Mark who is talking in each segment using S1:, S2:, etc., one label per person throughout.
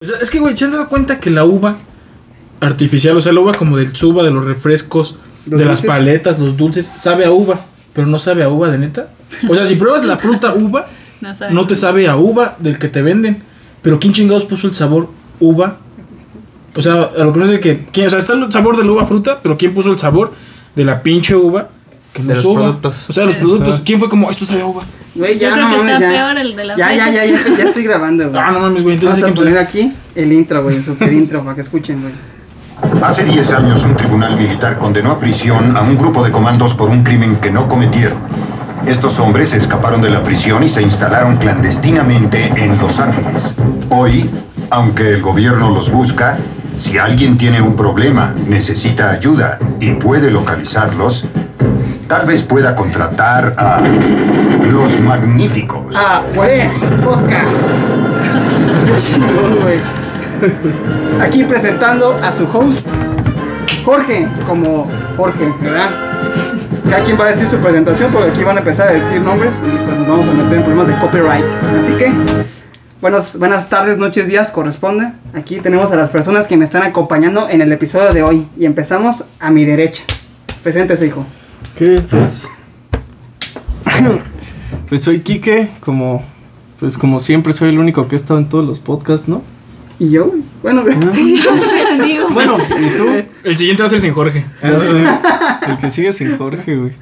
S1: O sea, es que, güey, se han dado cuenta que la uva artificial, o sea, la uva como del suba, de los refrescos,
S2: ¿Los
S1: de las
S2: dulces?
S1: paletas, los dulces, sabe a uva, pero no sabe a uva de neta. O sea, si pruebas la fruta uva,
S3: No sabe.
S1: no te sabe a uva del que te venden. Pero ¿quién chingados puso el sabor uva? O sea, a lo que no sé que. ¿quién, o sea, está el sabor de la uva fruta, pero ¿quién puso el sabor de la pinche uva? Que no
S4: De
S1: es
S4: los
S1: uva?
S4: productos.
S1: O sea, los
S3: Eh.
S1: productos. ¿Quién fue como, esto sabe a uva?
S2: Güey, ya
S3: Yo
S2: no
S3: creo que
S2: mames,
S3: está
S2: ya.
S3: peor el de la
S2: ya, ya,
S3: fresa.
S2: ya, ya, ya estoy grabando, güey.
S1: Ah, no mames, güey. Entonces
S2: Vamos
S1: hay
S2: a
S1: que
S2: poner aquí el intro, güey, el super intro, para que escuchen, güey.
S5: Hace 10 años un tribunal militar condenó a prisión a un grupo de comandos por un crimen que no cometieron. Estos hombres escaparon de la prisión y se instalaron clandestinamente en Los Ángeles. Hoy, aunque el gobierno los busca, si alguien tiene un problema, necesita ayuda y puede localizarlos, tal vez pueda contratar a los magníficos.
S2: Ah, what If podcast. Qué chingón, güey. Aquí presentando a su host, Jorge, como Jorge, ¿verdad? Cada quien va a decir su presentación porque aquí van a empezar a decir nombres y pues nos vamos a meter en problemas de copyright. Así que, buenos, buenas tardes, noches, días, corresponde. Aquí tenemos a las personas que me están acompañando en el episodio de hoy y empezamos a mi derecha. Preséntese, hijo.
S6: ¿Qué? Pues. pues soy Quique, como. Pues como siempre soy el único que he estado en todos los podcasts, ¿no?
S2: ¿Y yo? güey? Bueno,
S3: Digo,
S6: Bueno, ¿y tú?
S1: El siguiente va a ser sin Jorge.
S6: Ya sé, El que sigue sin Jorge, güey.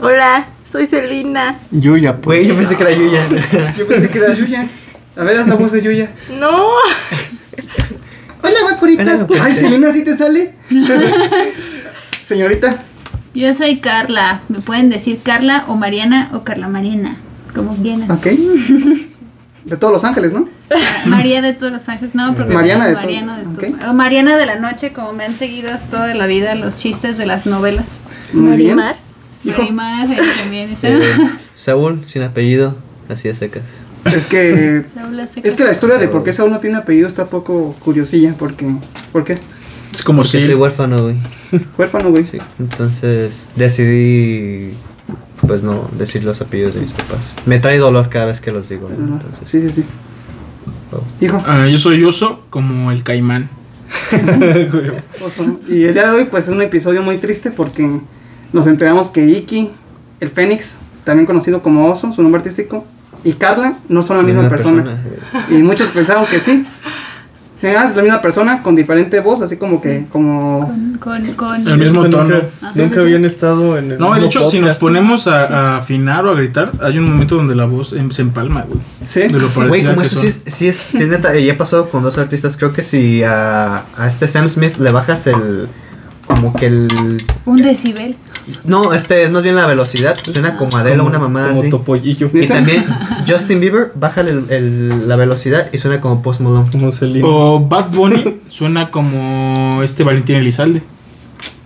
S7: Hola, soy Celina.
S6: Yuya, pues.
S4: Güey, yo pensé que era Yuya.
S2: ah. yo pensé que era Yuya. A ver, haz la voz de Yuya.
S7: No,
S2: Hola, vacuritas.
S4: Hola, vacuita.
S2: Ay, Selena, ¿sí te sale? Señorita.
S3: Yo soy Carla. Me pueden decir Carla o Mariana o Carla Mariana. Como quieran.
S2: Ok. De todos Los Ángeles, ¿no?
S3: María de todos los ángeles. No, porque
S2: Mariana de
S3: Mariana
S2: todos-
S3: de
S2: ok.
S3: todos- o Mariana de la noche, como me han seguido toda la vida los chistes de las novelas.
S2: Muy bien.
S7: Marimar.
S3: Marimar, eh, también esa.
S4: Eh, Saúl, sin apellido, así a secas.
S2: Es que.
S3: Saúl la seca.
S2: Es que la historia de por qué Saúl no tiene apellido está poco curiosilla, porque. ¿Por qué?
S1: Es como si.
S4: Porque soy huérfano, güey.
S2: Huérfano, güey.
S4: Sí. Entonces decidí, pues no, decir los apellidos de mis papás. Me trae dolor cada vez que los digo. ¿no? Entonces,
S2: Sí, sí, sí.
S4: oh.
S2: Hijo.
S1: Ah, yo soy Yoso como el caimán.
S2: oso. Y el día de hoy, pues, es un episodio muy triste porque nos enteramos que Iki, el Fénix, también conocido como Oso, su nombre artístico, y Carla no son la misma
S4: Una
S2: persona.
S4: persona,
S2: Y muchos pensaron que sí. Sí, ah, es la misma persona con diferente voz, así como que, como...
S3: Con, con, con-
S1: El mismo
S6: Nunca-
S1: tono.
S3: Ah,
S6: Nunca,
S3: sí, sí, sí.
S6: habían estado en el.
S1: No, de
S6: mismo
S1: hecho, si
S6: podcast.
S1: nos ponemos a, a afinar o a gritar, hay un momento donde la voz em- se empalma, güey.
S2: Sí.
S1: De lo
S4: Güey,
S1: parecida
S4: como
S1: que
S4: esto
S1: son.
S4: sí es, sí, es, sí es neta, y he pasado con dos artistas, creo que si a, a este Sam Smith le bajas el... Como que el...
S3: Un decibel.
S4: No, este es más bien la velocidad, suena como Adele o una mamada
S6: Como
S4: así.
S6: Topollillo.
S4: Y también Justin Bieber, bájale el- el- la velocidad y suena como Post Malone.
S6: Como Selena.
S1: O Bad Bunny suena como este Valentín Elizalde.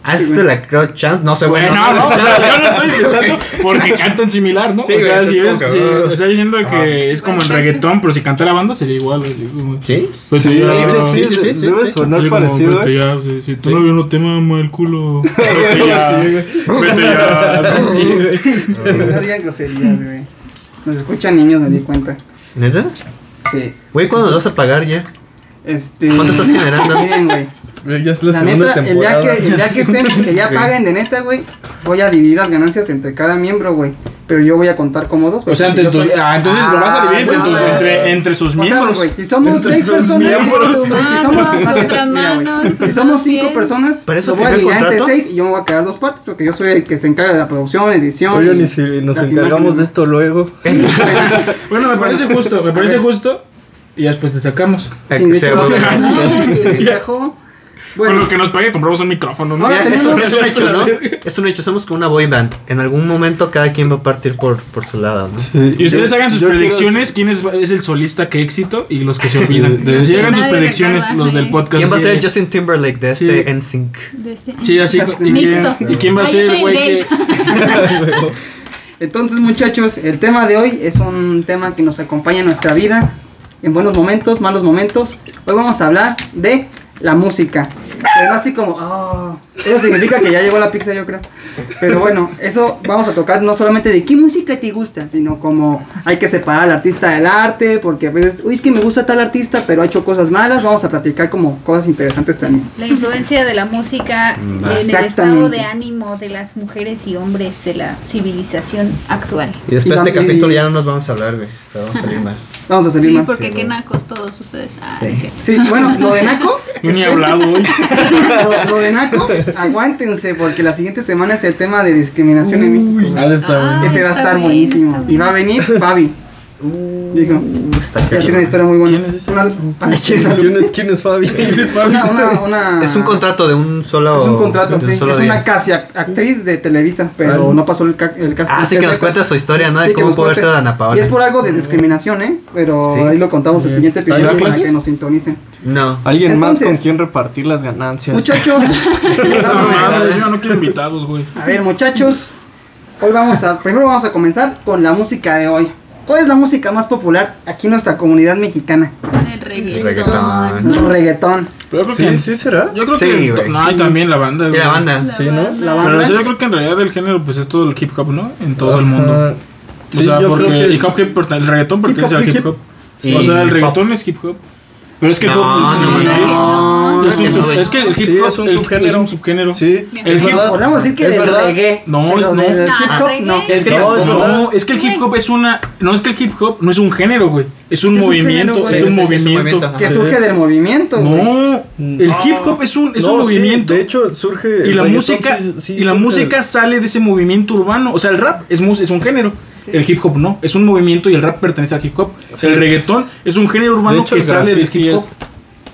S4: Hazte la creo chance, no sé,
S1: Bueno,
S4: güey.
S1: no, o
S4: sé.
S1: sea, yo no estoy gritando porque cantan similar, ¿no?
S4: Sí,
S1: o sea,
S4: güey,
S1: si
S4: eso
S1: ves,
S4: es como
S1: si,
S4: que, uh,
S1: o sea, diciendo que es como en reggaetón, pero si cantara banda sería igual.
S4: ¿Sí?
S1: Pues
S6: Sí,
S1: yo-
S6: de hecho, sí,
S4: sí, sí, sí.
S6: Debe
S4: Oye,
S6: sonar
S1: Oye, como,
S6: parecido.
S1: vete
S6: ¿eh?
S1: ya, si, si tu novio no te mama el culo, vete ya,
S6: Sí,
S1: vete ya. Sí, güey.
S2: No digan groserías, güey. Nos escuchan niños, me di cuenta.
S4: ¿Neta?
S2: Sí.
S4: Güey, ¿cuándo nos vas a pagar ya?
S2: Este...
S4: ¿Cuánto estás generando?
S2: Miren, güey.
S6: güey. Ya es la,
S2: La,
S6: segunda
S2: neta, el día,
S6: temporada.
S2: que, el día que estén, que ya
S6: Sí.
S2: paguen de neta, güey, voy a dividir las ganancias entre cada miembro, güey. Pero yo voy a contar como dos, güey,
S1: O sea,
S2: porque
S1: entre
S2: yo
S1: tus,
S2: soy-
S1: ah, entonces lo vas a dividir entre,
S2: Ah,
S1: tus-
S2: güey.
S1: entre, entre sus
S2: O sea,
S1: miembros.
S2: güey, si somos
S1: Entre
S2: seis
S1: sus
S2: personas,
S1: miembros. Ah, pues,
S2: güey, si somos,
S3: Manos,
S2: mira, güey,
S3: manos,
S2: si somos cinco
S3: bien.
S2: personas,
S4: ¿Para eso
S2: lo voy a
S4: firmé el
S2: dividir entre
S4: contrato?
S2: seis y yo me voy a quedar dos partes porque yo soy el que se encarga de la producción, edición.
S6: Oigan,
S2: y
S6: y si nos
S2: las
S6: encargamos de
S2: imágenes.
S6: esto luego.
S1: Bueno, me parece justo, me parece justo. Y después te sacamos.
S6: este
S2: Sí, de
S4: Sí,
S2: hecho,
S4: güey.
S2: no, viajó.
S1: Con
S2: Bueno,
S1: lo que nos pague compramos un micrófono, ¿no?
S2: Ahora
S4: Mira, es, un,
S2: tenemos-
S4: es un hecho, ¿no? Es un hecho, somos como una boy band. En algún momento cada quien va a partir por, por su lado, ¿no?
S1: Y ustedes
S6: Yo-
S1: hagan sus
S6: yo quiero-
S1: predicciones, quién es, es el solista que éxito y los que se olvidan. Si hagan sus
S3: Nadie
S1: predicciones,
S3: recuerda,
S1: los del
S3: sí.
S1: podcast.
S4: ¿Quién va a ser el
S1: sí.
S4: Justin Timberlake de este
S1: Sí.
S4: NSYNC?
S3: De este.
S1: Sí, así. ¿Y quién,
S3: Mixto.
S1: ¿y quién va a
S3: Ay,
S1: ser el
S3: soy
S1: güey que.?
S3: Dave.
S2: entonces muchachos, el tema de hoy es un tema que nos acompaña en nuestra vida, en buenos momentos, malos momentos. Hoy vamos a hablar de la música. Pero no así como, "Ah". Eso significa que ya llegó la pizza, yo creo. Pero bueno, eso vamos a tocar no solamente de qué música te gusta, sino como hay que separar al artista del arte, porque a veces, uy, es que me gusta tal artista, pero ha hecho cosas malas. Vamos a platicar como cosas interesantes también.
S3: La influencia de la música en el estado
S2: Exactamente.
S3: de ánimo de las mujeres y hombres de la civilización actual.
S4: Y después
S2: Y
S4: de este
S2: vam- y-
S4: capítulo ya no nos vamos a hablar, güey. O sea, vamos a salir mal.
S2: Vamos a salir
S3: Sí,
S2: más.
S3: porque
S4: sí,
S3: qué
S4: bueno.
S3: nacos todos ustedes. Ah,
S4: Sí.
S3: es cierto.
S2: Sí, bueno, lo de Naco.
S1: Ni hablado hoy.
S2: lo, lo de Naco, aguántense, porque la siguiente semana es el tema de discriminación en México.
S1: Uy, nada está
S3: Ah.
S1: bueno.
S2: Ese va a
S3: está
S2: estar
S3: bien,
S2: buenísimo.
S3: está
S2: Y va a venir Fabi. Dijo. Ya tiene una historia muy buena.
S1: ¿Quién es ese?
S2: Una, Ay, ¿quién es?
S6: ¿Quién es, quién es Fabi?
S2: Una- una- una-
S4: Es un contrato de un solo.
S2: Ah. Es un contrato,
S4: de un
S2: sí.
S4: solo
S2: Es
S4: día.
S2: una casi ac- actriz de Televisa, pero no pasó el, ca- el casting.
S4: Ah, sí, que nos
S2: Exacto.
S4: cuenta su historia, ¿no? De
S2: Sí, que
S4: cómo
S2: nos
S4: pudo haber
S2: cuente.
S4: sido de Ana Paola.
S2: Y es por algo de discriminación, ¿eh? Pero
S4: Sí.
S2: ahí lo contamos el siguiente
S1: ¿Hay
S2: episodio para
S1: clases?
S2: que nos sintonicen.
S4: No.
S6: Alguien más con
S2: Entonces-
S6: quien repartir las ganancias.
S2: Muchachos.
S1: Esa
S2: vamos a-
S1: mamada, yo no quiero invitados, güey.
S2: A ver, muchachos, hoy vamos a primero vamos a comenzar con la música de hoy. ¿Cuál es la música más popular aquí en nuestra comunidad mexicana?
S3: El
S4: El
S3: reggaetón.
S4: reggaetón.
S2: El reggaetón.
S1: Pero yo creo
S6: Sí,
S1: que.
S6: sí será.
S1: Yo creo
S4: Sí,
S1: que.
S4: güey.
S1: No, y también la banda,
S4: Y
S1: güey.
S4: la banda.
S1: Sí, ¿no?
S2: La
S1: Pero
S2: banda.
S1: yo creo que en realidad el género, pues es todo el hip hop, ¿no? En todo el mundo.
S6: Ajá.
S1: o
S6: Ah, Sí,
S1: sea,
S6: yo
S1: porque
S6: creo que-
S1: el, hop que pertene- el reggaetón pertenece
S6: hop,
S1: al
S6: hip
S1: hip hop.
S4: Sí.
S1: o sea, el
S4: Hip hop.
S1: reggaetón es hip hop. Pero es que el
S4: No,
S1: hop.
S4: no,
S1: sí,
S4: no,
S2: no,
S1: es, un
S4: no,
S1: sub-
S4: güey.
S1: es que el hip hop
S6: Sí, es un
S1: el-
S6: subgénero.
S1: es un subgénero.
S6: Sí.
S1: El
S6: Es
S1: hip
S6: verdad.
S1: hop.
S2: Podríamos decir que
S6: Es
S2: del
S6: verdad.
S2: reggae.
S1: No,
S2: pero
S1: es- no.
S2: del
S3: Ah,
S2: hip hop no.
S3: reggae.
S1: Es que,
S6: No,
S1: no,
S6: es verdad.
S1: es que el hip hop es una. No es que el hip hop no es un género, güey. Es un
S2: Sí, es un género,
S1: movimiento.
S2: güey.
S1: es un
S4: Sí, sí, sí, es un
S1: movimiento.
S4: movimiento,
S2: Que
S1: Sí.
S2: surge del movimiento. güey.
S1: No, el hip hop es un, es un
S6: No, sí,
S1: movimiento.
S6: de hecho, surge.
S1: y
S6: el
S1: la
S6: reggaetón,
S1: música
S6: sí, sí,
S1: y la
S6: surge
S1: música sale de ese movimiento urbano o sea el rap es mus- es un género
S3: Sí.
S1: el hip hop no es un movimiento y el rap pertenece al hip hop
S6: Sí.
S1: el reggaetón es un género
S6: del-
S1: urbano
S6: de hecho,
S1: que
S6: el
S1: sale del
S6: graffiti
S1: hip hop
S6: es-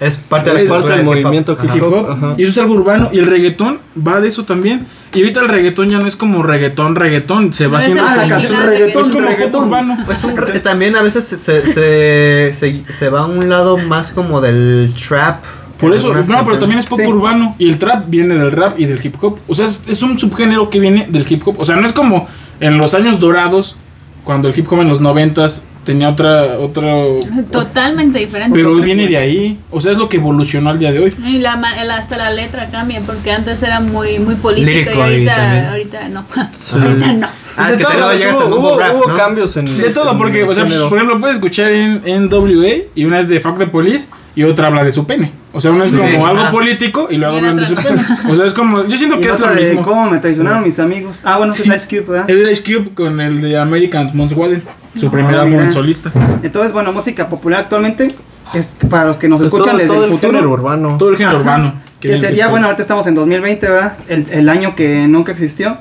S4: Es parte de la
S6: Es
S4: cultura
S6: parte del movimiento
S4: Ajá.
S1: hip hop,
S6: Ajá.
S1: y eso es algo urbano y el reggaetón va de eso también y ahorita el reggaetón ya no es como reggaetón reggaetón se va
S3: No es
S1: haciendo
S3: el
S2: Ah, la
S1: como-
S2: canción
S3: Es
S2: reggaetón.
S1: es como pop
S2: reggaetón.
S1: urbano
S4: Pues un re- también a veces se, se, se, se- se va a un lado más como del trap.
S1: por
S4: en
S1: eso
S4: algunas
S1: no pero también es
S4: canciones.
S1: pop
S2: Sí.
S1: urbano y el trap viene del rap y del hip hop o sea es, es un subgénero que viene del hip hop o sea no es como en los años dorados cuando el hip hop en los noventas tenía otra otro
S3: Totalmente diferente.
S1: Pero hoy viene de ahí. O sea, es lo que evolucionó al día de hoy.
S3: Y la, ma- el- hasta la letra cambia, porque antes era muy, muy político
S4: Lírico
S3: y
S4: y también.
S3: ahorita, ahorita no. ahorita no.
S4: Ah,
S6: de
S4: que te
S6: todo,
S4: luego llegas
S6: hubo,
S4: al mumble
S6: hubo-
S4: rap,
S6: hubo
S4: ¿no?
S6: cambios en.
S1: De todo,
S6: en
S1: porque,
S6: el
S1: o sea, pues,
S6: género.
S1: por ejemplo, puedes escuchar en, en WA y una es de Fuck the Police y otra habla de su pene. O sea, una es
S4: Sí.
S1: como algo
S4: Ah.
S1: político y luego
S3: Y la
S1: hablan de su
S3: otra
S1: pene. O sea, es como. Yo siento
S2: Y
S1: que es lo
S2: otra de
S1: mismo.
S2: ¿Cómo me traicionaron mis amigos? Ah, bueno, eso
S1: Sí.
S2: es Ice Cube, ¿verdad?
S1: El de Ice Cube con el de Americans Mons Waden, su primer álbum
S2: mira.
S1: en solista.
S2: Entonces, bueno, música popular actualmente es para los que nos
S6: Pues
S2: escuchan
S6: todo-
S2: desde
S6: todo
S2: el futuro.
S6: género urbano.
S1: Todo el género urbano.
S2: Que sería, bueno, ahorita estamos en 2020, ¿verdad? El, el año que nunca existió.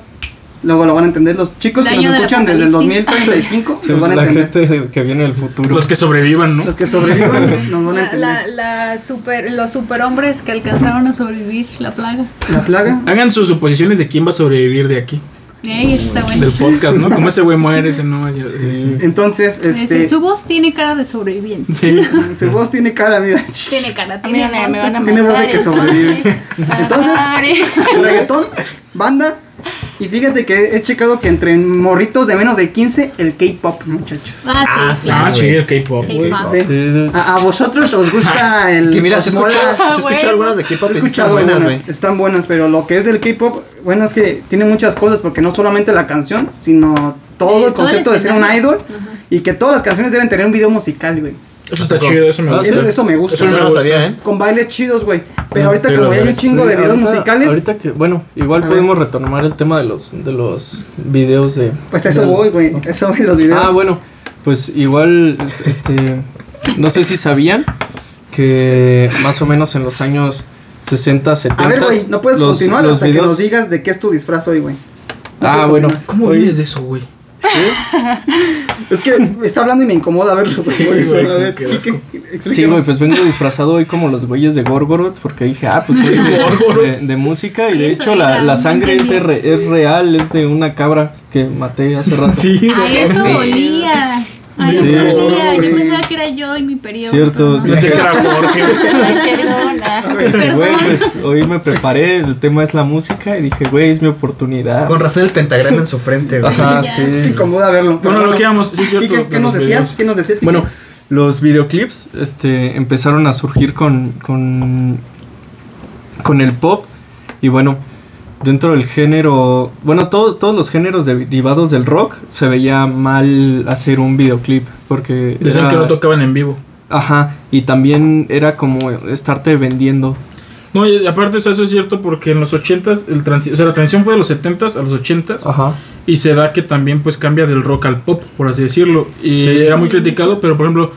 S2: Luego lo van a entender los chicos
S3: El
S2: que
S3: año
S2: nos
S3: del
S2: escuchan desde el
S3: apocalipsis.
S2: 2035.
S6: Sí,
S2: los van a
S6: la
S2: entender.
S6: gente que viene del futuro.
S1: Los que sobrevivan, ¿no?
S2: Los que sobrevivan nos van a
S3: La, la,
S2: entender.
S3: la super, los superhombres que alcanzaron a sobrevivir la plaga.
S2: La, plaga.
S1: Hagan sus suposiciones de quién va a sobrevivir de aquí,
S3: Ey, eso está bueno.
S1: del podcast, ¿no? Como ese güey muere, ese no. ya- sí.
S2: Entonces, este.
S3: Ese, su voz tiene cara de sobreviviente.
S1: Sí.
S2: Su voz tiene cara, mira.
S3: Tiene cara,
S7: A mí
S3: tiene
S7: me-
S3: voz
S7: me van a
S3: de- Ah,
S2: Tiene voz de que sobrevive. Entonces,
S3: Pare.
S2: el reggaetón, banda. Y fíjate que he checado que entre morritos de menos de 15, el K-pop, muchachos.
S3: Ah,
S4: Ah,
S3: sí.
S4: sí.
S1: Ah, sí, el K-pop,
S3: K-pop.
S1: güey.
S2: Sí.
S6: Sí.
S2: A, a vosotros os gusta el.
S4: Ah, Que mira,
S2: os
S4: se
S2: mola-
S4: escucha, se
S7: bueno.
S4: escucha algunas de K-pop
S2: Ah, He
S4: y sí están
S2: escuchado
S4: buenas, güey.
S2: algunas, están buenas, pero lo que es del K-pop, bueno, es que tiene muchas cosas, porque no solamente la canción, sino
S3: Sí,
S2: todo el
S3: todo
S2: concepto
S3: el
S2: de ser un
S3: escenario.
S2: idol y que todas las canciones deben tener un video musical, güey.
S1: Eso está chido, eso me
S6: Ah,
S1: gusta.
S2: Eso, eso me gusta.
S1: Eso
S4: Eso
S1: me
S4: no lo
S1: gusta.
S4: sabía, ¿eh?
S2: Con bailes chidos, güey. Pero
S1: Mm,
S2: ahorita,
S1: te lo
S2: como ya hay un
S1: agradezco.
S2: chingo de videos
S6: Ahorita-
S2: musicales,
S6: Ahorita que, bueno, igual
S1: Ah,
S2: A ver.
S6: podemos retomar el tema de los, de los videos de.
S2: pues eso
S6: del-
S2: voy, güey. Eso voy, los videos.
S6: Ah, bueno, pues igual, es- este, no sé si sabían que más o menos en los años 60, 70.
S2: A ver, güey, no puedes
S6: los-
S2: continuar
S6: los
S2: hasta que
S6: videos-
S2: nos digas de qué es tu disfraz hoy, güey. No
S6: Ah,
S2: puedes
S6: bueno.
S2: continuar.
S1: ¿Cómo
S6: Oye,
S1: vienes de eso, güey?
S2: Es que me está hablando y me incomoda verlo, güey.
S1: güey,
S2: a ver,
S1: qué
S2: ¿qué-
S1: asco.
S2: qué-
S6: Sí, güey,
S2: explícanos?
S6: pues vengo disfrazado hoy como los güeyes de Gorgoroth porque dije, ah, pues soy de, de música y de
S3: Eso
S6: hecho la,
S3: era,
S6: la
S3: no
S6: sangre es, de
S3: entendí.
S6: re- es real, es de una cabra que maté hace rato.
S3: A eso olía. A eso
S6: Sí.
S3: olía. Yo
S2: Güey.
S3: pensaba que era yo en mi periodo.
S6: Cierto.
S3: pero no.
S1: Pensé que era Jorge.
S7: Ay, perdona.
S6: Güey, pues hoy me preparé, el tema es la música y dije, güey, es mi oportunidad.
S4: Con razón el pentagrama en su frente, güey.
S6: Ajá,
S3: Sí, ya.
S6: sí.
S2: Es que incomoda verlo. pero
S1: lo que íbamos, sí, es cierto,
S2: Quique, ¿Qué
S1: de
S2: nos
S1: los
S2: decías?
S1: videos.
S2: ¿Qué nos decías? Quique?
S6: Bueno, los videoclips este, empezaron a surgir con, con con el pop. Y bueno, dentro del género, bueno, todo- todos los géneros derivados del rock se veía mal hacer un videoclip porque...
S1: Decían
S6: era-
S1: que no tocaban en vivo.
S6: Ajá, y también era como estarte vendiendo.
S1: No, y aparte o sea, eso es cierto porque en los 80s, el transi- o sea, la transición fue de los 70s a los 80s
S6: Ajá.
S1: y se da que también pues cambia del rock al pop, por así decirlo. Y era muy criticado, pero por ejemplo,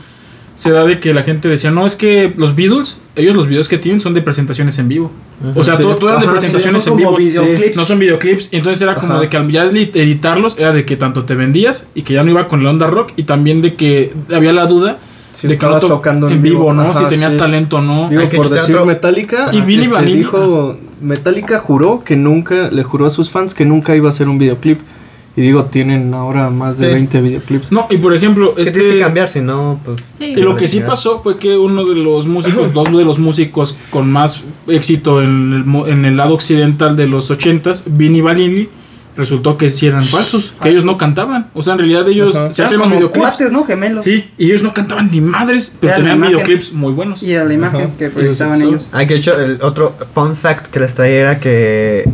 S1: se da de que la gente decía, no, es que los Beatles, ellos los videos que tienen son de presentaciones en vivo. O sea,
S6: Sí.
S1: todo, todo eran de
S6: Ajá, sí,
S1: presentaciones
S2: son
S1: en
S2: como
S1: vivo.
S2: videoclips.
S1: No son videoclips. Y entonces era como
S6: Ajá.
S1: de que al ya li- editarlos era de que tanto te vendías y que ya no iba con la onda rock y también de que había la duda
S6: Si
S1: de que no
S6: estabas
S1: to-
S6: tocando
S1: en, vivo, ¿no?
S6: Ajá,
S1: si tenías
S6: sí.
S1: talento o no.
S6: Digo,
S4: Hay que
S6: por
S4: quitar
S6: decir
S4: otro-
S6: Metallica,
S1: Y Vinny
S6: este,
S1: Vanilli.
S6: dijo, Metallica juró que nunca, le juró a sus fans que nunca iba a hacer un videoclip. Y digo, tienen ahora más de
S4: Sí.
S6: 20 videoclips.
S1: No, y por ejemplo,
S4: Que tienes que
S1: este,
S4: cambiar, si no, pues.
S3: Sí.
S1: y lo que sí pasó fue que uno de los músicos, dos de los músicos con más éxito en el, mo- en el lado occidental de los 80s, Vinny Valini, resultó que sí eran falsos, que ellos no cantaban. O sea, en realidad ellos
S6: Ajá.
S1: se hacen los
S2: como
S1: videoclips.
S2: cuates, ¿no? Gemelos.
S1: Sí, y ellos no cantaban ni madres, pero
S2: Era la
S1: tenían
S2: imagen.
S1: videoclips muy buenos.
S2: Y era la imagen
S6: Ajá.
S2: que proyectaban
S1: Y los-
S2: ellos.
S4: Hay Ah, que hecho, el otro fun fact que les traía era que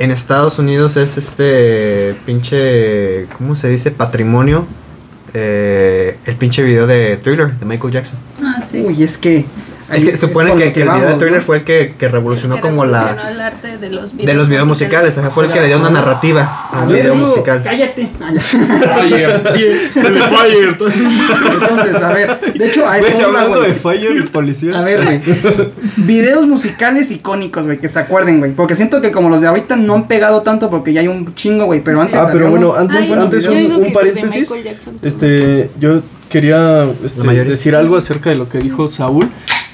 S4: en Estados Unidos es este pinche, ¿cómo se dice? Patrimonio. eh, el pinche video de Thriller de Michael Jackson.
S3: Ah, sí.
S2: Uy, es que.
S4: Es que supone
S2: con
S4: que,
S2: lo
S4: que el video de
S2: vamos,
S4: Thriller
S2: ¿no?
S4: fue el que, que revolucionó
S3: Que
S4: como
S3: revolucionó
S4: la
S3: el arte de los videos,
S4: de los videos musicales. ajá, fue el que le dio una narrativa
S2: A
S4: al
S2: ver,
S4: video
S2: Hugo,
S4: musical.
S2: cállate. Ah, Ay,
S1: Fire, Fire, Fire, todo.
S2: Entonces, a ver. De hecho, a eso iba, Ah, güey.
S6: Fire, policía.
S2: A ver, güey. Videos musicales icónicos, güey, que se acuerden, güey. Porque siento que como los de ahorita no han pegado tanto porque ya hay un chingo, güey. Pero antes.
S6: Ah, pero
S2: había
S6: bueno,
S2: unos-
S6: antes,
S3: Ay,
S6: antes
S3: yo
S6: un,
S3: digo
S6: un
S3: que los de
S6: paréntesis.
S7: Michael Jackson.
S6: Este, yo quería este,
S4: La mayoría.
S6: decir algo acerca de lo que dijo Saúl.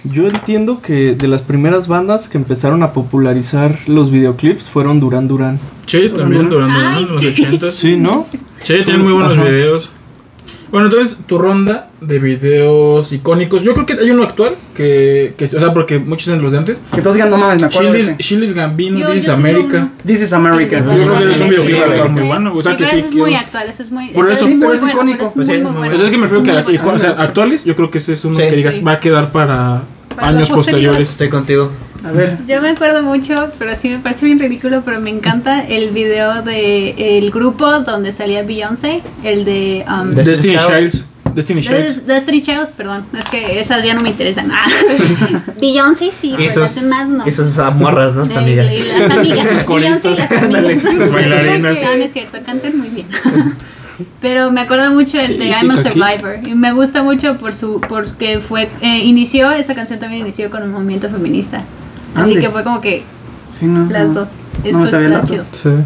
S6: Yo entiendo que de las primeras bandas que empezaron a popularizar los videoclips fueron Duran Duran.
S1: Sí, también durante
S3: Ay,
S1: los 80s.
S6: Sí, ¿no?
S1: Sí, tienen muy buenos
S6: Ajá.
S1: videos. Bueno, entonces tu ronda de videos icónicos. Yo creo que hay uno actual que, que o sea, porque muchos en los de antes.
S2: Que todos digan, no mames, me acuerdo. de
S1: Shillis,
S2: ese.
S1: Shillis Gambino,
S3: Yo-
S1: This is
S3: yo tengo
S1: America.
S3: uno.
S2: This is America.
S3: Yo
S1: Yo creo que es un
S2: Sí,
S1: videoclip
S2: güey.
S1: actual muy bueno. O sea, que
S3: Igual
S1: sí.
S3: ese es
S1: que-
S3: muy actual, ese es muy.
S1: Por
S3: ese
S1: eso-
S3: muy
S2: pero es
S3: bueno,
S2: icónico.
S3: pero
S4: Pues sí,
S3: es
S4: es
S3: muy,
S4: muy
S3: muy
S1: o sea, es que me refiero
S3: bueno.
S1: que
S3: Muy
S1: y- o sea,
S3: bueno.
S1: actuales, yo creo que ese es uno
S4: Sí.
S1: que digas
S3: Sí.
S1: va a quedar para,
S3: Para
S1: años
S3: la posteridad.
S2: pues,
S1: posteriores.
S4: Estoy contigo.
S2: A ver.
S3: Yo me acuerdo mucho, pero sí me parece bien ridículo, pero me encanta el video de el grupo donde salía Beyoncé, el de um,
S4: Destiny
S1: Destiny
S4: Child.
S1: Childs. Destiny Childs.
S3: Des- Destiny Childs, perdón, es que esas ya no me interesan. Ah. Beyoncé sí,
S4: Y
S3: pero
S4: sus,
S3: las demás no.
S4: y sus morras, ¿no? Sus
S3: Eh,
S4: amigas.
S3: y las amigas,
S1: Sus coristas.
S3: Beyoncé y las amigas. ah,
S1: Sus bailarinas.
S3: No, no es cierto, cantan muy bien. Pero me acuerdo mucho el de
S6: Sí, sí,
S3: I'm a
S6: Kakis.
S3: Survivor. Y me gusta mucho por su, porque fue, eh, inició, esa canción también inició con un movimiento feminista. Así
S2: Ande.
S3: que fue como que
S2: Sí, no,
S3: las
S2: no.
S3: dos.
S2: me
S3: Esto
S2: sabía el
S3: está
S2: dato.
S3: chido.
S6: Sí.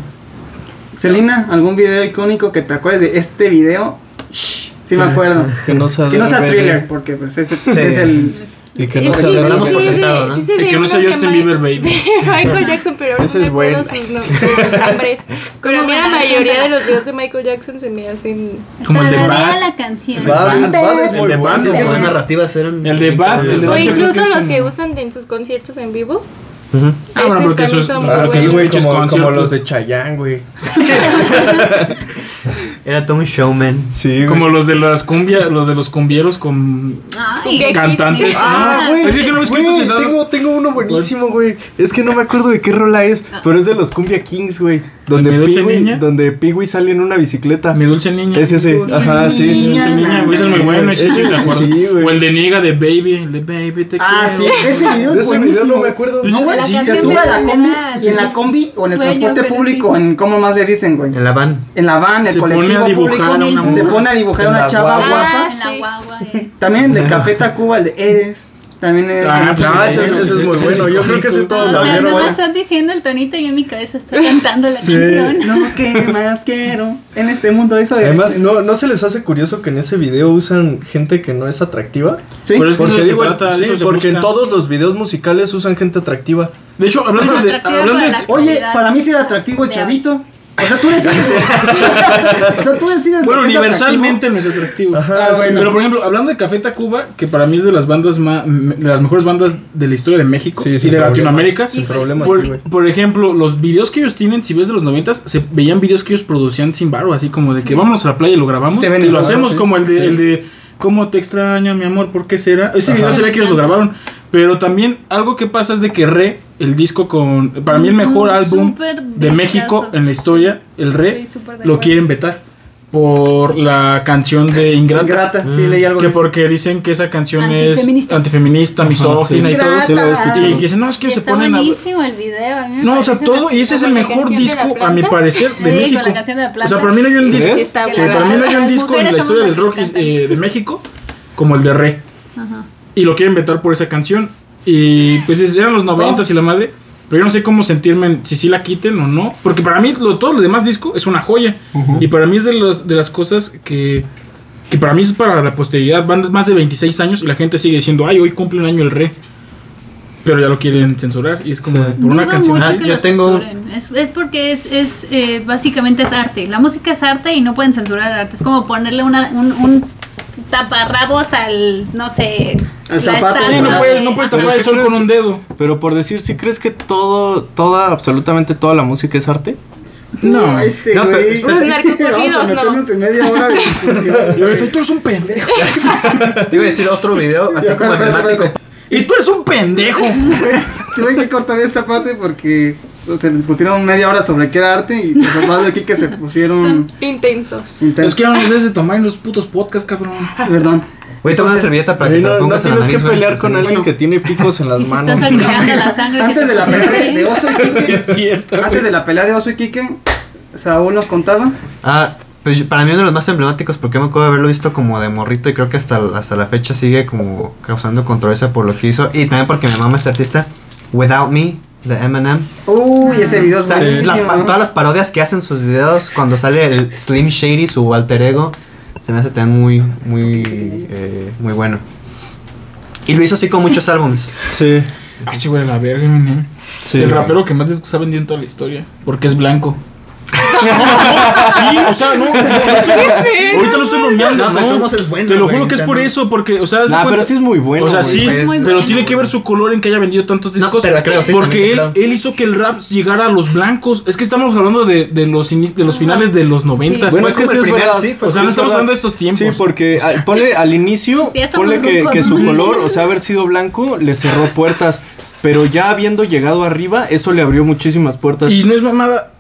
S2: Celina, ¿algún video icónico que te acuerdes de este video? Sí, me acuerdo.
S6: Que no sea,
S2: Que no sea
S6: Rebelde.
S2: thriller, porque pues ese, ese es el.
S6: Y que no
S7: Es
S6: sea
S7: sí,
S4: lo
S6: Rebelde.
S4: damos
S7: sí,
S4: por
S7: sí,
S4: sentado, ¿no?
S7: sí, sí,
S1: El que no sea
S7: de
S1: Justin
S7: Ma-
S1: Bieber, baby.
S7: de Michael Jackson, pero ahora
S6: Ese
S7: no
S6: es
S7: me acuerdo
S6: bueno.
S7: sus nombres, sus nombres. Pero a mí la
S3: Como
S7: mayoría
S3: Michael
S7: de los videos de Michael Jackson se me hacen...
S1: Como el de
S3: Tararea
S1: Bad.
S3: la canción.
S6: Bad es- Bad es
S4: El
S6: muy
S4: de
S6: bueno.
S4: Bad, es que
S1: bueno.
S4: sus narrativas eran.
S1: El de Bad, el de
S7: O
S1: Bad. yo creo
S7: incluso
S1: que es
S7: los
S1: como-
S7: que usan en sus conciertos en vivo.
S4: Ujú.
S1: Ah, bueno,
S7: Esos
S1: porque
S7: también
S1: sus-
S7: son muy
S1: ah, sí,
S6: Así,
S7: buenos.
S6: güey,
S1: Pinches
S6: como, como
S1: conciertos.
S6: los de Chayanne, güey.
S4: Era todo un showman.
S6: Sí,
S1: Como los de las cumbia, los de los cumbieros con
S3: Ay,
S7: Con
S1: cantantes.
S6: Ah,
S1: Ah,
S6: güey.
S1: es que no es que
S6: güey,
S1: antes se daba-
S6: tengo, tengo uno buenísimo, güey. Es que no me acuerdo de qué rola es,
S1: Ah.
S6: pero es de los Cumbia Kings, güey. Donde
S1: ¿Mi dulce
S6: Pee-wee
S1: niña?
S6: donde Pee-wee sale en una bicicleta.
S1: Mi dulce niña.
S6: Es ese, ajá, sí.
S1: Dulce niña, güey, ese es muy
S6: Sí,
S1: bueno,
S6: güey.
S1: ese sí,
S6: Ese-
S1: te acuerdas.
S6: sí, güey.
S1: O el de Niega de Baby, el de Baby te
S2: Ah, sí,
S1: quiero.
S2: ese video
S6: De
S2: es
S6: ese video
S2: buenísimo.
S6: no me acuerdo.
S1: No, güey,
S3: la
S1: sí,
S3: canción
S2: Se
S1: sí,
S2: sube a la
S3: de-
S2: combi y en la
S3: Sueño,
S2: combi o en el
S3: pero
S2: transporte
S3: sí.
S2: público, en cómo más le dicen, güey.
S4: En la van.
S2: En la van, el
S1: Se pone
S2: colectivo
S1: a dibujar
S2: público.
S1: a una
S2: se
S1: mujer.
S2: pone a dibujar a
S4: En
S2: una
S4: la
S2: chava
S4: guagua.
S2: guapa.
S3: En Ah, la
S7: sí.
S3: guagua, eh.
S2: También el de Café Tacuba, el de Eres. También es.
S1: Ah,
S2: se me hace
S1: no,
S6: Ah, ese,
S2: bien,
S6: es-
S2: güey.
S6: ese es muy bueno. Yo creo que ese
S3: O
S6: todos
S3: sea,
S6: la vieron,
S3: nada
S6: güey.
S3: más están diciendo el tonito y en mi cabeza está cantando la
S6: Sí.
S3: canción.
S2: No, ¿qué más quiero? En este mundo eso es.
S6: Además, ¿no, ¿no se les hace curioso que en ese video usan gente que no es atractiva?
S2: Sí.
S1: Pero es que eso
S6: Porque,
S1: se
S6: digo,
S1: trata,
S6: sí,
S1: eso se
S6: porque en
S1: busca.
S6: todos los videos musicales usan gente atractiva.
S1: De hecho, hablando de.
S3: Atractiva
S1: Hablando
S3: para
S1: de
S3: la-
S2: Oye, para mí sí era atractivo el
S3: Ya.
S2: chavito. O sea, tú decides. o sea, tú decides.
S1: bueno,
S2: lo que es
S1: universalmente no es atractivo.
S6: Ajá,
S1: Ah,
S6: sí.
S1: bueno. Pero por ejemplo, hablando de Café Tacuba, que para mí es de las bandas más, de las mejores bandas de la historia de México
S6: Sí,
S1: y de
S6: sin problemas.
S1: Latinoamérica.
S6: Sin
S3: Híjole.
S6: problemas, sí,
S1: Por,
S6: güey.
S1: por ejemplo, los videos que ellos tienen, si ves de los noventas, se veían videos que ellos producían sin varo, así como de que vámonos a la playa y lo grabamos
S2: Se ven
S1: y lo
S2: grabados,
S1: hacemos
S2: sí,
S1: como el de,
S6: sí.
S1: el de cómo te extraño, mi amor, ¿por qué será? Ese video
S6: Ajá.
S1: se ve que ellos lo grabaron, pero también algo que pasa es de que Re el disco con. Para mí, el mejor
S3: Mm,
S1: álbum
S3: súper
S1: de México
S3: delicioso.
S1: en la historia, El Red,
S3: Estoy súper
S1: lo
S3: de acuerdo.
S1: quieren vetar por la canción de Ingrata.
S2: Ingrata, sí, leí algo
S1: Que
S2: de eso.
S1: porque dicen que esa canción es
S3: Antifeminista.
S1: antifeminista, misógina
S2: sí.
S1: y todo.
S6: Sí, lo he escuchado.
S1: Y que dicen, no, es que
S3: Y
S1: se
S3: está
S1: ponen a.
S3: buenísimo el video. a mí me
S1: No, o sea,
S3: parece
S1: todo.
S3: una-
S1: Y ese es el
S7: Como la
S1: mejor
S7: canción de la
S1: disco, a mi
S7: planta.
S1: parecer, de
S3: Sí, con
S1: México.
S3: la canción de la
S1: o sea,
S3: planta.
S1: para mí no hay un
S6: ¿Crees?
S1: disco.
S6: Sí,
S7: está
S1: sí,
S7: buena.
S1: para mí no hay un
S3: Las
S1: disco en la
S3: mujeres
S1: historia
S3: somos
S1: del
S3: las
S1: rock
S3: que cantan.
S1: eh, de México como el de Re.
S3: Ajá.
S1: Y lo quieren vetar por esa canción. Y pues es-
S3: Oh.
S1: eran los 90 y la madre. Pero yo no sé cómo sentirme en- si sí la quiten o no. Porque para mí lo- todo lo demás disco es una joya. Y para mí es de, los, de las cosas que, que para mí es para la posteridad. Van más de 26 años y la gente sigue diciendo, ay, hoy cumple un año el re. Pero ya lo quieren censurar. Y es como
S6: Sí.
S1: por una
S3: Dudo
S1: canción.
S3: mucho
S4: Ah,
S1: así.
S3: que
S4: yo
S3: lo
S4: tengo un-
S3: censuren. Es, es porque es, es eh, básicamente es arte. La música es arte y no pueden censurar el arte. Es como ponerle una, un, un taparrabos al, no sé,
S2: Al
S3: la
S2: zapato.
S3: estatua
S1: Sí, no
S3: de-
S1: puedes, no puedes
S6: Pero
S1: tapar el
S6: sí
S1: sol
S6: crees-
S1: con un dedo.
S6: Pero por decir, si crees que todo, toda, absolutamente toda la música es arte?
S1: No.
S2: este
S6: No, pero
S2: güey.
S6: espera.
S7: Los
S2: Vamos
S7: narcocorridos,
S2: a meternos en media hora de discusión.
S1: Y ahorita, tú eres un pendejo.
S4: Te iba a decir otro video, así
S2: Ya,
S4: como
S2: espérate,
S4: emblemático.
S2: espérate.
S1: Y tú eres un pendejo.
S2: Tuve que cortar esta parte porque o sea, discutieron media hora sobre qué era arte y los papás de aquí que se pusieron
S7: Intensos.
S1: Es
S2: intensos.
S1: que ya no les de tomar en los putos podcasts, cabrón.
S2: Perdón.
S4: Güey, toma una
S2: Entonces,
S4: servilleta para que
S6: Ahí
S4: te la
S6: no, no
S4: pongas en la
S6: tienes que
S4: nariz, güey.
S6: pelear con alguien que tiene picos en las
S3: Y se está
S6: manos.
S3: salpicando la sangre. que
S2: Antes
S3: te
S2: de la
S3: pusieron
S2: pelea
S3: ahí.
S2: de Oso y Quique,
S1: cierto.
S2: antes de la pelea de Oso y Quique, Saúl nos contaba.
S4: Ah, pues yo- para mí uno de los más emblemáticos porque me acuerdo de haberlo visto como de morrito y creo que hasta, hasta la fecha sigue como causando controversia por lo que hizo y también porque me mama este artista, Without Me, de Eminem.
S2: Uy,
S3: Ah.
S2: ese video
S4: O
S2: es
S4: sea,
S2: buenísimo.
S4: las pa- todas las parodias que hacen sus videos cuando sale el Slim Shady, su alter ego, se me hace también muy, muy, eh, muy bueno. Y lo hizo así con muchos álbumes.
S6: Sí,
S1: Ay, Ah, sí, güey, la verga, Eminem.
S6: sí.
S1: el rapero que más discos ha vendido en toda la historia. Porque es blanco. sí, o sea, no. no, no estoy- ahorita lo estoy bromeando.
S4: No,
S1: No,
S4: pero todos es bueno,
S1: Te lo
S4: güey,
S1: juro que es
S4: o sea,
S1: por
S4: no.
S1: eso. Porque, o sea, haz de
S6: Nah,
S1: cuenta-
S6: Ah, pero sí es muy bueno.
S1: o sea,
S6: güey.
S1: sí,
S4: güey, es
S1: pero
S4: muy
S3: bueno.
S1: tiene que ver su color en que haya vendido tantos discos.
S4: te la creo, sí,
S1: porque
S4: también
S1: él,
S4: te creo.
S1: él hizo que el rap llegara a los blancos. Es que estamos hablando de, de los, ini- de los finales de los 90.
S4: Bueno,
S1: Fue
S4: es que
S1: como
S4: sí
S1: el
S4: es
S1: primer-
S4: verdad, sí, fue-
S1: o sea,
S4: sí,
S1: no
S4: es
S1: estamos
S4: verdad.
S1: hablando de estos tiempos.
S6: Sí, porque ah, ponle al inicio,
S3: Ya estamos
S6: ponle que,
S3: rucos,
S6: que su
S3: ¿no?
S6: color, o sea, haber sido blanco, le cerró puertas. Pero ya habiendo llegado arriba, eso le abrió muchísimas puertas.
S1: Y no es mamada.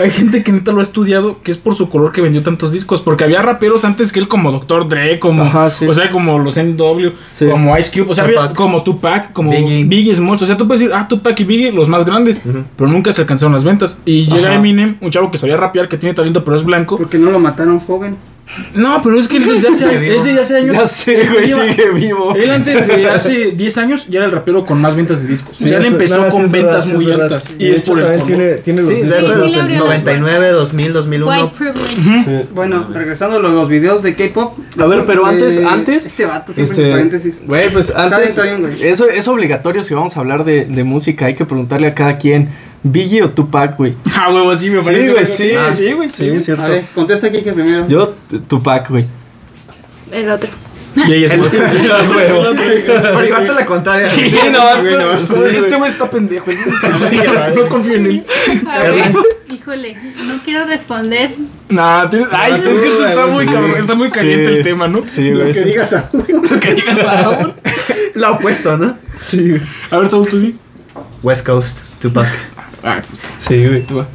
S1: Hay gente que neta lo ha estudiado, que es por su color que vendió tantos discos. Porque había raperos antes que él, como Dr. Dre, como.
S6: Ajá, sí.
S1: O sea, como los NW,
S6: Sí.
S1: como Ice Cube, o sea, había
S4: Tupac.
S1: como Tupac, como
S4: Biggie.
S1: Biggie, Smalls. O sea, tú puedes decir, ah, Tupac y Biggie, los más grandes. Pero nunca se alcanzaron las ventas. Y llega
S6: Ajá.
S1: Eminem, un chavo que sabía rapear, que tiene talento, pero es blanco.
S2: Porque no lo mataron joven.
S1: No, pero es que desde hace, es desde hace años.
S6: ya sé, güey,
S1: Iba-
S6: sigue vivo.
S1: Él antes de hace 10 años ya era el rapero con más ventas de discos. o sea, él
S8: eso-
S1: empezó
S8: no, sí
S1: con
S8: es verdad,
S1: ventas
S8: sí es
S1: muy
S8: verdad.
S1: altas.
S8: De
S1: Y es
S8: hecho,
S1: por el
S8: también
S1: color.
S8: tiene, tiene los
S4: Sí,
S8: discos.
S4: de
S3: sí,
S4: esos
S3: le abrió las
S4: 99, 2000, 2001.
S3: White privilege.
S2: Bueno, regresando a los, los videos de K-pop.
S6: A ver, pero
S2: Eh,
S6: antes- antes-
S2: Este vato, siempre
S6: Este,
S2: en paréntesis.
S6: Güey, pues
S2: Está
S6: antes.
S2: bien, está bien, güey.
S6: eso es obligatorio si vamos a hablar de, de música. Hay que preguntarle a cada quien: ¿Biggie o Tupac, güey?
S1: Ah, huevo, sí, me
S6: Sí,
S1: parece.
S6: güey,
S1: sí,
S6: sí.
S1: sí, güey, sí.
S6: es
S2: A ver, contesta Kike primero.
S6: Yo, t- Tupac, güey.
S7: El otro.
S1: Y ahí es
S4: El-
S1: más.
S4: Para llevarte la contraria.
S6: Sí, nomás,
S4: güey, nomás.
S1: Este güey está pendejo.
S4: Sí, güey.
S1: No confío en él.
S3: Híjole, no quiero responder.
S1: Nah, tienes. Ay, es que esto está muy cabrón. Está muy caliente
S6: Sí.
S1: el tema, ¿no?
S6: Sí,
S2: Lo
S6: güey.
S2: que
S6: sí.
S2: digas a
S1: Que digas Saúl.
S4: La opuesto, ¿no?
S6: Sí, güey.
S1: A ver, Saúl, tú di.
S4: West Coast, Tupac.
S1: Ah,
S6: Sí, güey.
S1: tú va.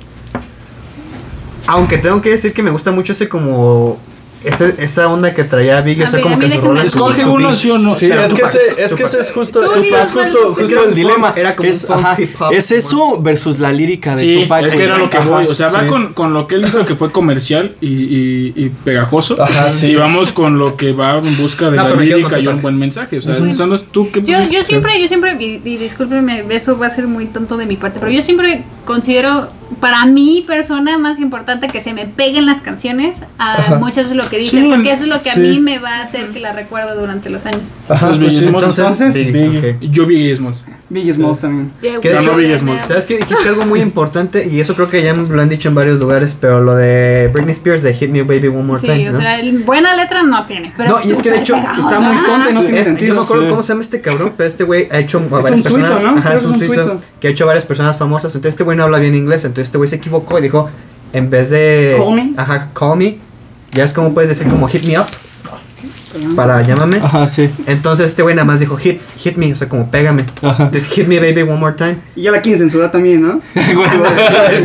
S4: Aunque tengo que decir que me gusta mucho ese como... ese- esa onda que traía Biggie,
S3: A
S4: o sea,
S3: ver,
S4: como
S3: a
S4: que
S3: mí
S4: sus
S3: déjenme-
S4: rolas...
S1: Escoge
S4: su beat-
S1: uno, sí o no.
S6: Sí,
S4: Pero
S6: es que,
S4: Tupac,
S6: ese, es que
S4: Tupac.
S6: ese es justo,
S7: Tú sí,
S6: es justo,
S7: Tupac.
S6: justo
S4: Era un
S6: el
S4: funk,
S6: dilema.
S4: era como un
S6: es,
S4: funk
S6: ajá,
S4: hip hop,
S6: es
S4: ¿no?
S6: eso versus la lírica de
S1: Sí,
S6: Tupac.
S1: es que
S6: güey.
S1: era lo que voy. O sea,
S6: Sí.
S1: va con, con lo que él hizo que fue comercial y, y, y pegajoso.
S6: Ajá, sí.
S1: Y vamos con lo que va en busca de la
S4: No, pero me quedo
S1: lírica
S4: con
S1: y un
S4: Tupac.
S1: buen mensaje. O sea,
S3: Ujú.
S1: son los- tú que.
S3: Yo,
S4: Este.
S3: yo siempre, yo siempre, y, y discúlpenme, eso va a ser muy tonto de mi parte, pero yo siempre considero para mi persona más importante que se me peguen las canciones a muchas veces lo que dicen,
S6: Sí,
S3: porque eso es lo que a
S6: sí.
S3: mí me va a hacer que la recuerdo durante los años.
S6: Ajá,
S1: Los
S6: pues sí.
S1: Biggie Smalls.
S4: Entonces,
S2: Entonces,
S4: Biggie,
S6: Biggie.
S4: ok.
S1: Yo vi Smalls.
S2: Biggie Smalls también.
S7: Ya,
S4: Que de
S7: güey.
S4: hecho-
S1: Biggie Smalls.
S4: ¿Sabes qué? Dijiste algo muy importante y eso creo que ya lo han dicho en varios lugares, pero lo de Britney Spears de Hit Me Baby One
S6: Pues
S4: More
S3: Sí,
S4: Time,
S3: o
S4: ¿no?
S3: sea, el- buena letra no tiene, pero
S4: No, y es que de hecho está
S2: Está muy tonto y no
S4: Sí,
S2: tiene
S4: es- Yo no me
S2: sentido.
S4: acuerdo
S6: Sí.
S4: cómo se llama este cabrón, pero este güey ha hecho a varias
S2: un suizo,
S4: personas.
S2: ¿no?
S4: Ajá,
S2: Creo
S4: es un suizo, que ha hecho a varias personas famosas. Entonces este güey no habla bien inglés. Entonces este güey se equivocó y dijo, en vez de.
S2: Call me.
S4: Ajá, call me. Ya es como puedes decir como hit me up. para Llámame.
S6: Ajá, sí.
S4: Entonces este güey nada más dijo hit, hit me, o sea, como pégame.
S6: Ajá.
S4: Entonces hit me baby one more time.
S2: Y ya la quieren censurar también, ¿no?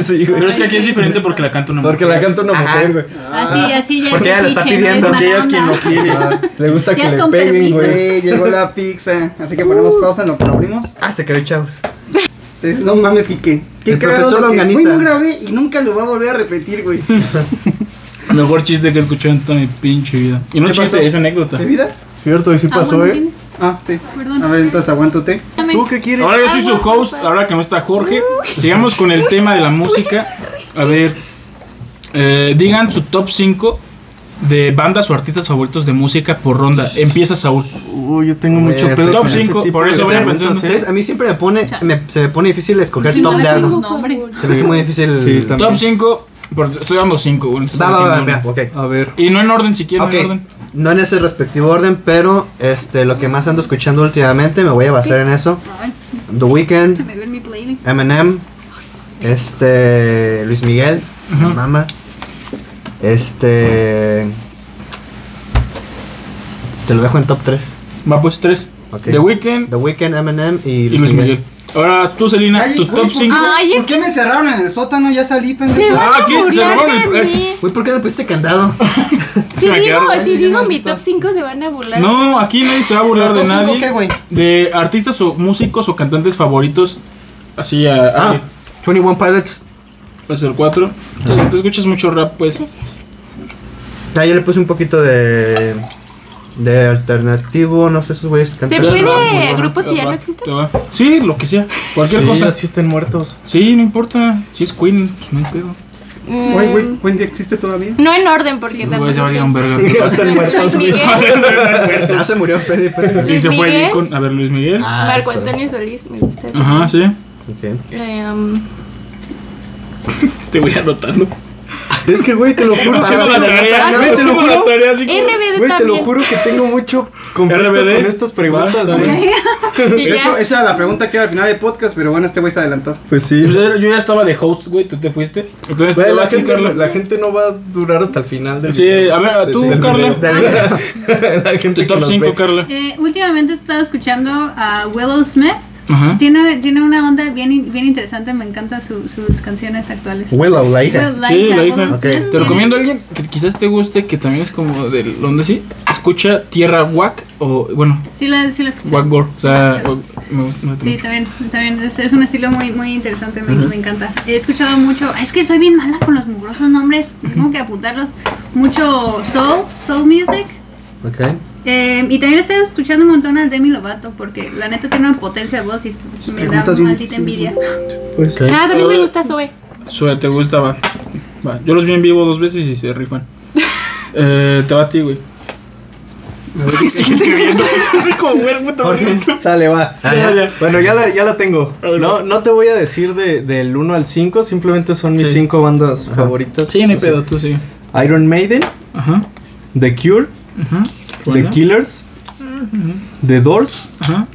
S6: Sí, güey.
S1: Pero es que aquí es diferente porque la canta una mujer.
S8: Porque la canta una
S4: Ajá.
S8: mujer, güey.
S3: Así, así ya
S4: Porque
S3: es
S4: ella lo está
S3: fetiche, no
S4: pidiendo.
S3: mala
S1: Porque ella es quien lo
S3: onda.
S1: quiere.
S8: Ah, le gusta
S3: Ya
S8: que
S3: es
S8: le
S3: con
S8: peguen,
S3: permiso.
S8: güey.
S2: Güey, llegó la pizza. Así que ponemos pausa en lo que lo abrimos.
S4: Ah, se quedó chavos.
S2: Entonces, No mames, Kike. Qué
S4: El
S2: cagado
S4: profesor lo
S2: que-
S4: organiza.
S2: Güey, no grabé y nunca lo va a volver a repetir, güey. ¿De
S1: Mejor chiste que he escuchado en toda mi pinche vida. Y no
S2: ¿Qué
S1: chiste,
S2: pasó?
S1: es anécdota.
S2: vida?
S8: Cierto, y sí
S3: Ah,
S8: pasó,
S3: bueno,
S8: eh.
S3: ¿tienes?
S2: Ah, sí.
S3: Perdón.
S2: A ver, entonces aguántate.
S3: Dame.
S6: ¿Tú qué quieres?
S1: Ahora yo soy su
S3: Agua,
S1: host,
S3: papá.
S1: ahora que no está Jorge. Sigamos con el tema de la música. A ver, eh, digan su top 5 de bandas o artistas favoritos de música por ronda. Empieza Saúl.
S6: Uy, yo tengo
S4: Güey,
S6: mucho
S4: pues,
S6: pedo.
S1: Top
S6: con ese
S1: 5,
S6: tipo
S1: por
S6: de
S1: eso voy a
S6: preguntas,
S1: pensar.
S6: ¿eh?
S4: Entonces a mí siempre me pone, me- se me pone difícil escoger
S3: Si no
S4: top
S3: le
S4: de
S3: pongo
S4: algo.
S3: nombres.
S4: Se me hace muy difícil.
S6: Sí, también.
S1: Top 5, estoy dando 5.
S4: Va, va, va, mira, ok.
S6: A ver.
S1: Y no en orden, si quieren,
S4: Ok,
S1: no en orden.
S4: no en ese respectivo orden, pero este lo que más ando escuchando últimamente, me voy a basar en eso.
S3: Ay,
S4: The
S3: que
S4: Weeknd,
S3: me veo en mi playlist.
S4: Eminem, este Luis Miguel, mi mamá, este te lo dejo en top 3.
S1: Va pues 3.
S4: Ok.
S1: The Weeknd
S4: The Weeknd, Eminem y,
S1: y Luis Miguel. Ahora tú, Selena,
S2: Ay,
S1: tu
S2: ay,
S1: top
S2: por-
S1: 5.
S3: Ay, es
S2: ¿Por qué
S3: que
S2: me encerraron en el sótano? Ya salí,
S7: Se
S2: pendejo.
S7: van
S1: Ah,
S7: a
S1: ¿quién? Se
S7: burlar
S1: robaron
S7: de
S1: el-
S7: mí.
S4: Güey, ¿por qué le pusiste candado?
S7: Si
S1: me
S7: Ah, digo, eh.
S1: quedaron- eh,
S7: si digo mi top 5 se van a burlar.
S1: No, aquí nadie se va a burlar de
S2: ¿Top cinco
S1: nadie.
S2: qué, güey?
S1: de artistas o músicos o cantantes favoritos. Así a. a-
S4: Ah. 21 Pilots.
S1: Pues el 4. tú escuchas mucho rap, pues.
S4: Ah, yo le puse un poquito de de alternativo, no sé esos güeyes que
S7: Se
S4: cantan.
S7: puede
S1: Te va,
S7: grupos
S1: te
S7: que ya
S1: va,
S7: no
S1: te
S7: existen.
S1: va. Sí, lo que sea. Cualquier
S6: Sí,
S1: cosa.
S6: así estén muertos.
S1: Sí, no importa. Si es Queen, pues no hay pedo.
S7: Mm,
S3: Eh,
S2: Güey, güey, Wendy existe todavía.
S7: No en orden, porque
S1: Esos
S7: tampoco
S1: güeyes ya
S7: sé.
S1: valieron verga.
S7: Luis Miguel,
S4: Ah, se murió Freddy. pues.
S1: Y
S7: Luis
S1: se fue
S7: Miguel,
S1: ahí con. A ver, Luis Miguel.
S4: Ah,
S7: Marco
S4: está.
S7: Antonio Solís, me gusta.
S1: Ajá, sí.
S4: Ok.
S7: Eh, um,
S1: Este voy anotando.
S8: Es que, güey, te lo juro.
S1: Haciendo la tarea.
S8: Güey, te lo
S1: Haciendo la
S8: juro.
S1: tarea así como-
S7: RBD
S8: Güey, te lo
S7: también.
S8: juro que tengo mucho conflicto
S1: RBD.
S8: con estas preguntas, güey.
S7: Y
S2: Esto-
S7: ya,
S2: esa era la pregunta que era al final del podcast, pero bueno, este güey se adelantó.
S8: Pues sí.
S1: Pues era- Yo ya estaba de host, güey. Tú te fuiste. Entonces
S8: Güey,
S1: te va
S8: la,
S1: a
S8: gente,
S1: Carla.
S8: la gente no va a durar hasta el final del
S1: Sí,
S8: video.
S1: a ver, tú,
S8: Sí, del
S1: Carla.
S8: video. la gente
S1: Tu
S8: que
S1: top
S8: los
S1: 5,
S8: ve.
S1: Carla.
S3: Eh, últimamente he estado escuchando a Willow Smith.
S1: Ajá.
S3: Tiene, tiene una onda bien, in- bien interesante, me encantan su- sus canciones actuales.
S4: Willow, la hija.
S3: Will
S1: Sí,
S3: Liza,
S1: la
S3: Willow
S1: hija.
S3: Smith
S4: Ok.
S3: tiene-
S1: Te recomiendo a alguien que quizás te guste, que también es como del donde sí. Escucha Tierra Wack o, bueno,
S3: Sí, la, sí la escuché.
S1: Wack Gore. O sea, Wack- me gusta. me gusta
S3: Sí,
S1: mucho.
S3: también, también. Es, es un estilo muy, muy interesante, me, me encanta. He escuchado mucho, es que soy bien mala con los mugrosos nombres, tengo que apuntarlos. Mucho soul, soul music.
S4: Ok.
S3: Eh, y también he estado escuchando un montón a Demi Lovato, porque la neta tiene una potencia de voz y s- me da
S2: preguntas bien
S3: maldita envidia.
S7: ah, también me gusta Zoe.
S1: Sue, te gusta, va. Va, Yo los vi en vivo dos veces y se rifan. Eh, te va a ti, güey. Sigue escribiendo. Así como, güey, puta madre.
S8: Sale, va.
S4: ya,
S8: Bueno, ya la, ya la tengo.
S1: Ah, A ver,
S8: No, no te voy a decir de, del 1 al 5, simplemente son mis
S1: Sí.
S8: 5 bandas favoritas.
S1: Sí, no hay
S8: O sea,
S1: pedo, tú sigue.
S8: Iron Maiden,
S1: Ajá.
S8: The Cure,
S1: Ajá.
S8: The Killers, The Doors
S1: Ajá.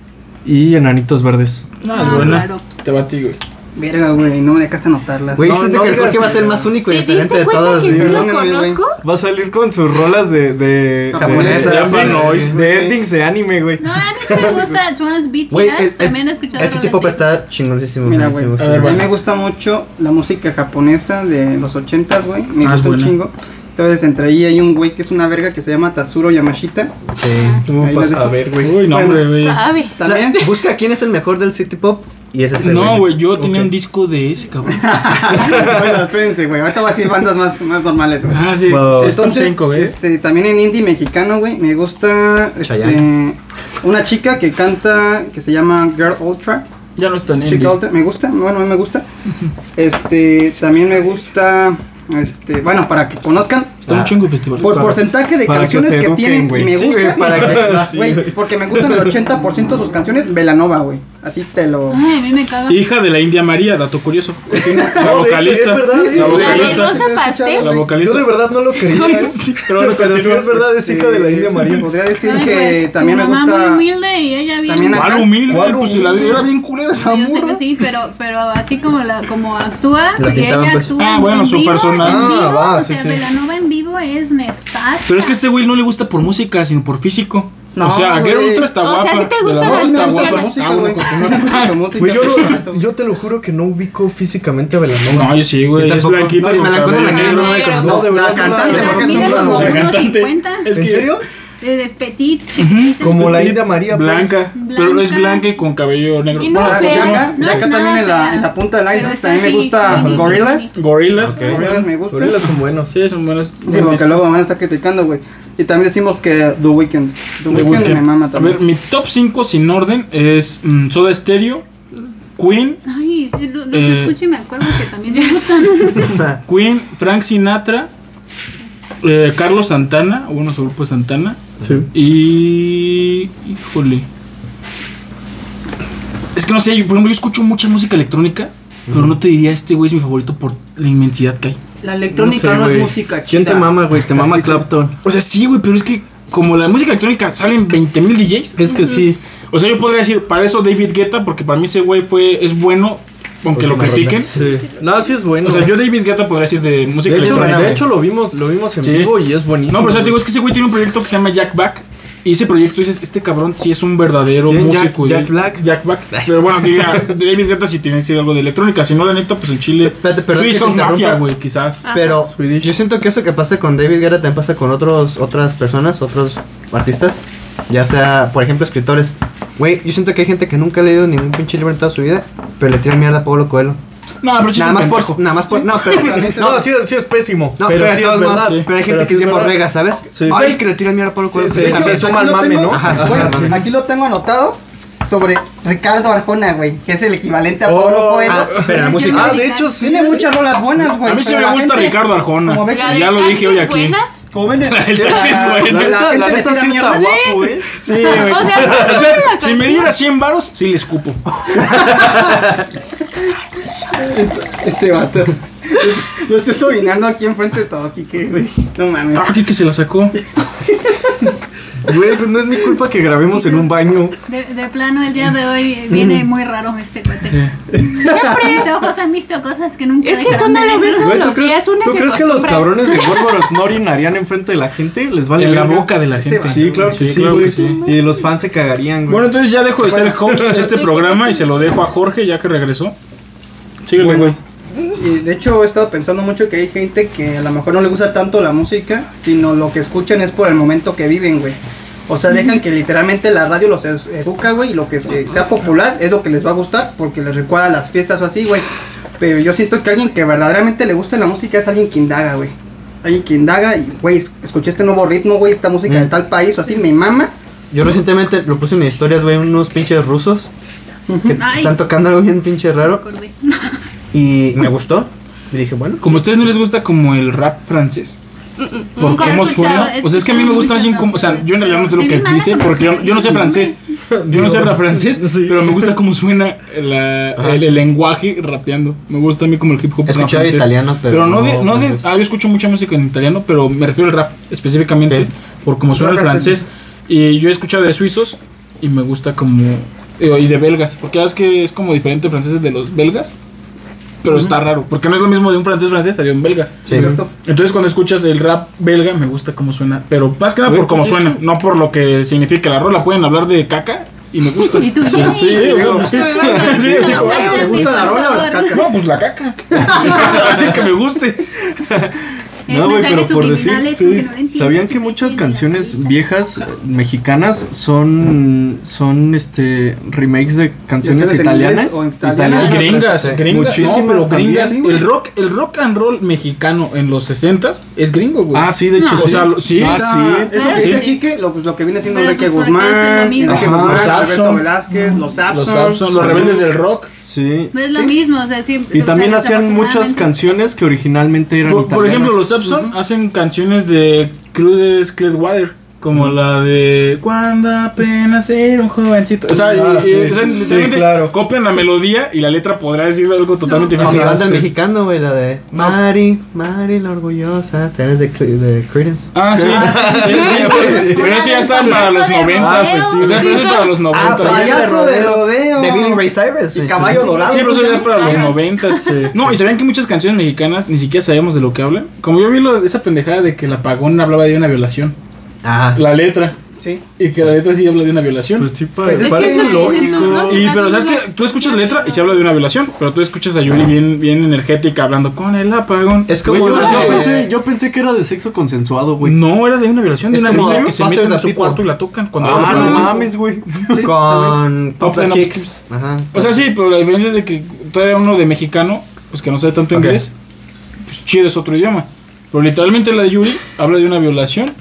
S8: y Enanitos Verdes.
S1: Ah,
S3: Ah,
S1: buena.
S3: claro.
S1: Te va a ti, güey.
S2: Verga, güey, no me dejaste anotarlas.
S4: Güey,
S8: No,
S4: existe
S8: no
S4: que el
S8: digas
S4: Jorge va a ser el más único y
S7: ¿Te diste
S4: diferente de
S7: cuenta
S4: todos.
S7: que
S4: sí.
S7: yo lo
S2: Perdóname, güey.
S7: conozco?
S8: Va a salir con sus rolas de. de
S4: Japonesas,
S8: de- de endings,
S4: sí, sí.
S8: de endings de anime, güey.
S3: No, a mí sí me gusta Jonas Beats,
S4: Güey, el- el-
S3: también he escuchado.
S4: Ese
S3: rolas
S4: tipo
S3: de-
S4: está chingoncísimo.
S2: Mira, güey.
S4: buenísimo,
S1: A ver,
S2: A mí
S1: vas.
S2: me gusta mucho la música japonesa de los 80s, güey. Me
S1: Ah, es
S2: gusta un
S1: buena.
S2: chingo. Entonces, entre ahí hay un güey que es una verga que se llama Tatsuro Yamashita.
S4: Sí.
S8: Tú
S2: Ahí
S8: vas
S2: las
S8: a
S2: dejo.
S8: ver, güey.
S1: Uy, no,
S2: Bueno,
S1: hombre, güey.
S7: Sabe.
S4: O sea,
S2: También.
S4: busca quién es el mejor del City Pop y ese es el
S1: No, güey, yo tenía un disco de ese, cabrón.
S2: bueno, espérense, güey. Ahorita voy a decir bandas más, más normales, güey.
S1: Ah, sí.
S4: Wow.
S1: Es top
S2: Entonces,
S1: 5, güey.
S2: este, también en indie mexicano, güey, me gusta este,
S4: Chayanne.
S2: una chica que canta, que se llama Girl Ultra.
S1: Ya no están en
S2: Chica Ultra, me gusta, bueno, a mí me gusta. Este, también me gusta, este, bueno, para que conozcan,
S1: Está un chingo de festivales.
S2: por
S1: Para-
S2: porcentaje de
S8: para que
S2: canciones
S8: se
S2: que,
S8: eduquen,
S2: tienen
S8: güey.
S2: y me
S8: Sí,
S2: gusta,
S8: güey, para que- sí,
S2: güey,
S8: güey.
S2: porque me gustan el 80% de sus canciones, Velanova, güey. Así te lo...
S3: Ay, a mí me caga.
S1: Hija de la India María, dato curioso. La
S8: No, de hecho,
S1: vocalista.
S8: es verdad, sí, sí,
S1: la
S8: sí.
S7: La
S1: vocalista.
S7: hermosa pastel.
S1: La vocalista.
S8: Yo de verdad no lo creía. ¿eh?
S1: pero bueno,
S8: Pero sí
S1: continúa. pues.
S8: es verdad, es hija de la India María.
S2: eh, Podría decir
S3: Ay,
S2: que
S3: pues,
S2: también
S3: su
S2: me
S3: mamá
S2: gusta...
S3: muy humilde y ella bien.
S2: También
S1: ¿Cuál
S2: acá-
S1: humilde,
S8: ¿Cuál
S1: pues si la
S8: humilde?
S1: era bien culera esa
S3: Yo sé
S1: morra.
S3: que sí, pero, pero así como la como actúa,
S4: La
S3: y ella
S4: pintaban, pues.
S3: actúa
S1: Ah, bueno,
S3: en
S1: su
S3: vivo,
S1: personaje.
S3: en vivo,
S8: Ah, va,
S3: o
S8: sí,
S3: sea,
S8: sí.
S3: Velanova en vivo es neta. Basta.
S1: Pero es que a este güey no le gusta por música, sino por físico.
S2: No,
S1: o sea, a Girl
S2: güey.
S1: Ultra está
S3: O sea,
S1: guapa.
S3: sí te
S1: de
S3: gustan
S1: la
S3: las
S1: voz está
S3: canciones.
S1: guapa.
S2: música,
S1: Ah,
S2: güey.
S3: pues,
S1: bueno, continúa.
S2: Música,
S8: yo,
S2: por
S8: no-
S2: supuesto.
S8: yo te lo juro que no ubico físicamente a Belanova.
S1: No, yo sí, güey.
S4: Yo
S1: Es
S4: tampoco.
S1: blanquita.
S4: No, si
S1: con
S4: me la encuentro en la
S1: cabello
S4: calle, no
S1: negro.
S4: la
S3: negro.
S4: reconozco.
S8: No, de
S4: La
S8: verdad,
S4: cantante,
S3: no,
S4: la
S3: no,
S4: verdad,
S3: mira
S4: es una
S3: como
S4: mujer.
S1: La
S3: unos
S1: cantante.
S3: 50.
S8: Es
S1: ¿En
S8: que-
S1: serio?
S3: Desde petit,
S8: Como la Ida María. pues.
S1: Blanca. Pero es
S3: Blanca.
S1: blanca y con cabello negro.
S7: Y no
S2: Ah,
S7: es
S2: de
S7: fea.
S2: acá,
S3: No
S2: de
S3: es
S2: acá
S3: nada
S2: también en la,
S3: fea.
S2: en la punta del
S3: Pero
S2: iceberg
S3: está
S2: también me
S3: así,
S2: gusta
S3: buenísimo.
S2: Gorillaz.
S1: Gorilas.
S2: Gorillaz me gusta.
S8: Gorilas son buenos.
S1: Sí, son buenos.
S2: Sí,
S1: buenos
S2: porque luego me van a estar criticando, güey. Y también decimos que The Weeknd. The,
S1: The
S2: Weeknd,
S1: Weeknd.
S2: me mama
S1: A
S2: también.
S1: ver, mi top 5 sin orden es mm, Soda Stereo, Queen,
S3: Ay, sí, lo- los
S1: Eh.
S3: escucho y me acuerdo que también me gustan.
S1: Queen, Frank Sinatra, eh, Carlos Santana, bueno, su grupo es Santana,
S6: Sí.
S1: y. Híjole. Es que no sé, yo, por ejemplo, yo escucho mucha música electrónica, pero no te diría este güey es mi favorito por la inmensidad que hay.
S2: la
S6: sé, güey. ¿Quién te mama, güey? Te mama Clapton.
S1: O sea, sí, güey, pero es que como la música electrónica salen 20.000 DJs,
S6: Es que sí.
S1: O sea, yo podría decir, para eso David Guetta, porque para mí ese güey fue, es bueno, aunque lo critiquen.
S6: Sí. No, sí es bueno.
S1: O sea, yo David Guetta podría decir de música
S6: de hecho,
S1: electrónica.
S6: de hecho lo vimos, lo vimos en
S1: Sí.
S6: vivo y es buenísimo.
S1: No, pero o sea, te digo, es que ese güey tiene un proyecto que se llama Jack Back. Y ese proyecto dices, este cabrón sí es un verdadero
S6: ¿Quién?
S1: músico.
S6: Jack-
S1: y-
S6: Jack Black?
S1: Jack Back. Pero bueno, que ya, David Guetta sí tiene que ser algo de electrónica. Si no, la neta, pues el chile.
S4: Espérate, perdón
S1: Swedish
S4: que te
S1: House Mafia,
S4: interrumpa.
S1: güey, quizás.
S4: Pero
S6: Swedish.
S4: yo siento que eso que pasa con David Guerra también pasa con otros, otras personas, otros artistas, ya sea, por ejemplo, escritores. Güey, yo siento que hay gente que nunca ha leído ningún pinche libro en toda su vida, pero le tiran mierda a Pablo Coelho.
S1: No, pero sí
S4: Nada
S1: es un
S4: más
S1: pendejo.
S4: por. Nada más por. No, pero.
S8: No, sí, sí es pésimo.
S4: No,
S8: pero,
S4: pero, de
S8: sí es
S4: todos modos,
S8: verdad.
S4: pero hay gente
S8: Pero sí
S4: que es bien
S8: es verdad.
S4: borrega, ¿sabes?
S6: Sí.
S4: Ay, es que le tiran mierda a Pablo Coelho.
S6: Sí,
S4: Yo
S6: sí,
S4: también.
S6: se suma al mame, ¿no?
S4: Ajá,
S2: Bueno,
S4: sí.
S2: Aquí lo tengo anotado sobre Ricardo Arjona, güey, que es el equivalente a Pablo
S8: Oh,
S2: Coelho.
S4: Ah, pero la
S3: Sí,
S4: música.
S8: Ah, de hecho sí.
S2: Tiene muchas rolas buenas, güey.
S1: A mí sí
S2: pero
S1: me
S2: la
S1: gusta
S2: gente-
S1: Arjona. Arjona.
S2: como ven-
S1: Ya lo
S7: del
S1: dije hoy
S7: taxi
S1: aquí.
S7: es buena.
S8: Como ven, el
S1: El taxi es
S8: La
S1: bueno.
S8: neta, la
S2: gente
S8: neta
S2: le
S8: sí
S2: tira
S8: está
S2: mierda.
S8: guapo, ¿eh?
S1: Sí,
S7: O
S1: güey.
S7: sea, es una
S1: Si me
S7: canción.
S1: diera 100 varos, sí le escupo.
S2: Este vato. Lo estoy sobinando aquí enfrente de todos, Kike, güey. No mames.
S1: Ah, ¿qué que se la sacó?
S8: Güey, pues no es mi culpa que grabemos en un baño.
S3: De, de plano, el día de hoy viene muy raro este cuate. Mis ojos han visto cosas que nunca
S7: Es que tú
S3: dejaron
S7: no
S3: de
S7: lo
S3: ver.
S7: ves todos
S8: Güey,
S7: los días. Una
S8: ¿tú
S7: se
S8: crees que los
S7: acostumbra.
S8: cabrones de Gorgoroth no orinarían enfrente de la gente? ¿Les vale
S1: En la
S8: verga?
S1: boca de la
S4: Este
S1: gente.
S8: Sí, claro que
S1: Sí,
S8: sí,
S1: claro
S8: güey.
S1: que sí.
S8: Y los fans se cagarían, güey.
S1: Bueno, entonces ya dejo de ser host de este programa y se lo dejo a Jorge ya que regresó. Síguele, güey.
S2: Bueno, y de hecho he estado pensando mucho que hay gente que a lo mejor no le gusta tanto la música, sino lo que escuchan es por el momento que viven, güey. O sea, dejan que literalmente la radio los es- educa, güey, y lo que se- sea popular es lo que les va a gustar porque les recuerda las fiestas o así, güey. Pero yo siento que alguien que verdaderamente le gusta la música es alguien que indaga, güey. Alguien que indaga y, güey, es- escuché este nuevo ritmo, güey, esta música de tal país o así, me mama.
S4: Yo recientemente lo puse en mis historias, güey, unos pinches rusos que
S3: Ay.
S4: están tocando algo bien pinche raro
S3: Acordé.
S4: y me gustó. Y dije, bueno.
S1: Como a ustedes no les gusta como el rap francés. Por
S3: Mm, Nunca lo he
S1: cómo
S3: escuchado,
S1: suena.
S3: he
S1: O sea, es que a mí me
S3: escuchado
S1: gusta más bien
S3: muchos
S1: cómo. O sea,
S3: raperos,
S1: yo en realidad no sé lo
S3: pero
S1: que
S3: soy bien
S1: dice
S3: mala
S1: porque yo,
S3: para
S1: yo no sé
S3: los
S1: francés. Yo no sé rap francés, pero me gusta cómo suena la- el, el lenguaje rapeando. Me gusta a mí como el hip hop.
S4: He
S1: rap
S4: escuchado
S1: francés.
S4: italiano, pero
S1: no,
S4: no
S1: de, no de-
S4: francés.
S1: Ah, yo escucho mucha música en italiano, pero me refiero al rap específicamente
S4: Sí.
S1: por cómo suena el
S2: Rap
S1: francés.
S2: francés.
S1: Y yo he escuchado de suizos y me gusta como. eh, Y de belgas, porque ya ves que es como diferente el francés de los belgas. Pero está raro, porque no es lo mismo de un francés francés a de un belga.
S4: Sí.
S2: Exacto.
S1: Entonces cuando escuchas el rap belga me gusta cómo suena, pero más que nada por cómo suena, no por lo que significa la rola. Pueden hablar de caca y me gusta.
S3: Y tú,
S1: Sí,
S3: yay.
S1: sí, o sea, sí,
S3: Pues
S1: sí,
S3: bueno,
S1: sí,
S3: no,
S1: sí,
S3: no,
S1: bueno,
S3: no,
S1: ¿te
S3: no,
S1: gusta
S3: no,
S1: la
S3: por favor.
S1: No, pues la caca. Sabes el que me guste.
S3: Es
S8: No, güey, pero
S3: mensajes
S8: por decir,
S3: subliminales,
S8: sí.
S3: como que no lo entiendes,
S8: ¿sabían
S3: te
S8: que muchas
S3: meten en la
S8: canciones
S3: cabeza?
S8: viejas eh, mexicanas son son este remakes de canciones
S2: ¿Canciones en inglés
S8: italianas?
S2: o en italiano?
S8: Italianas.
S1: Gringas,
S4: Sí.
S1: gringas,
S8: Muchísimas
S1: no, pero gringas.
S8: también.
S1: El rock, el rock and roll mexicano en los 60s es gringo, güey.
S8: Ah, sí, de hecho
S3: No.
S1: O sea, eh, lo- sí.
S8: Ah, sí.
S2: Eso
S3: Claro
S2: que
S3: que
S2: dice
S3: sí.
S2: Kike, lo, pues, lo que viene siendo
S3: Pero
S2: Enrique
S3: pues, ¿por qué
S2: Guzmán,
S3: hacen lo mismo?
S2: Enrique
S8: Ajá,
S2: Guzmán,
S1: los
S2: Alberto
S1: Abson.
S2: Velázquez, los
S1: Los
S2: Abson.
S1: Abson, los rebeldes del rock.
S8: Sí.
S3: No es lo mismo, o sea, siempre.
S8: Y
S3: o sea,
S8: también hacían muchas
S3: desafortunadamente.
S8: canciones que originalmente eran
S1: Por,
S8: italianas.
S1: por ejemplo, los Abson hacen canciones de Cruder Clearwater, como la de Cuando apenas era un jovencito. O sea,
S8: Ah,
S1: y- y-
S8: sí.
S1: o sea,
S8: Sí,
S1: literalmente
S8: claro.
S1: copian la melodía y la letra podrá decir algo totalmente
S4: Con mi
S1: diferente.
S4: banda el mexicano, güey, la de Mari, Mari la orgullosa, tenés de, Cle- de Credence.
S1: Ah, sí. Sí, sí, sí. Pero eso ya está para los 90.
S3: Ah, pues sí.
S1: O sea, pero eso es para los
S4: Ah,
S1: 90.
S4: payaso de rodeo.
S2: De Billy
S4: fucking Ray Cyrus.
S2: Y
S4: güey.
S2: caballo dorado.
S1: Sí, pero eso Ah, ya es para los
S7: Ajá.
S1: 90. No, y sabían que muchas canciones mexicanas ni siquiera sabíamos de lo que hablan. Como yo vi lo de esa pendejada de que el apagón hablaba de una violación.
S4: Ah,
S1: La letra.
S2: Sí.
S1: Y que la letra sí habla de una violación.
S6: Pues sí, pa-
S2: Pues es que
S6: parece
S7: eso dices
S6: lógico.
S7: tú, ¿no?
S1: Y pero sabes que tú escuchas la letra y se habla de una violación, pero tú escuchas a Yuri bien, bien energética hablando con el apagón.
S4: Es
S6: Güey,
S4: como
S6: yo,
S4: la
S6: yo
S4: de-
S6: pensé, yo pensé que era de sexo consensuado, güey.
S1: No, era de una violación de
S4: Es
S1: una
S4: como
S1: mujer que se
S4: Buster
S1: mete en
S4: the
S1: su
S4: People.
S1: cuarto y la tocan cuando
S6: Ah,
S1: habla
S6: no
S1: de-
S6: mames, güey.
S4: con
S1: Pop
S4: Pop
S1: Up
S4: Kicks.
S1: Kicks.
S4: Ajá.
S1: O sea, sí, pero la diferencia es de que todavía uno de mexicano, pues que no sabe tanto
S4: Ok.
S1: inglés, pues chido es otro idioma. Pero literalmente la de Yuri habla de una violación.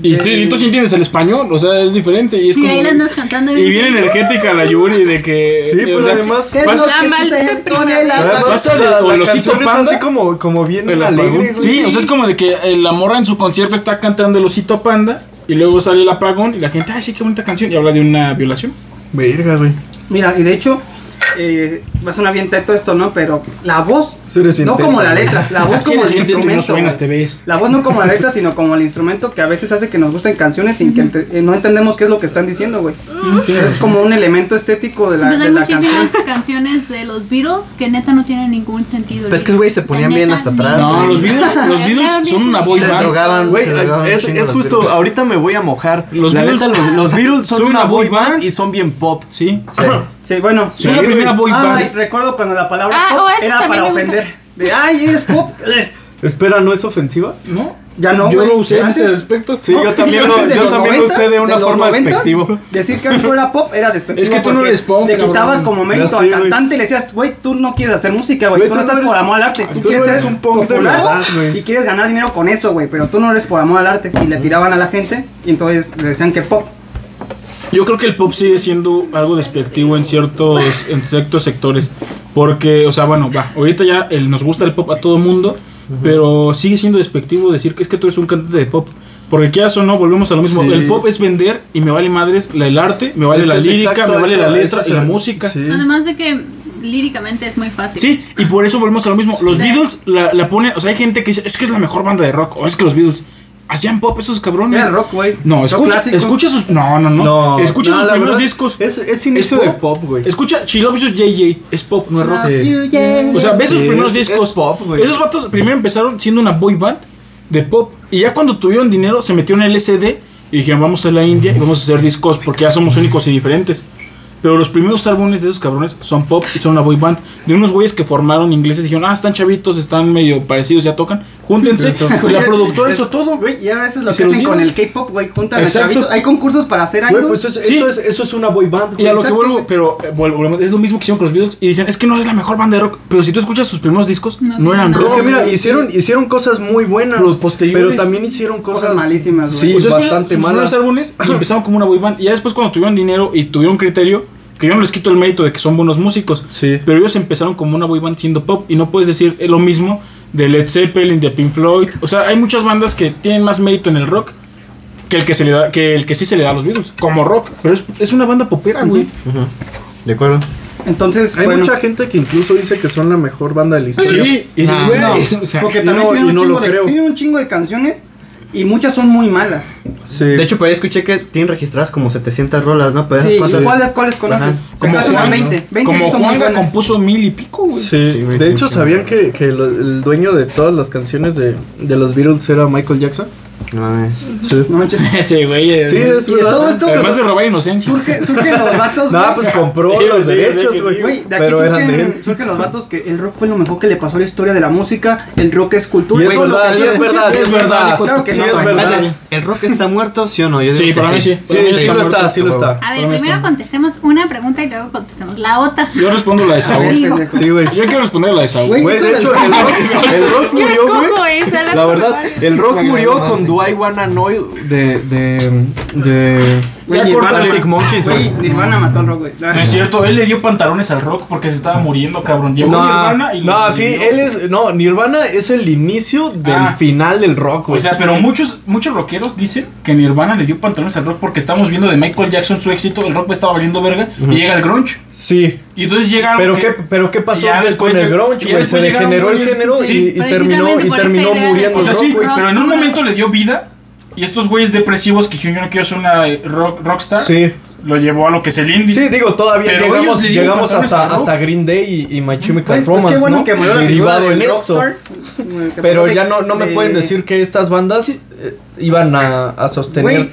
S1: Y, sí, y tú sí entiendes el español, o sea, es diferente. Y, es
S3: Y
S1: como-
S3: ahí la andas cantando
S1: y bien
S3: bien.
S1: energética la Yuri de que...
S6: Sí,
S1: eh,
S6: pero
S1: o sea,
S6: además-
S2: ¿Qué es
S1: Pasa-
S2: lo que
S7: La
S2: sucede
S7: maldita
S2: con el
S7: primavera.
S1: Además,
S2: apagón?
S1: Pasa de- de los
S6: canción
S1: Hito
S6: está
S1: Panda.
S6: así como, como bien
S1: El
S6: alegre,
S1: apagón.
S6: güey.
S1: Sí, o sea, es como de que eh, la morra en su concierto está cantando el osito panda y luego sale el apagón y la gente, ay, sí, qué bonita canción. Y habla de una violación.
S6: Verga, güey.
S2: Mira, y de hecho, eh, va a sonar bien teto esto, ¿no? Pero la voz,
S6: Sí, eres bien
S2: no
S6: teto.
S2: como la letra, la voz
S1: Sí,
S2: como el
S1: gente que no
S2: instrumento.
S1: suenas, te
S2: güey.
S1: ves.
S2: La voz no como la letra, sino como el instrumento que a veces hace que nos gusten canciones sin que ente- eh, no entendemos qué es lo que están diciendo, güey. Es como un elemento estético de la,
S3: Pues
S2: de
S3: hay
S2: la
S3: muchísimas
S2: canción.
S3: canciones de los Beatles que neta no tienen ningún sentido.
S4: Pero es que, güey, se ponían bien hasta atrás,
S1: No, los Beatles, los Beatles son una boy
S4: Se
S1: band.
S4: drogaban.
S6: Güey,
S4: se drogaban
S6: es,
S4: un chingo
S6: es
S4: los
S6: justo,
S4: Beatles.
S6: ahorita me voy a mojar.
S1: Los
S6: La
S1: Beatles-
S6: neta, los, los Beatles son, una boy band y son bien pop.
S1: Sí.
S2: Sí, bueno. Ah,
S1: Son la primera boy
S2: Ay,
S1: band.
S2: recuerdo cuando la palabra
S7: Ah,
S2: pop
S7: oh, esa
S2: era
S7: también
S2: para
S7: me gusta.
S2: ofender. De, ay, eres pop.
S6: Espera, ¿no es ofensiva?
S1: Ah, ¿No?
S2: Ya no,
S1: Yo
S2: güey.
S1: lo usé en
S2: Antes-
S1: ese aspecto.
S6: Sí, yo también lo,
S2: Antes de
S6: yo
S2: los
S6: también lo usé
S2: noventas,
S6: de una
S2: los
S6: forma
S2: noventas,
S6: despectiva.
S2: Decir que algo era pop era despectivo.
S1: Es que tú no
S2: porque
S1: eres pop,
S2: Te
S1: cabrón.
S2: quitabas como mérito
S6: Ya
S2: al
S6: sé, güey.
S2: cantante y le decías, güey, tú no quieres hacer música, güey.
S6: Güey,
S2: Tú
S6: tú
S2: no
S6: no
S2: estás por
S6: eres-
S2: amor al arte.
S6: tú
S2: Tú
S6: no
S2: quieres
S6: eres
S2: ser
S6: un punk de
S2: popular
S6: verdad, güey.
S2: y quieres ganar dinero con eso, güey. Pero tú no eres por amor al arte. Y le tiraban a la gente y entonces le decían que pop.
S1: Yo creo que el pop sigue siendo algo despectivo en ciertos, en ciertos sectores. Porque, o sea, bueno, va, ahorita ya el- nos gusta el pop a todo mundo, pero sigue siendo despectivo decir que es que tú eres un cantante de pop. Porque quieras o no, volvemos a lo mismo.
S6: Sí.
S1: El pop es vender y me vale madres la- el arte, me vale
S6: Es que
S1: la
S6: es
S1: lírica,
S6: exacto,
S1: me vale
S6: eso-
S1: la letra
S6: eso
S1: y
S6: es-
S1: la música. Sí.
S6: sí.
S3: Además de que líricamente es muy fácil.
S1: y por eso volvemos a lo mismo. Los
S3: Sí.
S1: Beatles la, la ponen, o sea, hay gente que dice, es que es la mejor banda de rock, o es que los Beatles hacían pop esos cabrones.
S2: Era rock, güey.
S1: No,
S2: Rock
S1: escucha,
S2: clásico.
S1: escucha sus. No, no, no.
S6: No,
S1: escucha
S6: no,
S1: sus
S6: la
S1: primeros
S6: verdad,
S1: discos.
S6: es- es inicio de pop, güey.
S1: Escucha, She Loves You, JJ. Es pop, no es rock.
S6: Sí.
S1: O sea, ve
S6: Sí,
S1: sus primeros
S6: es-
S1: discos.
S6: es pop, güey.
S1: Esos vatos primero empezaron siendo una boy band de pop. Y ya cuando tuvieron dinero, se metieron en LCD y dijeron, vamos a la India y vamos a hacer discos porque ya somos únicos y diferentes. Pero los primeros álbumes de esos cabrones son pop y son una boy band. De unos güeyes que formaron ingleses y dijeron, ah, están chavitos, están medio parecidos, ya tocan. Júntense. Y la productora hizo todo.
S2: Güey, y ahora eso es
S1: Y
S2: lo
S1: se
S2: que
S1: los
S2: hacen con
S1: dieron.
S2: el K-pop, güey. Juntan a
S1: Exacto.
S2: chavitos. Hay concursos para hacer algo.
S6: Güey, pues eso,
S1: Sí.
S6: eso es, eso es una boy band,
S1: Y
S6: güey.
S1: a lo que
S2: Exacto.
S1: vuelvo, pero eh, vuelvo- volvemos, es lo mismo que hicieron con los Beatles. Y dicen, es que no es la mejor banda de rock. Pero si tú escuchas sus primeros discos,
S3: No
S1: no,
S3: tiene
S1: eran
S3: nada.
S6: Es
S1: rock.
S6: que mira, hicieron, hicieron cosas muy buenas,
S1: Pero posteriores. Pues
S6: pero también hicieron cosas,
S2: Cosas malísimas, güey.
S6: Sí,
S1: O sea, escuela-
S6: bastante
S1: sus
S6: malas.
S1: primeros álbumes y empezaron como una boy band. Y ya después, cuando tuvieron dinero y tuvieron criterio, que yo no les quito el mérito de que son buenos músicos.
S6: Sí.
S1: Pero ellos empezaron como una boy band siendo pop. Y no puedes decir eh, lo mismo de Led Zeppelin, de Pink Floyd. O sea, hay muchas bandas que tienen más mérito en el rock que el que, se le da, que, el que sí se le da a los Beatles. Como rock. Pero es, es una banda popera, güey.
S4: De acuerdo.
S2: Entonces,
S6: Hay
S2: bueno,
S6: mucha gente que incluso dice que son la mejor banda de la historia.
S1: Sí, y dices,
S4: No,
S1: güey.
S2: no,
S1: o sea,
S2: porque
S6: y
S2: también
S6: no-
S2: tienen,
S6: y
S2: un
S6: no
S2: chingo
S6: lo
S2: de,
S6: creo.
S2: tienen un chingo de canciones y muchas son muy malas.
S6: Sí.
S4: De hecho, por ahí escuché que tienen registradas como 700 rolas, ¿no? Pero esas
S2: Sí,
S4: cuantas-
S2: ¿cuáles, cuáles conoces?
S4: Ajá.
S2: Se
S1: como
S2: casan
S1: Juan-
S2: 20. 20
S1: como
S2: sí son muy
S1: Juanga
S2: buenas.
S1: compuso mil y pico, güey.
S6: Sí,
S4: Sí, güey,
S6: de hecho,
S4: mucho.
S6: ¿sabían que, que lo- el dueño de todas las canciones de, de los Beatles era Michael Jackson?
S4: No mames.
S6: Sí.
S2: No manches.
S1: Ese güey. eh,
S6: Sí, es
S2: Y de
S6: verdad.
S2: todo esto
S1: Además de robar inocencia.
S2: surge, surgen los vatos.
S6: Nah,
S2: güey.
S6: pues compró
S1: Sí,
S6: los
S1: sí, sí,
S6: derechos,
S1: sí,
S6: güey.
S2: Güey, de aquí
S6: Pero eran de
S2: surgen,
S6: él.
S2: surgen los vatos que el rock fue lo mejor que le pasó a la historia de la música, el rock es cultura.
S6: Y es
S2: todo lo
S6: verdad,
S2: que
S6: y
S2: tú
S6: es
S2: escuchas,
S6: verdad, es verdad.
S2: Claro que
S6: Sí,
S2: no,
S6: es
S2: güey.
S6: verdad.
S4: Vaya, ¿El rock está muerto, sí o no? Yo digo
S1: Sí,
S4: que
S1: para mí sí.
S6: Sí,
S1: Para mí
S6: sí
S1: está
S6: lo
S1: muerto.
S6: está, sí lo está.
S3: A ver,
S1: Bueno,
S3: primero
S1: esto.
S3: contestemos una pregunta y luego contestemos la otra.
S1: Yo respondo la de
S2: A
S1: Saúl.
S2: ver,
S3: Digo.
S2: pendejo.
S6: Sí, güey.
S1: Yo quiero responder la de Saúl.
S2: Güey,
S6: Güey,
S2: eso
S6: de
S2: del
S6: hecho, el
S2: rock-
S6: rock, el rock
S7: Yo
S6: murió, güey.
S7: escojo esa,
S6: La verdad, el rock
S4: Oigan,
S6: murió
S4: no,
S6: con
S4: sí.
S6: Do I Wanna Know de. de. de.
S1: Ya
S6: de
S1: córtale.
S6: Arctic Monkeys,
S2: Güey,
S6: güey.
S2: Nirvana mató al rock, güey. La-
S1: No es cierto, él le dio pantalones al rock porque se estaba muriendo, cabrón. Llegó Nirvana
S6: No,
S1: y
S6: no,
S1: lo
S6: sí,
S1: eliminó.
S6: él es. No, Nirvana es el inicio del
S1: Ah.
S6: final del rock, güey.
S1: O sea, pero muchos, muchos rockeros dicen que Nirvana le dio pantalones al rock porque estamos viendo de Michael Jackson su éxito, el rock estaba valiendo verga y llega el grunge.
S6: sí.
S1: Y entonces llega algo
S6: Pero
S1: que- pues
S6: qué, pero qué pasó
S1: ya
S6: de-
S1: después
S6: con el
S1: de- ya
S6: grunge, güey. Se
S1: después llegaron
S6: degeneró el
S1: güeyes-
S6: género
S1: sí,
S6: y, y terminó,
S3: precisamente
S6: y
S3: por esta
S6: terminó
S3: idea de-
S6: muriendo.
S1: O sea,
S6: el pues, rock,
S1: sí,
S6: güey.
S1: pero en un momento le dio vida y estos güeyes depresivos que dijeron, yo no quiero ser una eh, rock, rockstar.
S6: Sí.
S1: lo llevó a lo que es el indie.
S6: Sí, digo, todavía
S1: Pero ellos
S6: llegamos,
S1: le dieron
S6: llegamos
S1: canciones
S6: hasta,
S1: al rock.
S6: hasta Green Day y, y My Chemical
S2: Pues, pues
S6: Romance,
S2: qué bueno
S6: ¿no?
S2: que murió la figura
S6: Derivado
S2: del
S6: en esto.
S2: rockstar. Bueno, que
S6: Pero
S2: aparte
S6: ya no, no me
S2: de-
S6: pueden decir que estas bandas eh, iban a, a sostener
S2: Güey,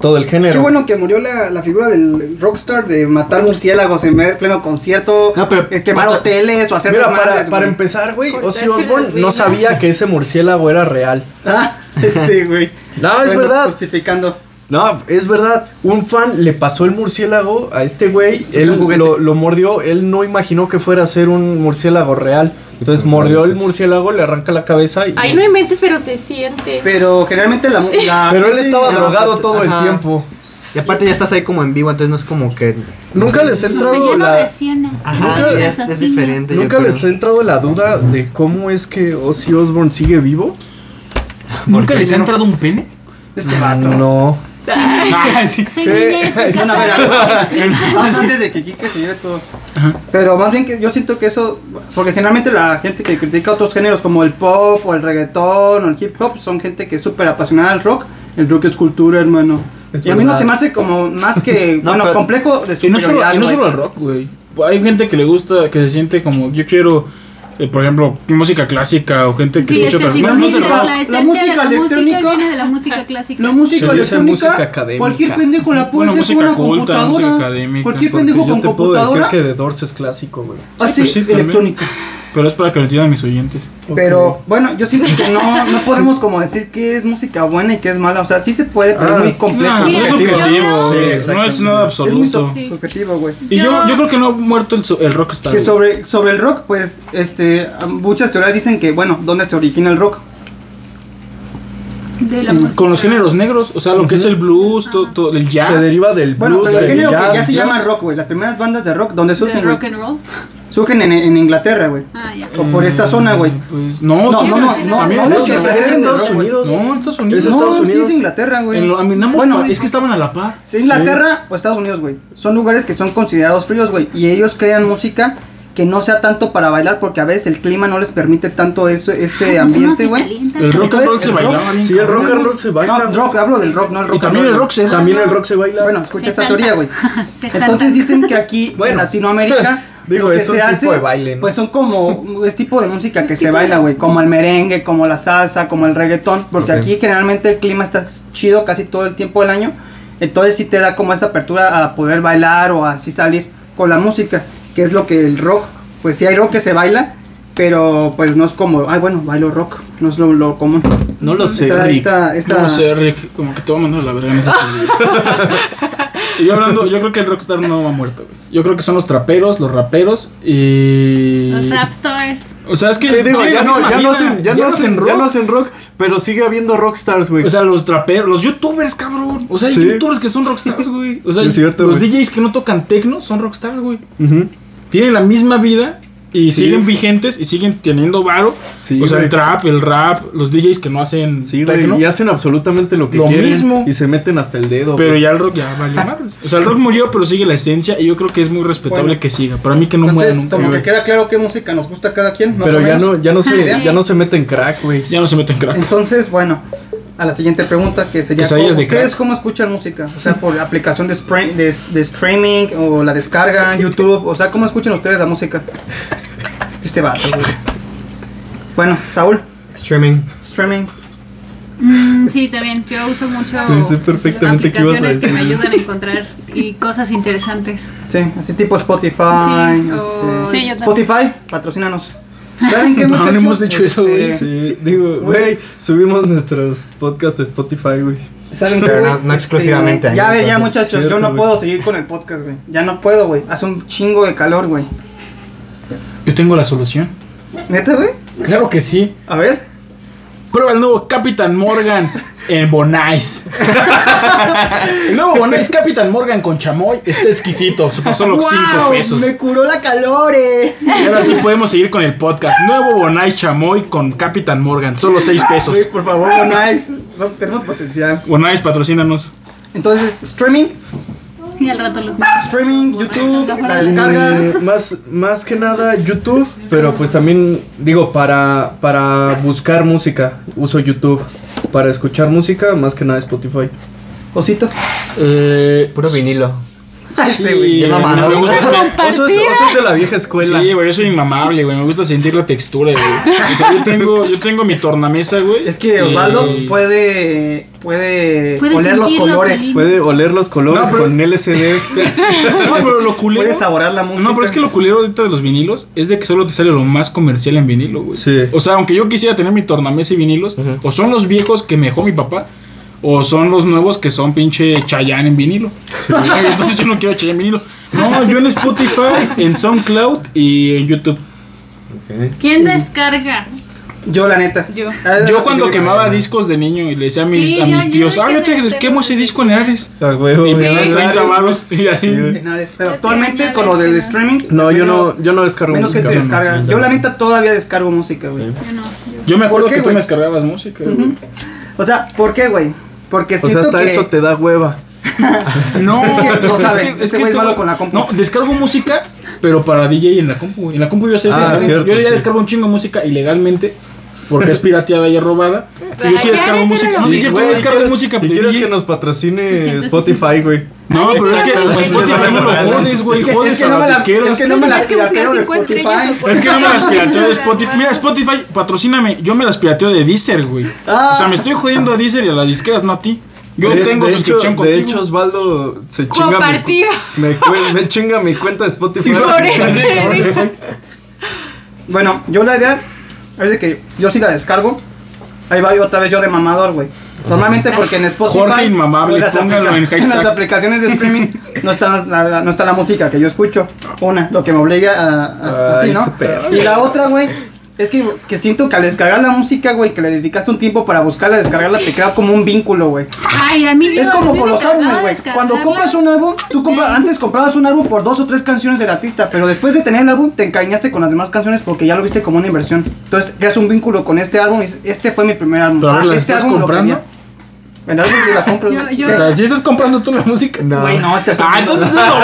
S6: todo el
S2: Qué
S6: género.
S2: bueno que murió la, la figura del rockstar de matar murciélagos en medio- pleno concierto,
S1: No, pero-
S2: eh, quemar
S1: mata-
S2: hoteles o hacer
S6: Mira,
S2: desmadres,
S6: para, para
S2: güey.
S6: empezar, güey, Ozzy
S7: Cortarse las
S6: Osbourne no
S7: venas.
S6: sabía que ese murciélago era real.
S2: Ah, este, güey.
S6: No, es verdad.
S2: Justificando.
S6: No, es verdad. Un fan le pasó el murciélago a este güey.
S2: Es un
S6: Él
S2: juguete.
S6: lo, lo mordió. Él no imaginó que fuera a ser un murciélago real. Entonces mordió
S1: pues.
S6: el murciélago, le arranca la cabeza y.
S7: Ay, no inventes, pero se siente.
S2: Pero generalmente la.
S3: Ah,
S2: la-
S6: Pero él estaba
S2: la-
S6: drogado todo
S4: Ajá.
S6: el tiempo.
S4: Y aparte ya estás ahí como en vivo, entonces no es como que...
S6: Nunca les ha entrado
S3: ya no
S6: la.
S3: reacciona.
S4: Ajá,
S6: Nunca-
S4: sí, es, es diferente. yo
S6: Nunca
S4: creo.
S6: les ha entrado la duda de cómo es que Ozzy Osbourne sigue vivo.
S1: ¿Nunca les ha entrado un pene?
S2: Este vato.
S6: No.
S1: Ah, sí.
S3: Soy
S6: ¿Qué?
S3: niña y estoy
S2: Bueno, a ver,
S3: casada.
S2: antes de que Kike se lleve todo. Pero más bien que yo siento que eso, porque generalmente la gente que critica otros géneros como el pop o el reggaetón o el hip hop son gente que es súper apasionada al rock. El rock es cultura, hermano.
S6: Es
S2: y a mí no
S6: verdad.
S2: se me hace como más que,
S4: No,
S2: bueno,
S4: pero-
S2: complejo de su
S1: Y no solo, y no solo al rock, güey. Hay gente que le gusta, que se siente como, yo quiero, eh, por ejemplo, música clásica o gente que
S3: Sí,
S1: escucha
S3: este,
S1: otras
S3: si
S1: no,
S3: no
S1: no es el
S3: dices
S1: rock.
S3: la
S2: La
S3: esencia de
S2: música
S3: la música
S2: electrónica.
S3: viene de la música clásica.
S2: La música
S6: Se dice
S2: electrónica,
S6: música académica.
S2: cualquier pendejo la puede
S1: Bueno,
S2: hacer con
S1: música
S2: una
S1: culta, música
S2: computadora.
S1: académica,
S2: Cualquier
S6: Porque
S2: pendejo
S6: yo
S2: con
S6: te puedo decir
S2: computadora.
S6: que The Doors es clásico, güey.
S2: Ah, sí,
S1: Pues sí, también.
S2: electrónica.
S1: Pero es para que lo entiendan mis oyentes.
S2: Pero bueno, yo siento que no, no podemos como decir que es música buena y que es mala. O sea, sí se puede, pero
S6: Ah.
S2: es muy complejo.
S1: No,
S3: Mira,
S1: es
S3: yo
S1: subjetivo,
S3: creo-
S1: güey.
S6: Sí,
S1: no es
S6: exactamente.
S1: nada
S2: es muy
S1: absoluto.
S2: sub-
S3: Sí.
S2: subjetivo, güey.
S1: Y yo,
S3: Yo-
S1: yo creo que no ha muerto el, so- el rockstar.
S2: Que
S1: güey.
S2: sobre, sobre el rock, pues, este, muchas teorías dicen que, bueno, ¿dónde se origina el rock?
S3: De la música.
S1: Con los géneros negros, o sea, lo que es el blues, todo, todo, el jazz.
S6: Se deriva del
S2: Bueno,
S6: blues,
S2: pero el
S6: del
S2: género
S6: jazz,
S2: que ya se
S6: jazz.
S2: llama rock, güey. Las primeras bandas de rock, ¿dónde
S3: De
S2: surgen?
S3: rock
S2: güey?
S3: and roll.
S2: Surgen en, en Inglaterra, güey.
S3: Ah, ya.
S2: O por esta zona, güey.
S1: Pues, no,
S2: No,
S1: sí,
S2: no, no,
S1: sí,
S2: no,
S1: también
S2: no,
S1: es
S2: no,
S1: de-
S2: no,
S1: es de
S2: no, no,
S1: Estados
S2: no,
S1: Unidos. No, Estados Unidos.
S6: Es Estados
S2: no, sí
S6: Unidos.
S2: es Inglaterra, güey.
S1: En lo- a mí, nada más
S2: Bueno,
S1: pa- es que estaban a la par.
S2: Sí, Inglaterra o pues Estados Unidos, güey. Son lugares que son considerados fríos, güey. Y ellos crean música que no sea tanto para bailar porque a veces el clima no les permite tanto ese,
S3: pues
S2: ese este ambiente, güey.
S1: El rock and roll
S2: Entonces,
S1: se
S2: el
S1: bailaba
S2: rock-
S1: bien
S6: Sí, el
S1: cabrón.
S6: rock and roll se baila.
S2: No, rock, hablo del rock, no el rock.
S1: Y también
S2: and
S1: el
S2: roll.
S1: rock se da.
S6: También el rock se baila.
S2: Bueno, escucha esta teoría, güey. Entonces
S3: Entonces
S2: dicen que aquí en
S6: Bueno.
S2: Latinoamérica
S6: Digo,
S2: lo que
S6: es un
S2: se
S6: tipo
S2: hace,
S6: de baile, ¿no?
S2: Pues son como es tipo de música que se baila, güey, como el merengue, como la salsa, como el reggaetón, porque
S4: Ok.
S2: aquí generalmente el clima está chido casi todo el tiempo del año. Entonces sí te da como esa apertura a poder bailar o así salir con la música, que es lo que el rock, pues sí hay rock que se baila, pero pues no es como, ay, bueno, bailo rock, no es lo, lo común.
S6: No lo sé,
S2: Está-
S6: Rick.
S2: está- está-
S1: No sé, Rick, como que te va a mandar a la verga en esa película. Y yo hablando, yo creo que el rockstar no ha muerto, güey. Yo creo que son los traperos, los raperos y.
S3: Los rap stars.
S1: O sea, es que.
S6: Sí, digo,
S1: siguen
S6: ya,
S1: la
S6: no,
S1: misma
S6: ya, no
S1: vida,
S6: hacen, ya, no hacen, ya no hacen rock, pero sigue habiendo rockstars, güey.
S1: O sea, los traperos, los youtubers, cabrón. O sea, hay
S6: Sí.
S1: youtubers que son rockstars, güey. O sea,
S6: Sí, es cierto,
S1: los
S6: güey.
S1: DJs que no tocan techno son rockstars, güey.
S6: Ujú.
S1: Tienen la misma vida y
S6: Sí.
S1: siguen vigentes y siguen teniendo varo.
S6: Sí,
S1: o sea,
S6: güey.
S1: el trap, el rap, los DJs que no hacen
S6: Sí, güey,
S1: techno.
S6: y hacen absolutamente lo que
S1: Lo
S6: quieren.
S1: mismo.
S6: Y se meten hasta el dedo.
S1: Pero
S6: güey.
S1: ya el rock ya valió madres. O sea, el rock murió, pero sigue la esencia. Y yo creo que es muy respetable
S2: Bueno.
S1: que siga. Para mí que no muera
S2: Entonces,
S1: nunca.
S2: como que
S1: güey.
S2: queda claro qué música nos gusta a cada quien, más
S6: Pero
S2: o
S6: ya
S2: menos.
S6: no, ya no se,
S3: Ah, sí.
S6: ya no se meten crack, güey.
S1: Ya no se meten crack.
S2: Entonces, bueno, a la siguiente pregunta que sería:
S1: Que se hayas
S2: ¿cómo-
S1: Pues de
S2: ¿Ustedes
S1: crack.
S2: cómo escuchan música? O sea, por aplicación de, spray- de, de streaming o la descarga, YouTube. O sea, ¿cómo escuchan ustedes la música? Este vato, güey. Bueno, Saúl,
S4: Streaming.
S2: streaming.
S3: Mm, sí, también. Yo uso mucho.
S6: sé perfectamente qué ibas a
S3: aplicaciones que me
S6: decir.
S3: ayudan a encontrar y cosas interesantes.
S2: Sí, así tipo Spotify.
S3: Sí,
S2: este-
S3: o-
S7: Sí, yo también.
S2: Spotify, patrocínanos. ¿Saben qué,
S1: No, no
S2: muchachos? Este,
S1: hemos dicho eso, güey.
S6: Sí, digo, güey, subimos nuestros podcasts a Spotify, güey.
S2: ¿Saben qué,
S4: Pero
S2: güey? Este,
S4: no- no exclusivamente ahí,
S2: Ya, a ver, ya,
S4: entonces.
S2: muchachos, yo
S6: Cierto,
S2: no
S6: güey.
S2: puedo seguir con el podcast, güey. Ya no puedo, güey. Hace un chingo de calor, güey.
S1: Yo tengo la solución.
S2: ¿Neta, güey?
S1: Claro que sí.
S2: A ver.
S1: Prueba el nuevo Capitán Morgan en Bonais. el nuevo Bonais Capitán Morgan con chamoy está exquisito. Se pasó los 5
S2: ¡Guau!
S1: pesos.
S2: Me curó la calor, eh.
S1: Y ahora sí podemos seguir con el podcast. Nuevo Bonais chamoy con Capitán Morgan. Solo 6 pesos.
S2: Ah, Güey, por favor, Bonais. son- tenemos potencial.
S1: Bonais, patrocínanos.
S2: Entonces, streaming,
S3: Y al rato los.
S2: streaming, YouTube, las
S6: Eh,
S2: descargas.
S6: más, más que nada YouTube, pero pues también digo, para, para buscar música, uso YouTube. Para escuchar música, más que nada Spotify.
S2: Osito.
S1: Eh, pues
S4: Puro vinilo.
S2: Este, güey.
S4: Yo no
S1: a mí
S4: mando.
S1: me gusta
S6: Oso
S1: sentir-
S6: es, oso es de la vieja escuela.
S1: Pues Sí, güey, yo soy inmamable, güey. Me gusta sentir la textura, güey. O sea, yo, tengo, yo tengo mi tornamesa, güey. Eh,
S2: Es que Osvaldo
S4: Eh,
S1: Y-
S2: puede, puede
S3: Puede
S2: oler los
S3: sentir
S2: colores,
S3: olivos.
S6: Puede oler los colores
S1: No, pero-
S6: con LCD.
S1: No, pero lo culero.
S2: puede saborar la música.
S1: No, pero es que lo culero ahorita de los vinilos es de que solo te sale lo más comercial en vinilo, güey.
S6: Sí.
S1: O sea, aunque yo quisiera tener mi tornamesa y vinilos, o son los viejos que me dejó mi papá, o son los nuevos que son pinche Chayanne en vinilo. Entonces yo no quiero Chayanne en vinilo. No, yo en Spotify, en SoundCloud y en YouTube.
S3: ¿Quién descarga?
S2: Yo, la neta.
S3: Yo.
S2: Ah,
S1: Yo cuando
S2: que-
S1: quemaba discos de niño y le decía a mis,
S3: Sí,
S1: a
S3: yo-
S1: mis
S3: yo
S1: tíos, ah,
S3: también
S1: yo te
S3: tengo
S1: quemo ese disco en Ares.
S6: Ah, güey, güey.
S1: Y me das
S3: Sí.
S1: 30 varos y así.
S2: No, es- Pero
S3: Es que
S2: actualmente
S3: ya
S2: con
S3: la
S2: lo del
S3: escena.
S2: streaming.
S6: No, yo no,
S2: menos-
S6: yo no descargo
S2: Menos que
S6: música.
S2: te descarga. Yo, la neta, todavía descargo música, güey.
S3: Yo no.
S1: Yo me acuerdo
S2: ¿Por qué,
S1: que tú
S2: güey?
S1: me descargabas música. güey.
S2: O sea, ¿por qué, güey? Porque
S6: O sea,
S2: siento
S6: hasta
S2: que.
S6: eso te da hueva.
S1: No,
S2: Es que no
S1: o sea,
S2: sabe, ese güey es
S1: este
S2: malo
S1: güey-
S2: con la compu.
S1: No, descargo música, pero para DJ en la compu. güey. En la compu yo sé
S6: Ah,
S1: eso.
S6: cierto,
S1: yo le
S6: sí.
S1: descargo un chingo de música ilegalmente. Porque es pirateada y es robada. Y yo sí
S3: Ay,
S1: descargo
S3: ya,
S1: música.
S3: ese
S1: No, sí,
S3: era
S1: es cierto,
S6: Güey,
S1: yo descargo
S6: ¿quieres-
S1: música.
S6: ¿Y
S1: de
S6: quieres
S1: DJ.
S6: que nos patrocine
S3: 360.
S6: Eh, Spotify, güey?
S1: No, pero es que
S3: Pues,
S1: Spotify no lo jodes, güey.
S2: Es que, es
S1: Jodes
S2: que
S1: a
S2: no me
S1: las
S2: la, es
S1: disqueras.
S2: que no me las
S3: Tienes que buscar
S2: pirateo de
S3: cinco
S2: Spotify.
S3: estrellas o
S1: Es que no me las pirateó de Spotify. Mira, Spotify, patrocíname. Yo me las pirateo de Deezer, güey. O sea, me estoy jodiendo a Deezer y a las disqueras, no a ti. Yo
S6: Ah. De-
S1: tengo
S6: de
S1: suscripción
S6: hecho,
S1: contigo.
S6: De hecho, Osvaldo se chinga mi,
S3: Compartido.
S6: me, cue- me chinga mi cuenta de Spotify.
S3: Por eso
S1: Sí, cabrón.
S3: dijo.
S2: Bueno, yo la idea es de que yo sí la descargo. Ahí va otra vez yo de mamador, güey. Normalmente porque en Spotify
S1: Jorge Inmamable,
S2: o las
S1: póngalo
S2: aplica-
S1: en hashtag.
S2: las aplicaciones de streaming no está las- la, la- no está la música que yo escucho. Una, lo que me obliga a, a-
S6: Ay,
S2: así, ¿no?
S6: ese perro.
S2: Y la otra, güey, es que, que siento que al descargar la música, güey, que le dedicaste un tiempo para buscarla, descargarla, te crea como un vínculo, güey.
S3: Ay, a mí
S2: Es
S3: yo- a
S2: como
S3: mí
S2: con
S3: me
S2: los
S3: tardaba
S2: álbumes, güey.
S3: descargarla.
S2: Cuando compras un álbum, tú compra- antes comprabas un álbum por dos o tres canciones del artista, pero después de tener el álbum te encariñaste con las demás canciones porque ya lo viste como una inversión. Entonces creas un vínculo con este álbum y dices, este fue mi primer álbum.
S1: Pero a ver, ¿las
S2: este
S1: estás
S2: álbum lo
S1: comprando?
S2: quería. El álbum sí la compro.
S3: Yo- yo-
S1: O sea, si estás comprando tú la música.
S4: No.
S2: Güey, no, este es
S1: Ah, entonces es lo mismo,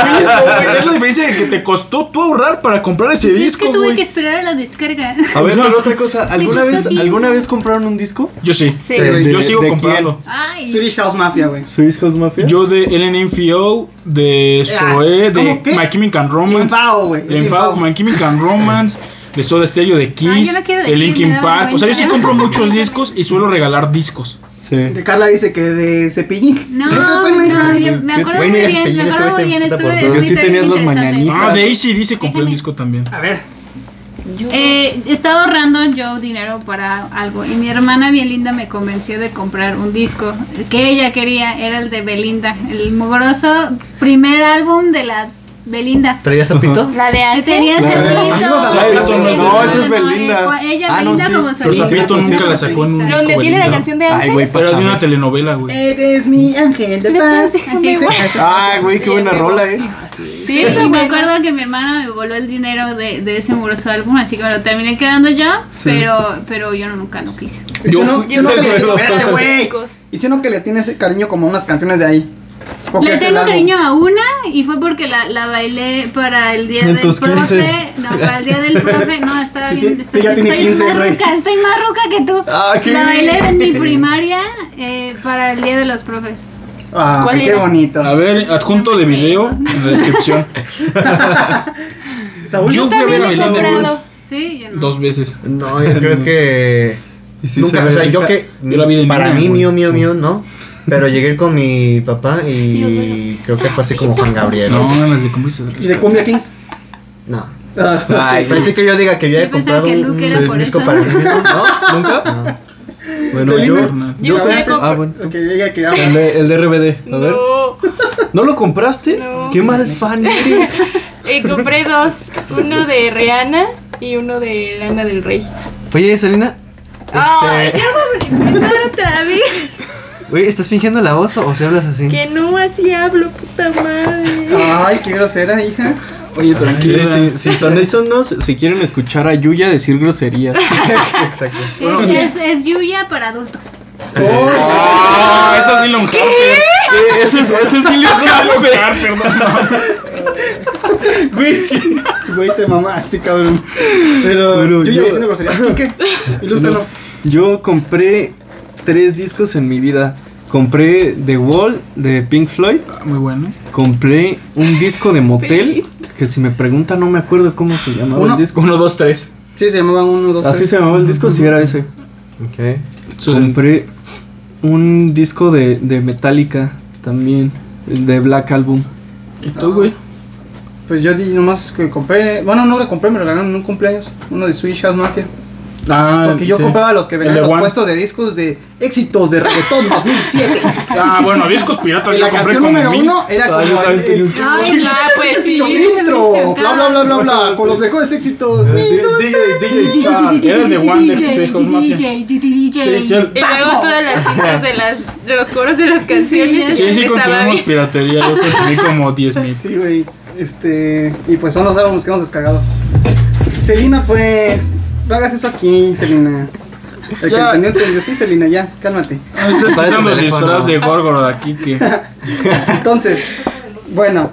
S1: güey. Es la diferencia de que te costó tú ahorrar para comprar ese
S3: Sí, es
S1: disco,
S3: que tuve
S1: güey.
S3: que esperar a la descarga.
S6: A ver,
S1: O sea,
S6: pero otra cosa, ¿alguna
S3: quitó
S6: vez,
S3: tiempo.
S6: ¿alguna vez compraron un disco?
S1: Yo sí.
S3: Sí.
S4: Sí.
S1: Yo
S6: ¿De-
S1: sigo
S6: de
S1: comprando.
S3: Ay,
S2: Swedish House Mafia, güey.
S6: ¿Swiss House Mafia?
S1: Yo de Ellen Infio, de
S3: Ah,
S1: Zoe, de
S2: ¿cómo qué?
S1: My Chemical Romance.
S2: Infao, güey.
S1: De Infao,
S2: Infao.
S1: My Chemical Romance. De Soda Stereo, de Kiss,
S3: yo no quiero
S1: de
S3: decir, me
S1: Linkin
S3: da
S1: Park. O sea, yo sí
S3: vergüenza.
S1: compro muchos discos y suelo regalar discos.
S6: Sí.
S2: De Carla dice que de Cepillín.
S3: no,
S2: ¿Qué te fue, hija?
S3: no, yo- me acuerdo muy
S4: Güey, ni
S3: bien, me
S4: las
S3: acuerdo muy bien, estuve
S4: pellizcas se puta por
S3: es
S4: todo.
S3: una
S6: Sí tenías
S3: historia
S6: las
S3: interesante.
S6: mañanitas.
S1: Ah, de ACDC compré un
S3: Déjame.
S1: disco también.
S2: A ver,
S3: Eh, estaba ahorrando yo dinero para algo y mi hermana bien linda me convenció de comprar un disco que ella quería, era el de Belinda, el mugroso primer álbum de la Belinda.
S4: ¿Traías zapito?
S7: La de
S3: Que
S7: Arte.
S3: tenía
S6: La de-
S3: cepillito.
S1: Los Zapito no es
S6: No, esa es
S3: No, no,
S6: Belinda.
S3: eh, cua- Ella
S6: Ah, no,
S3: Belinda
S6: sí.
S3: como
S6: Los
S1: Los
S3: solista.
S1: Zapito
S6: sí,
S1: nunca
S6: sí.
S1: la sacó en un disco.
S7: Donde tiene la
S1: Belinda.
S7: canción de
S6: Ay, güey,
S7: Ángel.
S1: Pero era de una
S6: pásame.
S1: telenovela, güey.
S2: eres mi ángel de paz.
S3: Así es.
S6: Ah, güey, qué buena rola, eh.
S3: Sí, me acuerdo que mi hermana me voló el dinero de, de ese mugroso álbum, así que me lo terminé quedando yo, pero, pero yo nunca lo quise.
S1: Yo
S2: Diciendo-
S1: fui-
S2: diciendo que le- espérate, güey.
S7: Chicos.
S2: Diciendo que le tienes cariño como a unas canciones de ahí. Porque
S3: Le
S2: es el
S3: tengo
S2: álbum.
S3: cariño a una y fue porque la, la bailé para el día
S6: En
S3: del
S6: tus
S3: profe.
S6: 15.
S3: No, para el día del profe. No, estaba
S2: Sí,
S3: bien.
S2: sí,
S3: Estoy,
S2: ya tiene
S3: estoy
S2: 15,
S3: más
S2: güey.
S3: ruca, estoy más ruca que tú.
S6: Ah, qué
S3: La
S6: bien.
S3: bailé en mi primaria eh, para el día de los profes.
S2: Ah,
S7: ¿Cuál
S2: qué
S7: era?
S2: bonito.
S1: A ver, adjunto de video en la descripción.
S2: Saúl,
S1: Yo fui a ver a
S7: he
S1: Belinda güey,
S7: comprado.
S3: Sí, yo no.
S1: dos veces.
S4: No, yo creo que.
S6: Y sí se
S4: nunca,
S6: ve
S4: o sea, yo
S6: rica.
S4: que.
S1: Yo la vi de
S4: para
S1: niño,
S4: mí,
S1: güey.
S4: mío, mío, mío, no. Pero llegué con mi papá y creo que
S3: "Ah,
S4: fue así como Juan Gabriel.
S1: No, en las de Cumbia
S2: ¿Y de Cumbia Kings?
S4: No.
S2: Ah,
S6: Ay,
S4: Parece que yo diga que yo
S3: Yo
S4: haya
S3: pensaba
S4: comprado
S3: que
S4: un,
S3: Luke era
S4: un
S3: por
S4: disco
S3: eso.
S4: para mí mismo.
S6: ¿No? ¿Nunca? Bueno, yo.
S1: Selena.
S7: Yo
S2: a
S7: fui
S2: ver,
S7: a
S2: antes-
S6: Ah, bueno.
S2: ok, diga que ya-
S6: El de, el de RBD, a ver.
S7: No.
S6: ¿No lo compraste?
S7: No.
S6: Qué mal fan eres.
S7: Eh, compré dos. Uno de Rihanna y uno de Lana del Rey.
S4: Oye, Selena.
S7: Ay,
S4: Este,
S7: otra vez.
S4: güey, ¿estás fingiendo la voz o, o si hablas así?
S7: Que no así hablo, puta madre.
S2: Ay, qué grosera, hija.
S1: Oye,
S6: Que
S1: tranquila.
S6: si, si con eso no, se- si quieren escuchar a Yuya decir groserías.
S4: Exacto.
S3: Es, es, es Yuya para adultos.
S1: Ah, esa es Dylan Harper.
S6: Eh, Ese es, ese es Dylan Harper.
S1: Harper, no.
S2: Güey, güey, te mamaste, cabrón. Pero, yo,
S6: Pero
S2: ya
S6: yo-
S2: diciendo groserías. ¿Y qué? Ilústranos.
S6: Yo compré tres discos en mi vida. Compré The Wall de Pink Floyd.
S1: Ah, Muy bueno.
S6: Compré un disco de motel. Que si me preguntan, no me acuerdo cómo se llamaba
S2: Uno.
S6: el disco.
S1: 1, 2, 3.
S2: Sí, se llamaban uno, dos,
S6: Así
S2: tres.
S6: se llamaba el disco, si era ese.
S4: Ok.
S6: Compré un disco de, de Metallica también. De Black Album.
S1: ¿Y tú, güey?
S2: Pues yo di nomás que compré. Bueno, no lo compré, me lo regalaron en un cumpleaños. Uno de Swedish House Mafia.
S1: Ah,
S2: Porque yo
S1: sí.
S2: compraba los que
S1: El
S2: venían
S1: de
S2: en los
S1: One.
S2: puestos de discos de éxitos de reggaetón 2007.
S1: Ah, bueno, discos piratas
S2: Y
S1: yo
S2: la
S1: compré
S2: canción
S1: como
S2: número
S1: mil.
S2: uno era
S6: Ah, yo
S2: como.
S6: también
S2: el-
S6: tenía un
S2: el-
S7: chingo. Ay, va, pues sí,
S2: Chilindro,
S7: se me
S2: bla, bla, bla, bla, bla.
S6: encanta.
S2: Con los mejores
S1: Eh,
S2: éxitos.
S8: DJ, DJ Char.
S1: Ah, Era el de pues, One de Swedish House Mafia. Sí, sí,
S3: DJ,
S1: el-
S7: Y luego todas las cintas de, las, de los coros de las canciones.
S1: Sí, sí,
S7: empezaba
S1: consumimos
S7: bien.
S1: piratería. Yo consumí como 10 mil.
S2: Sí, güey. Este. Y pues son los álbumes que hemos descargado. Selina, pues. No hagas eso aquí, Selina. El que
S1: Ya.
S2: entendió, entendió. Sí, Selina, ya, cálmate.
S1: Ah, Estás
S4: Para el
S1: quitando el
S4: teléfono.
S1: disfraz de Gorgoroth aquí que.
S2: Entonces, bueno,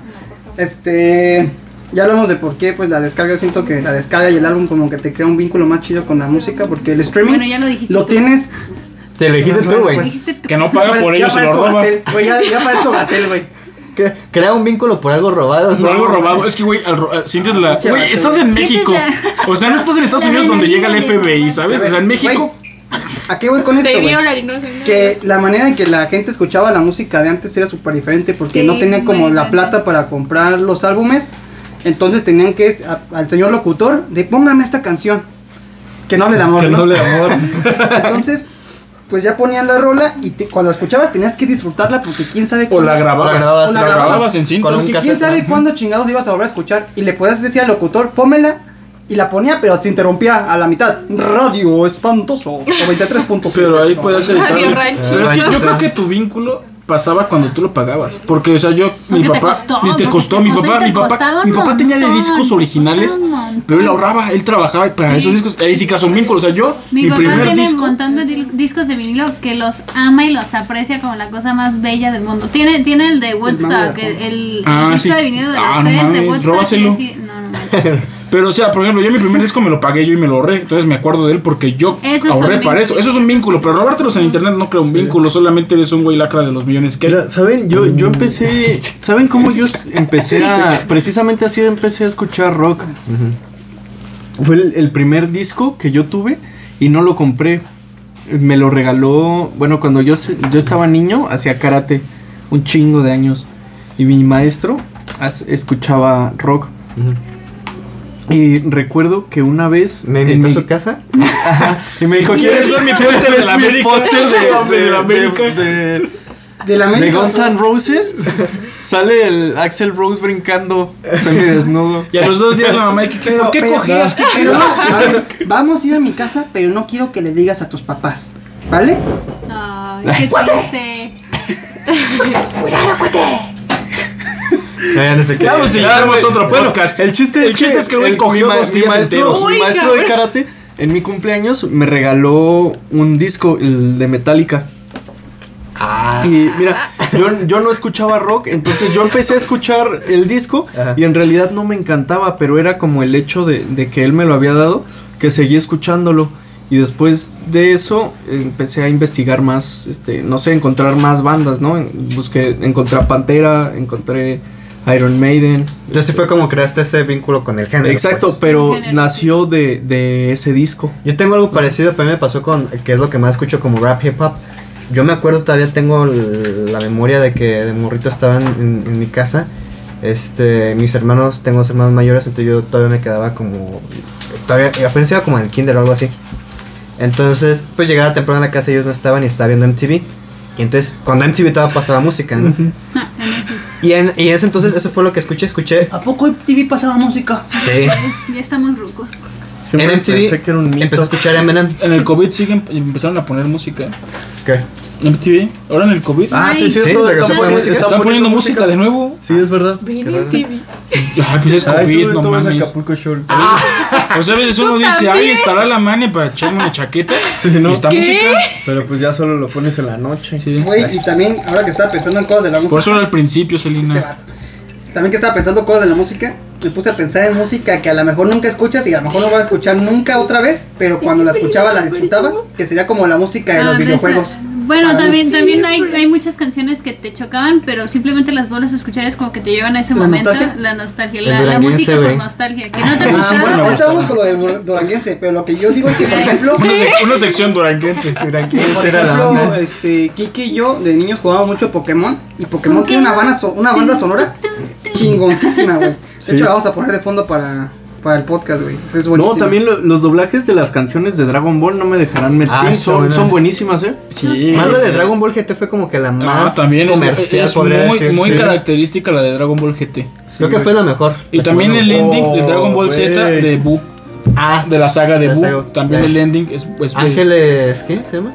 S2: este. Ya hablamos de por qué, pues la descarga. Yo siento que la descarga y el álbum, como que te crea un vínculo más chido con la música, porque el streaming
S3: Bueno, ya lo dijiste.
S2: lo tienes.
S4: Te lo dijiste tú, güey.
S2: Pues,
S1: Que no
S2: ya
S1: paga por
S2: parezco-
S1: ello, se lo
S2: ya parezco
S1: roba.
S2: Gatel, güey, ya, ya parezco Gatel, güey.
S4: Cre- Crea un vínculo por algo robado.
S1: Por algo robado. Es que, güey, al ro- eh, sientes la.
S2: Pinche
S1: Güey,
S2: vato,
S1: estás en México. O sea, no estás en Estados
S3: la
S1: Unidos donde llega el
S3: adrenalina.
S1: FBI, ¿sabes? O sea, en
S2: Güey,
S1: México.
S2: ¿A qué voy con esto?
S7: Te
S2: güey?
S7: vio la harinosa.
S2: que la manera en que la gente escuchaba la música de antes era súper diferente porque
S3: Sí,
S2: no tenían como
S3: muy
S2: la
S3: diferente.
S2: plata para comprar los álbumes. Entonces tenían que es- a- al señor locutor de póngame esta canción. Que no hable de amor.
S6: Que
S2: ¿no?
S6: no le amor.
S2: Entonces, pues ya ponían la rola y te- cuando la escuchabas tenías que disfrutarla porque quién sabe
S1: O
S2: cuándo-
S1: la grababas.
S4: la grababas,
S1: O
S2: la grababas
S1: en cinta.
S4: con un-
S2: porque quién
S4: cassette,
S2: sabe
S4: ajá.
S2: cuándo chingados la ibas a volver a escuchar. Y le podías decir al locutor, pómela. Y la ponía, pero te interrumpía a la mitad. Radio espantoso. O 23.5.
S1: Pero ahí
S2: ¿no?
S1: puedes
S7: Radio
S1: editarlo.
S7: Rancho.
S1: Pero es que yo
S4: Rancho.
S1: creo que tu vínculo pasaba cuando tú lo pagabas. Porque, o sea, yo, mi
S3: te
S1: papá.
S3: costó,
S1: y te
S3: porque
S1: costó,
S3: te
S1: mi
S3: costó y
S1: papá,
S3: te
S1: mi papá.
S3: costaba
S1: Mi
S3: un
S1: papá tenía de
S3: montón,
S1: discos
S3: te
S1: originales.
S3: costaba un montón.
S1: Pero él ahorraba, él trabajaba para esos discos. Ahí sí que son vínculos. O sea, yo, mi,
S3: Mi papá
S1: primer
S3: tiene un
S1: disco.
S3: montón de di- discos de vinilo que los ama y los aprecia como la cosa más bella del mundo. Tiene, tiene el de Woodstock, el, el
S1: Ah, sí.
S3: disco de vinilo de los
S1: Ah, no
S3: tres de
S1: mames,
S3: Woodstock.
S1: róbaselo.
S3: que sí- no, no mames.
S1: Pero, o sea, por ejemplo, yo mi primer disco me lo pagué yo y me lo ahorré. Entonces me acuerdo de él porque yo
S3: Eso es
S1: ahorré
S3: un
S1: para eso.
S3: vínculo.
S1: Eso es un vínculo. Pero robártelos en internet no creo un vínculo. Solamente eres un güey lacra de los millones que hay.
S6: Mira, ¿saben? Yo, yo empecé. ¿Saben cómo yo s- empecé a. Precisamente así empecé a escuchar rock. Fue el, el primer disco que yo tuve y no lo compré. Me lo regaló. Bueno, cuando yo, se- yo estaba niño, hacía karate. Un chingo de años. Y mi maestro as- escuchaba rock. Y recuerdo que una vez.
S4: Me
S6: en
S4: invitó a
S6: mi-
S4: su casa.
S6: y me dijo: ¿Quieres ver mi póster?
S1: de
S6: Es
S1: la
S6: mi
S1: América?
S6: póster de,
S1: De
S6: de,
S1: la América.
S6: de- de-
S2: De la
S6: de
S2: América,
S6: Guns N' Roses sale el Axel Rose brincando semidesnudo.
S1: Y a los dos días la mamá de Kike,
S2: Pero,
S1: ¿qué
S2: pero-
S1: cogías? ¿Qué
S2: pero
S1: querías?
S2: no, a ver, vamos a ir a mi casa, pero no quiero que le digas a tus papás, ¿vale?
S3: Ay, qué triste.
S4: Ya, desde que-
S1: Ya, pues, si hacemos
S6: güey.
S1: otro
S6: Eh, Bueno,
S1: podcast.
S6: el chiste
S1: El
S6: es
S1: chiste
S6: que,
S1: es que, güey,
S6: el-
S1: cogió
S6: mi, ma-
S1: dos
S6: mi
S1: días enteros.
S6: maestro, mi
S7: Uy,
S6: maestro de
S7: cabrón.
S6: karate en mi cumpleaños me regaló un disco, el de Metallica.
S1: Ah.
S6: Y mira, yo, yo no escuchaba rock, entonces yo empecé a escuchar el disco
S4: Ajá.
S6: y en realidad no me encantaba, pero era como el hecho de, de que él me lo había dado, que seguí escuchándolo. Y después de eso empecé a investigar más, este, no sé, encontrar más bandas, ¿no? En- Busqué, encontré a Pantera, encontré Iron Maiden.
S4: Yo así fue como creaste ese vínculo con el género.
S6: Exacto,
S4: pues.
S6: pero
S3: Género.
S6: nació de, de ese disco.
S4: Yo tengo algo parecido, pero me pasó con, que es lo que más escucho como rap hip hop. Yo me acuerdo, todavía tengo l- la memoria de que de morrito estaba en, en- en mi casa. Este, mis hermanos, tengo dos hermanos mayores, entonces yo todavía me quedaba como, todavía, apenas iba como en el kinder o algo así. Entonces, pues llegaba temprano a la casa, ellos no estaban y estaba viendo MTV. Y entonces, cuando MTV todavía pasaba música, ¿no? Y en, y en ese entonces, eso fue lo que escuché, escuché,
S2: ¿A poco TV pasaba música?
S4: sí,
S3: Ya estamos rucos.
S6: Siempre
S4: en MTV,
S6: Ah, pensé que era un mito.
S4: empecé a escuchar Eminem.
S1: En el COVID siguen, empezaron a poner música.
S4: ¿Qué?
S1: MTV, ahora en el COVID.
S6: Ah, sí,
S3: Ay.
S6: es cierto.
S4: Sí, regresó con
S6: están
S4: la
S6: poniendo-
S4: música.
S1: Están
S6: están
S1: poniendo música de nuevo.
S6: Sí, es verdad.
S7: Ven en TV.
S1: Ay, pues es
S8: Ay,
S1: COVID,
S8: tú,
S1: no
S8: tú ves
S1: mames.
S8: Acapulco Shore.
S1: O sea, a veces uno
S7: Tú
S1: dice, ay,
S7: también.
S1: estará la mane para echarme una chaqueta.
S6: Sí,
S1: Y
S6: ¿no?
S1: está música.
S8: Pero pues ya solo lo pones en la noche.
S1: Sí.
S2: Güey, y también, ahora que estaba pensando en cosas de la música,
S1: Por eso era al principio,
S2: este
S1: Selena.
S2: vato. también que estaba pensando cosas de la música, me puse a pensar en música que a lo mejor nunca escuchas y a lo mejor no vas a escuchar nunca otra vez, pero cuando la escuchabas la disfrutabas, que sería como la música de
S3: Ah,
S2: los
S3: de
S2: videojuegos.
S3: esa-
S1: Ah,
S3: Bueno, también, también hay, hay muchas canciones que te chocaban, pero simplemente las vuelves a escuchar es como que te llevan a ese
S2: ¿La
S3: momento.
S2: nostalgia?
S3: La nostalgia,
S4: El
S3: la, la
S4: duranguense,
S3: música por
S4: güey.
S3: nostalgia. Que no te
S2: Ah,
S3: gustaba.
S2: bueno,
S6: me
S2: ahorita
S6: gusta.
S2: vamos con lo del dur- duranguense, pero lo que yo digo es que, por ejemplo,
S1: Una, sec- una sección duranguense.
S2: por ejemplo, este, Kiki y yo de niños jugábamos mucho Pokémon y Pokémon tiene una banda, so- una banda sonora chingoncísima, güey. De hecho, la vamos a poner de fondo para, para el podcast, güey. Eso Es
S6: No,
S2: buenísimo.
S6: también lo- los doblajes de las canciones de Dragon Ball no me dejarán mentir.
S4: Ah, está
S6: son,
S4: buena.
S6: son buenísimas, ¿eh?
S1: Sí.
S4: Más la de Dragon Ball GT fue como que la más
S1: Ah, también es-
S4: comercial,
S1: es,
S4: podría
S1: muy,
S4: decir,
S1: muy
S4: sí.
S1: característica la de Dragon Ball GT.
S4: Creo que fue la mejor.
S1: Y
S4: La que
S1: también
S4: más
S1: el
S4: me gustó. Oh,
S1: ending de Dragon Ball Z
S6: Oh, güey.
S1: de Buu. Ah, de la saga de
S4: la
S1: Buu.
S4: saga.
S1: También
S4: Ya.
S1: el ending es. es-
S4: Ángeles, ¿qué se llama?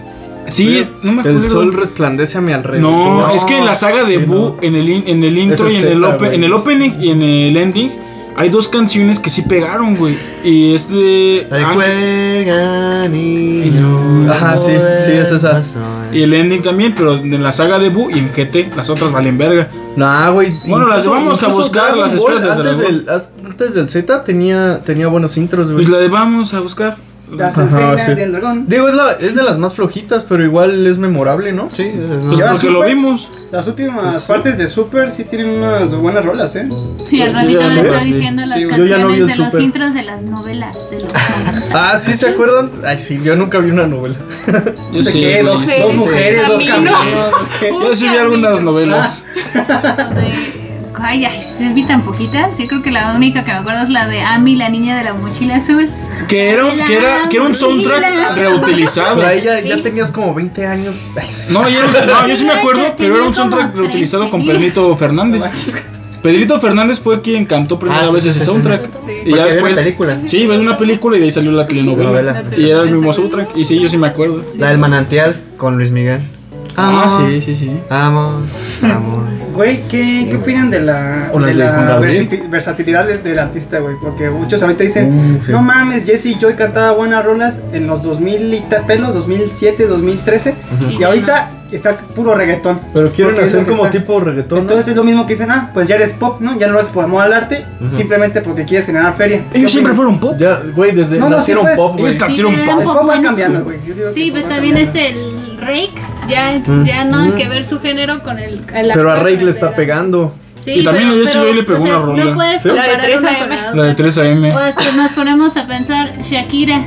S1: Sí, no me acuerdo.
S6: El sol resplandece a mi alrededor.
S1: No, es que en la saga de
S6: Sí,
S1: Boo, en el, in- en el intro
S6: Ese
S1: y en
S6: es
S1: el,
S6: Z,
S1: ope-
S6: güey.
S1: en el opening y en el ending, hay dos canciones que sí pegaron, güey. Y es de.
S4: La de
S1: Ángel-
S4: juegan y
S1: no.
S6: Ajá, sí, sí, es esa.
S1: y el ending también, pero en la saga de Boo y en GT, las otras valen verga.
S6: Nah, Ah, güey.
S1: Bueno, las
S6: incluso-
S1: vamos a
S6: incluso
S1: buscar,
S6: Dragon
S1: las
S6: Ball,
S1: esferas de
S6: antes,
S1: Dragon
S6: del, as- antes del Z tenía, tenía buenos intros, güey.
S1: Pues la de vamos a buscar.
S2: Las
S6: Ajá,
S2: esferas
S6: sí.
S2: del dragón.
S6: Digo, es, la- es de las más flojitas, pero igual es memorable, ¿no?
S4: Sí, esa es, no.
S1: Pues
S2: Ya,
S1: porque lo
S2: súper.
S1: vimos.
S2: Las últimas
S6: Pues
S2: partes de Super sí tienen unas buenas rolas, ¿eh?
S3: Y al ratito
S1: Yo ya
S3: le
S1: no
S3: está
S1: vi.
S3: diciendo las
S2: Sí, yo
S6: ya no vi
S3: canciones
S6: el
S3: de los
S6: súper.
S3: intros de las novelas. De los
S6: Ah, ¿sí se acuerdan? Ay, sí, yo nunca vi una novela.
S1: Yo
S2: sé
S1: sí,
S2: qué, dos,
S1: güey.
S2: dos mujeres, dos
S7: Camino.
S2: caminos. ¿qué?
S1: Yo sí vi algunas novelas.
S3: de- Ay, ay, sí, vi tan poquitas. Yo creo que la única que me acuerdo es la de Ami, la niña de la mochila azul.
S1: Que era, un- que era, que era un soundtrack
S3: Novelas.
S1: reutilizado.
S6: Pero ahí ya, ya tenías como 20 años. Ay, sí.
S1: No, y era un- no, yo sí me acuerdo,
S3: Tenía
S1: pero era un
S3: como
S1: soundtrack
S3: tres
S1: reutilizado con
S3: mil.
S1: Pedrito Fernández. Pedrito Fernández fue quien cantó primera
S4: Ah, sí,
S1: vez
S4: sí,
S1: ese
S4: sí, sí.
S1: soundtrack. Y
S4: Porque
S1: ya
S4: había una
S1: después.
S4: película.
S1: Sí, ves una película y de ahí salió la telenovela.
S4: Telenovela.
S1: Y era el mismo soundtrack. Y sí, yo sí me acuerdo.
S4: La del manantial con Luis Miguel.
S1: Ah,
S4: Amor,
S1: sí, sí, sí.
S4: Amor, amor.
S2: Güey, ¿qué, ¿qué opinan de la,
S6: O
S2: de
S6: las de Juan
S2: la
S6: Gabriel.
S2: versati- versatilidad del, del artista, güey? Porque muchos ahorita dicen,
S6: Uh, sí.
S2: no mames, Jesse Joy cantaba buenas rolas en los 2000 y ta- pelos, 2007, 2013, y ahorita está puro reggaetón.
S6: Pero quieren
S2: Porque es lo
S6: hacer
S2: que
S6: como
S2: está.
S6: tipo reggaetón. ¿no?
S2: Entonces es lo mismo que dicen, ah, pues ya eres pop, ¿no? Ya no lo haces por amor al arte, simplemente porque quieres generar feria. ¿Qué
S1: Ellos siempre
S2: opinan?
S1: fueron pop.
S6: Ya, güey, desde
S2: No, no,
S6: nacieron
S2: sí, pues,
S6: pop, güey.
S1: ellos
S3: Sí,
S1: hicieron
S3: pero
S1: pop.
S3: eran
S2: El
S3: pop
S2: pop va
S3: buenos.
S2: cambiando, güey. Yo digo que
S3: Sí,
S2: el
S3: pues
S2: pop va
S3: también
S2: cambiando.
S3: este el Rake, ya, ya no hay que ver su género con el. el
S6: Pero a
S3: actual,
S6: Rake
S3: con
S6: le
S3: el
S6: está
S3: de-
S6: pegando.
S3: Sí,
S1: Y también a Jesse Joy le pegó
S3: o sea,
S1: una rola.
S3: No puedes
S6: ¿Sí?
S7: La de
S3: comparar
S7: 3
S3: una
S7: AM.
S3: con la
S1: La de
S3: otra.
S1: 3
S3: O
S1: AM.
S3: hasta nos ponemos a pensar Shakira.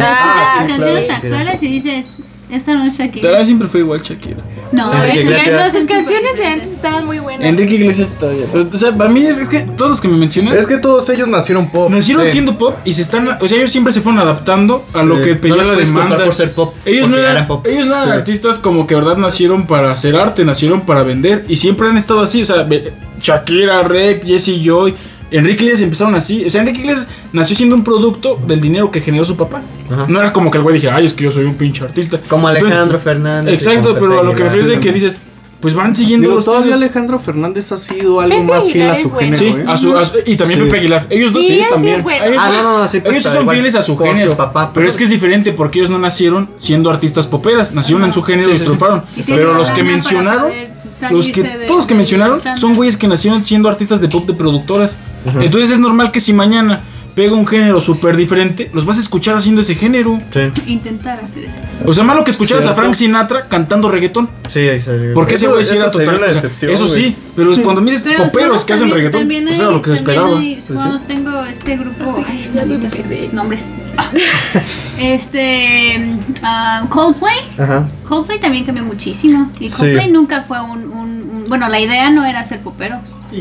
S4: Ah,
S3: las
S4: sí,
S3: canciones
S4: claro.
S3: actuales y dices, esta no es Shakira.
S1: Tara siempre fue igual Shakira.
S3: No,
S4: Enrique
S3: es-
S4: Iglesias.
S3: las
S7: Las
S3: dos
S7: sus
S3: son
S7: canciones de
S3: súper
S7: antes estaban muy buenas.
S1: Enrique Iglesias está allá. Pero, o sea, para mí es, es que todos los que me mencionan.
S6: Es que todos ellos nacieron pop.
S1: Nacieron
S6: Sí.
S1: siendo pop y se están. O sea, ellos siempre se fueron adaptando a lo que
S4: No
S1: pedía
S4: los
S1: la
S4: puedes culpar
S1: demanda.
S4: por ser pop.
S1: Ellos no
S4: porque
S1: eran,
S4: era pop.
S1: ellos no eran
S4: Sí.
S1: artistas como que verdad nacieron para hacer arte, nacieron para vender y siempre han estado así, o sea, ve- Shakira, Rec, Jesse Joy, Enrique Iglesias empezaron así, o sea, Enrique Iglesias nació siendo un producto del dinero que generó su papá.
S4: Ajá.
S1: No era como que el güey dije, "Ay, es que yo soy un pinche artista."
S4: Como
S1: Entonces,
S4: Alejandro Fernández. y
S1: Exacto,
S4: como
S1: pero
S4: Pepe
S1: a lo que me
S4: Aguilar.
S1: refiero es de que dices, pues van siguiendo
S6: Digo,
S1: los
S6: todavía
S1: trazos.
S6: Alejandro Fernández ha sido algo
S7: Pepe
S6: más fiel a
S7: Aguilar
S6: su
S7: es bueno.
S6: género,
S1: Sí,
S6: ¿eh?
S1: a su, a su- y también
S6: Sí.
S1: Pepe Aguilar. Ellos dos
S7: Sí, él sí es
S1: también.
S7: bueno.
S1: Ellos,
S4: Ah, no, no, sí, pues,
S1: ellos sí
S4: pero
S1: son
S4: igual,
S1: fieles a su
S4: por su
S1: género.
S4: papá, pues.
S1: pero
S4: por-
S1: es que es diferente porque ellos no nacieron siendo artistas poperas. Nacieron en su género y triunfaron.
S3: Y tiene
S1: Pero
S3: la
S1: los que
S3: lana para
S1: mencionaron,
S3: poder
S1: los
S3: salirse
S1: que,
S3: de-
S1: todos los que
S3: del
S1: mencionaron
S3: estándar.
S1: son güeyes que nacieron siendo artistas de pop de productoras. Entonces es normal que si mañana pega un género súper diferente, los vas a escuchar haciendo ese género.
S4: Sí,
S3: Intentar hacer eso.
S1: O sea, malo que escucharas a
S6: Cierto.
S1: Frank Sinatra cantando reggaetón.
S4: sí, ahí salió.
S1: Porque ese
S6: Eso-
S1: güey sí
S6: eso
S1: era
S6: sería
S1: total.
S6: una
S1: o sea,
S6: decepción,
S1: eso
S6: güey.
S1: sí, pero cuando me dices
S3: Pero
S1: poperos
S3: supongo
S1: que hacen
S3: también-
S1: reggaetón,
S3: también
S1: pues
S3: hay-
S1: era lo que se
S3: también
S1: esperaba. pues,
S3: hay- supongamos, tengo este grupo. Ay, ya me olvidé nombres. Este. ah, Coldplay.
S4: Ajá.
S3: Coldplay también cambió muchísimo. Y Coldplay nunca fue un, un- un- Bueno, la idea no era ser popero.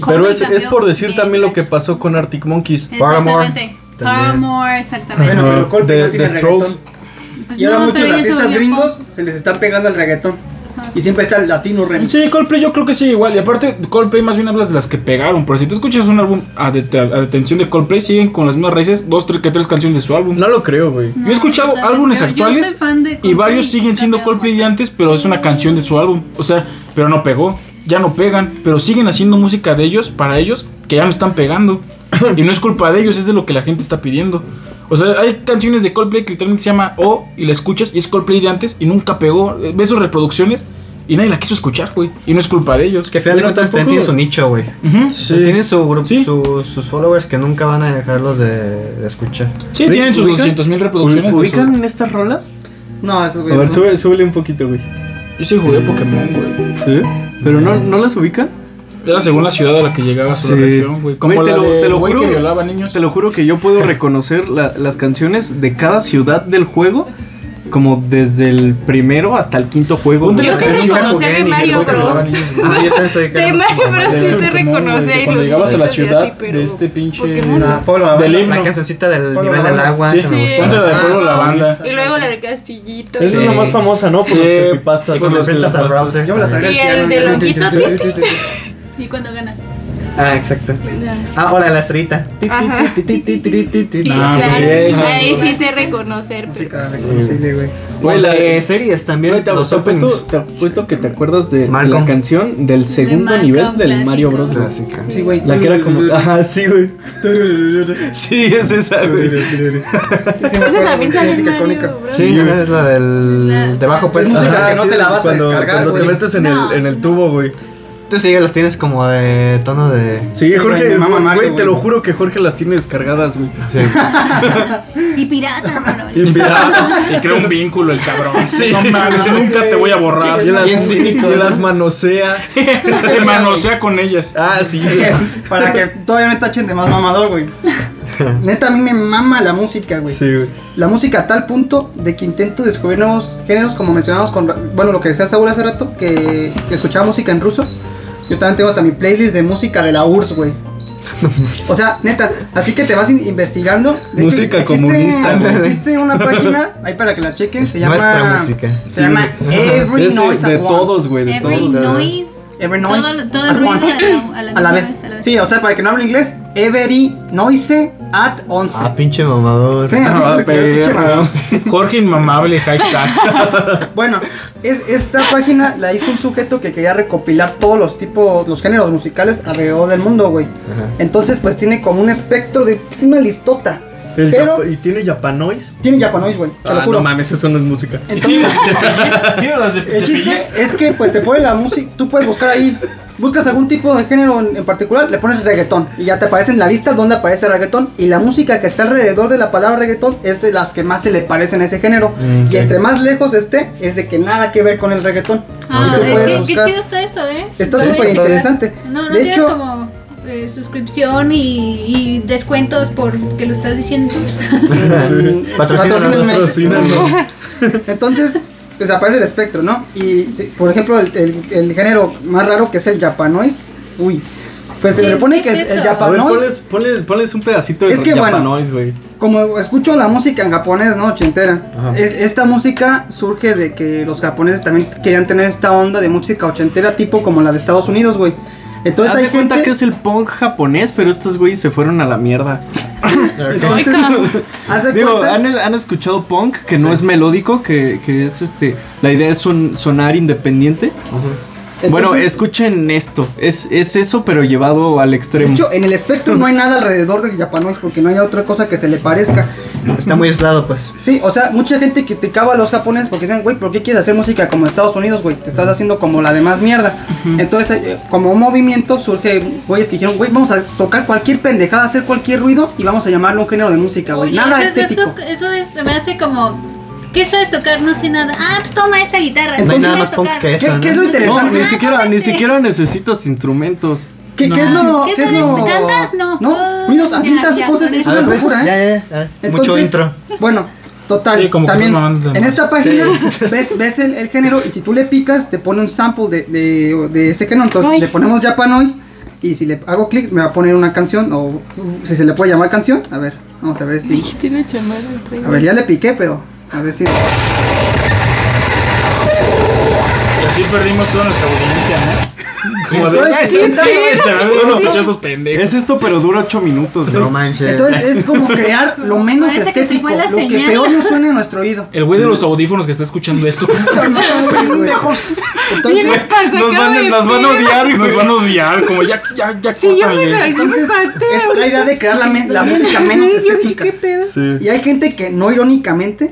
S6: Pero es, es por decir también lo que pasó con Arctic Monkeys.
S3: Exactamente.
S4: Paramore.
S3: Paramore, exactamente.
S2: Bueno, pero
S6: Ah,
S2: Coldplay
S6: de-
S2: no tiene
S6: de Strokes.
S2: reggaetón.
S3: este- Pues
S2: Y ahora
S3: no,
S2: muchos
S3: pero ella se
S2: artistas
S3: volvió
S2: gringos
S3: pop.
S2: se les están pegando al reggaetón.
S3: Ajá,
S2: Y
S3: sí.
S2: siempre está el latino remix.
S1: Sí, Coldplay yo creo que sí, igual. Y aparte, Coldplay más bien hablas de las que pegaron. Pero si tú escuchas un álbum a, det- a detención de Coldplay, siguen con las mismas raíces, dos, tres, que tres canciones de su álbum.
S6: No lo creo, güey.
S1: yo he escuchado
S3: No, yo
S1: álbumes
S3: también, yo- yo
S1: actuales
S3: soy fan de Coldplay
S1: y varios siguen
S3: han
S1: siendo
S3: cambiado
S1: Coldplay de
S3: mucho.
S1: antes, pero es una canción de su álbum. O sea, pero no pegó. Ya no pegan, pero siguen haciendo música de ellos, para ellos, que ya no están pegando. y no es culpa de ellos, es de lo que la gente está pidiendo. O sea, hay canciones de Coldplay que literalmente se llama O y la escuchas y es Coldplay de antes y nunca pegó. Eh, Ves sus reproducciones y nadie la quiso escuchar, güey. Y no es culpa de ellos.
S4: Que al final de
S6: Bueno,
S4: cuentas
S6: tampoco-
S4: tiene su nicho, güey.
S1: Ujú.
S6: Sí.
S4: Tiene su grupo,
S1: Sí.
S4: su- sus followers que nunca van a dejarlos de, de escuchar.
S1: Sí, tienen sus
S6: ¿Ubican?
S1: 200.000 reproducciones. de su-
S6: ¿Ubican en estas rolas?
S2: No, esos
S6: A
S2: güeyes.
S6: ver,
S2: no.
S6: sube, súbele un poquito, güey.
S1: Yo sí jugué Pokémon, güey.
S6: ¿Sí? ¿Pero no, no las ubican?
S1: Era según la ciudad a la que llegabas o
S6: Sí.
S1: la región, güey. Como
S6: Güey, te
S1: la
S6: lo-
S1: de
S6: te lo
S1: güey
S6: juro.
S1: que violaba niños.
S6: Te lo juro que yo puedo reconocer la- las canciones de cada ciudad del juego, como desde el primero hasta el quinto juego.
S1: Ponte
S6: güey.
S7: Yo
S1: las
S7: sé
S1: canciones
S4: nunca
S7: reconocer
S4: jugué
S7: de
S4: ni
S7: Mario
S1: Güey, que
S7: Bros.
S1: violaba niños, güey.
S4: Ah, yo también soy
S7: De Mario Bros sí
S1: Pokémon,
S7: se
S1: güey, de
S7: reconoce.
S1: Cuando
S7: los
S1: llegabas a la
S7: chistes y así,
S1: ciudad
S7: pero
S1: de este pinche.
S7: Pokémon.
S2: La polva.
S1: Del himno.
S4: La cancioncita del
S2: Hola,
S4: nivel del
S2: hola.
S4: agua,
S1: Sí,
S4: esa me
S7: sí.
S4: gustaba.
S1: Ponte de
S7: Ah,
S1: acuerdo la
S7: sí.
S1: banda.
S7: Y luego la del castillito.
S8: Esa es la
S4: Sí.
S8: más famosa, ¿no? Por los
S1: Sí.
S8: creepypastas.
S4: Y cuando
S1: Los que
S4: enfrentas
S1: la
S4: al
S1: pastas.
S4: browser.
S2: Yo me la sabía.
S7: Y el de Longuito Titi.
S3: Y cuando ganas.
S4: Ah, exacto. Ah, hola, la estrellita. Ti,
S7: Ajá.
S4: ti, ti, ti, ti, ti, ti, ti, ti.
S1: Ah, pues sí,
S7: claro.
S1: sí.
S7: Ahí sí sé reconocer. pero-
S2: Música reconocible, güey.
S6: Pues,
S4: O la de series también.
S6: Güey, te,
S4: los
S6: te apuesto,
S4: openings.
S6: te apuesto pues, que te acuerdas de, de la
S4: Malcolm.
S6: canción del segundo
S3: Malcolm,
S6: nivel del Mario
S3: clásico.
S6: Bros. güey.
S4: Clásica.
S2: Ah, Sí, güey.
S6: La que era como. Ajá, sí, güey. Sí, es esa, güey.
S7: Esa también sale en
S2: Música
S7: Mario
S2: icónica.
S7: Bros.
S4: Sí, es la del. Debajo
S2: Es
S4: puesto.
S2: música
S4: Ajá.
S2: que no te la vas a
S8: Ah, cuando,
S2: descargar,
S8: Cuando te
S2: güey.
S8: metes en,
S3: No,
S8: el, en el tubo, güey.
S4: Tú sí las tienes como de tono de.
S8: Sí,
S2: Sí,
S8: Jorge,
S2: güey, me mama
S8: güey,
S2: Mario,
S8: te
S2: güey.
S8: lo juro que Jorge las tiene descargadas, güey.
S4: Sí.
S3: Y piratas, bueno,
S1: Y piratas, y crea un vínculo el cabrón. No mames, nunca te voy a borrar.
S8: Y las,
S4: Bien cínico,
S8: y
S4: ¿no?
S8: las manosea.
S1: Se manosea con ellas.
S8: Ah, sí.
S2: Es que, para que todavía me tachen de más mamador, güey. Neta, a mí me mama la música, güey.
S8: Sí, güey.
S2: La música a tal punto de que intento descubrir nuevos géneros, como mencionamos con. Ra- Bueno, lo que decía Saúl hace rato, que, que escuchaba música en ruso. Yo también tengo hasta mi playlist de música de la URSS, güey. O sea, neta, así que te vas in- investigando. De hecho,
S8: Música comunista, güey.
S2: Existe una página ahí para que la chequen. Se llama.
S4: Nuestra música.
S2: Se llama Every
S8: Es de-
S2: Noise at
S8: de
S2: Once.
S8: todos, güey, de
S3: Every
S8: todos.
S3: noise.
S2: Every Noise.
S3: Todo, todo el
S2: at
S3: ruido
S2: Once.
S3: a la,
S2: A la vez. Sí, o sea, para que no hable inglés, every noise at 11.
S4: Ah, pinche mamador.
S2: Sí, así
S6: Ah,
S2: te quedó
S6: perro.
S2: pinche mamado.
S1: Jorge Inmamable, hashtag.
S2: Bueno, es, esta página la hizo un sujeto que quería recopilar todos los tipos, los géneros musicales alrededor del mundo, güey. Entonces, pues tiene como un espectro de una listota.
S8: El
S2: pero
S8: Jap- ¿Y tiene Japanoise?
S2: tiene japanois, güey, te lo
S8: Ah,
S2: juro.
S8: no mames, eso no es música.
S2: Entonces,
S1: Mira
S6: eh,
S1: las de
S2: El chiste es que pues te pone la música, tú puedes buscar ahí, buscas algún tipo de género en, en particular, le pones reggaetón y ya te aparece en la lista donde aparece reggaetón y la música que está alrededor de la palabra reggaetón es de las que más se le parecen a ese género y entre más lejos esté es de que nada que ver con el reggaetón.
S3: Ah,
S2: Y tú
S3: eh,
S2: puedes
S3: qué, qué
S2: buscar.
S3: chido está eso, ¿eh?
S2: Está
S3: No,
S2: súper
S3: eh,
S2: interesante.
S3: No, no
S2: de
S3: tienes
S2: hecho,
S3: como eh, suscripción y, y descuentos porque lo estás diciendo.
S2: mm,
S4: Patrocínanos,
S2: patrocínenme.
S8: patrocínanos.
S2: Entonces, pues aparece el espectro, ¿no? Y sí, por ejemplo, el, el- el género más raro que es el japanois, uy, pues se
S3: ¿Qué-
S2: le pone
S3: qué
S2: que
S3: es
S2: es el
S3: eso?
S6: A ver,
S2: japanois
S6: ponles, ponles, ponles un pedacito de
S2: Es que, bueno,
S6: Japanoise, güey.
S2: como escucho la música en japonés, ¿no? Ochentera. Es, esta música surge de que los japoneses también querían tener esta onda de música ochentera, tipo como la de Estados Unidos, güey. Entonces
S6: Haz
S2: pues hay
S6: de cuenta
S2: gente,
S6: que es el punk japonés, pero estos güeyes se fueron a la mierda.
S2: entonces, haz de
S6: Digo,
S2: cuenta-
S6: ¿han, han escuchado punk que no es melódico, que, que es este. La idea es son- sonar independiente.
S2: entonces,
S6: bueno, escuchen esto. Es, es eso, pero llevado al
S2: De
S6: extremo.
S2: hecho, en el espectro no hay nada alrededor del japonés porque no hay otra cosa que se le parezca.
S4: Está muy aislado, pues.
S2: Sí, o sea, mucha gente criticaba a los japoneses porque decían, güey, ¿por qué quieres hacer música como Estados Unidos, güey? Te estás haciendo como la demás mierda. Entonces, eh, como un movimiento surge güeyes que dijeron, güey, vamos a tocar cualquier pendejada, hacer cualquier ruido y vamos a llamarlo un género de música, güey.
S3: Oye,
S2: Nada
S3: eso, es-
S2: estético.
S3: Eso, es- eso es, me hace como. ¿Qué sabes tocar? No sé nada. Ah, pues toma esta guitarra.
S4: No
S3: ¿Qué
S4: hay nada
S3: sabes
S4: más punk
S3: tocar?
S4: que eso.
S2: ¿Qué, qué es lo
S4: ¿no?
S6: no,
S2: interesante?
S6: ni
S3: Ah,
S6: siquiera, ni
S3: cómete.
S6: siquiera necesitas instrumentos.
S2: ¿Qué, qué es lo...?
S3: ¿Qué
S2: ¿Qué es
S3: sabes?
S2: lo...?
S3: ¿Cantas? No.
S2: No, ruidos a
S3: Ya,
S2: tantas
S3: ya,
S2: cosas
S3: con
S2: es
S3: eso.
S2: una
S4: ¿Ves?
S2: locura, ¿eh?
S4: pues, Ya, ya, ya. Mucho
S2: Entonces,
S4: intro.
S2: Bueno, total.
S1: Sí, como que
S2: también
S1: estás mamando de
S2: en
S1: más.
S2: esta página ves, ves el, el género y si tú le picas te pone un sample de, de, de ese género. Entonces
S7: Ay.
S2: le ponemos Japanoise y si le hago clic me va a poner una canción o uh, si se le puede llamar canción. A ver, vamos a ver si.
S7: Ay, Tiene chamada el
S2: A
S7: trailer.
S2: ver, ya le piqué, pero a ver si.
S1: Y así perdimos toda nuestra audiencia, ¿no? Como de,
S2: Eso es-
S1: "Ay, ¿sabes qué, güey? Se me habían
S6: Sí.
S1: escuchado estos pendejos.
S6: Es esto, pero dura 8 minutos,
S4: No
S6: güey.
S4: manches.
S2: Entonces es como crear lo menos
S3: Parece que se
S2: estético,
S3: fue la
S2: lo que
S3: señal.
S2: peor nos suena en nuestro oído.
S1: El güey de los audífonos que está escuchando esto.
S7: ¿Qué
S2: Entonces,
S7: les pasa?
S6: Nos
S7: Acabo
S6: van,
S7: de
S6: nos van a
S7: ver.
S6: odiar,
S1: Nos
S6: güey.
S1: van a odiar, como ya, ya, ya.
S7: Sí, yo
S1: córtale.
S7: me salí, yo me
S2: entonces
S7: salté.
S2: es la idea de crear la, men- la música menos
S7: Yo dije,
S2: estética.
S7: ¿Qué pedo?
S2: Y hay gente que no irónicamente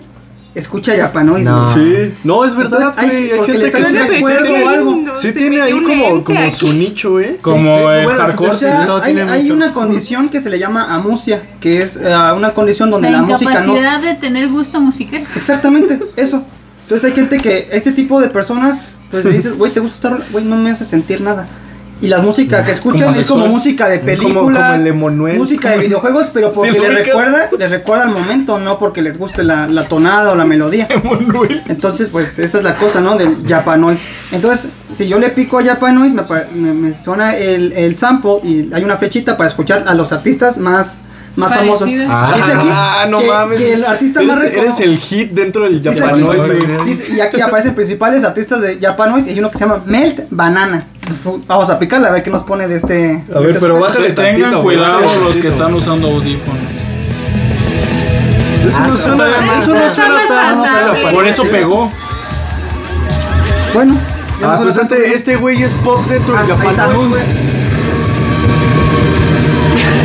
S2: escucha japanois.
S4: No.
S2: güey.
S8: Sí. No, es verdad,
S2: Ah. Entonces, hay-
S8: güey. Hay,
S2: porque le
S8: gente que
S2: traen
S8: sí,
S2: una
S8: sí,
S2: cuerda
S8: tiene-
S2: o algo.
S7: No,
S8: sí
S7: se
S8: tiene
S7: metió
S8: ahí
S7: un
S8: como,
S7: lente
S8: como
S7: aquí.
S8: su nicho, ¿eh?
S1: Como el
S8: bueno,
S1: hardcore.
S2: O sea,
S4: todo
S2: hay,
S4: tiene
S2: hay
S4: mucho.
S2: una condición que se le llama amusia, que es eh, una condición donde la,
S3: La
S2: música no.
S3: incapacidad de tener gusto musical.
S2: Exactamente, eso. Entonces hay gente que, este tipo de personas, pues le dices, güey, ¿te gusta estar? Güey, no me hace sentir nada. Y la música que escuchan
S6: Como
S2: es como
S6: asexual.
S2: música de películas,
S8: Como- como el Emanuel.
S2: música de videojuegos, pero porque
S8: Sí, lo
S2: les,
S8: ubicas.
S2: recuerda, les recuerda el momento, no porque les guste la, la tonada o la melodía. Entonces, pues esa es la cosa, ¿no? Del Japanoise. Entonces, si yo le pico a Japanoise, me, pa- me- me suena el, el sample y hay una flechita para escuchar a los artistas más, más famosos.
S3: Parecidos.
S4: Ah,
S2: Dice aquí
S8: Ah, no
S2: que,
S8: mames.
S2: que el artista
S8: eres,
S2: más recono-
S8: eres el hit dentro del
S2: Dice aquí-
S8: Japanois. güey.
S2: dice- y aquí aparecen principales artistas de Japanoise y hay uno que se llama Melt Banana. Fu- Vamos a picarle a ver qué nos pone de este.
S8: A ver, pero
S2: baja
S8: bájale
S1: Que
S8: tantito.
S1: tengan
S8: güey, bájale
S1: cuidado los
S8: tantito.
S1: que están usando audífonos.
S8: Eso
S6: Ah,
S8: no suena,
S2: todavía
S8: eso
S2: más.
S8: no suena
S7: Está más
S8: tan-
S7: pasable.
S1: Por eso pegó.
S2: Bueno, ya
S8: Ah,
S2: no
S8: pues
S2: suena tanto.
S8: este, este güey es pop dentro
S2: Ah,
S8: del
S2: ahí está,
S8: Japanois.
S2: güey.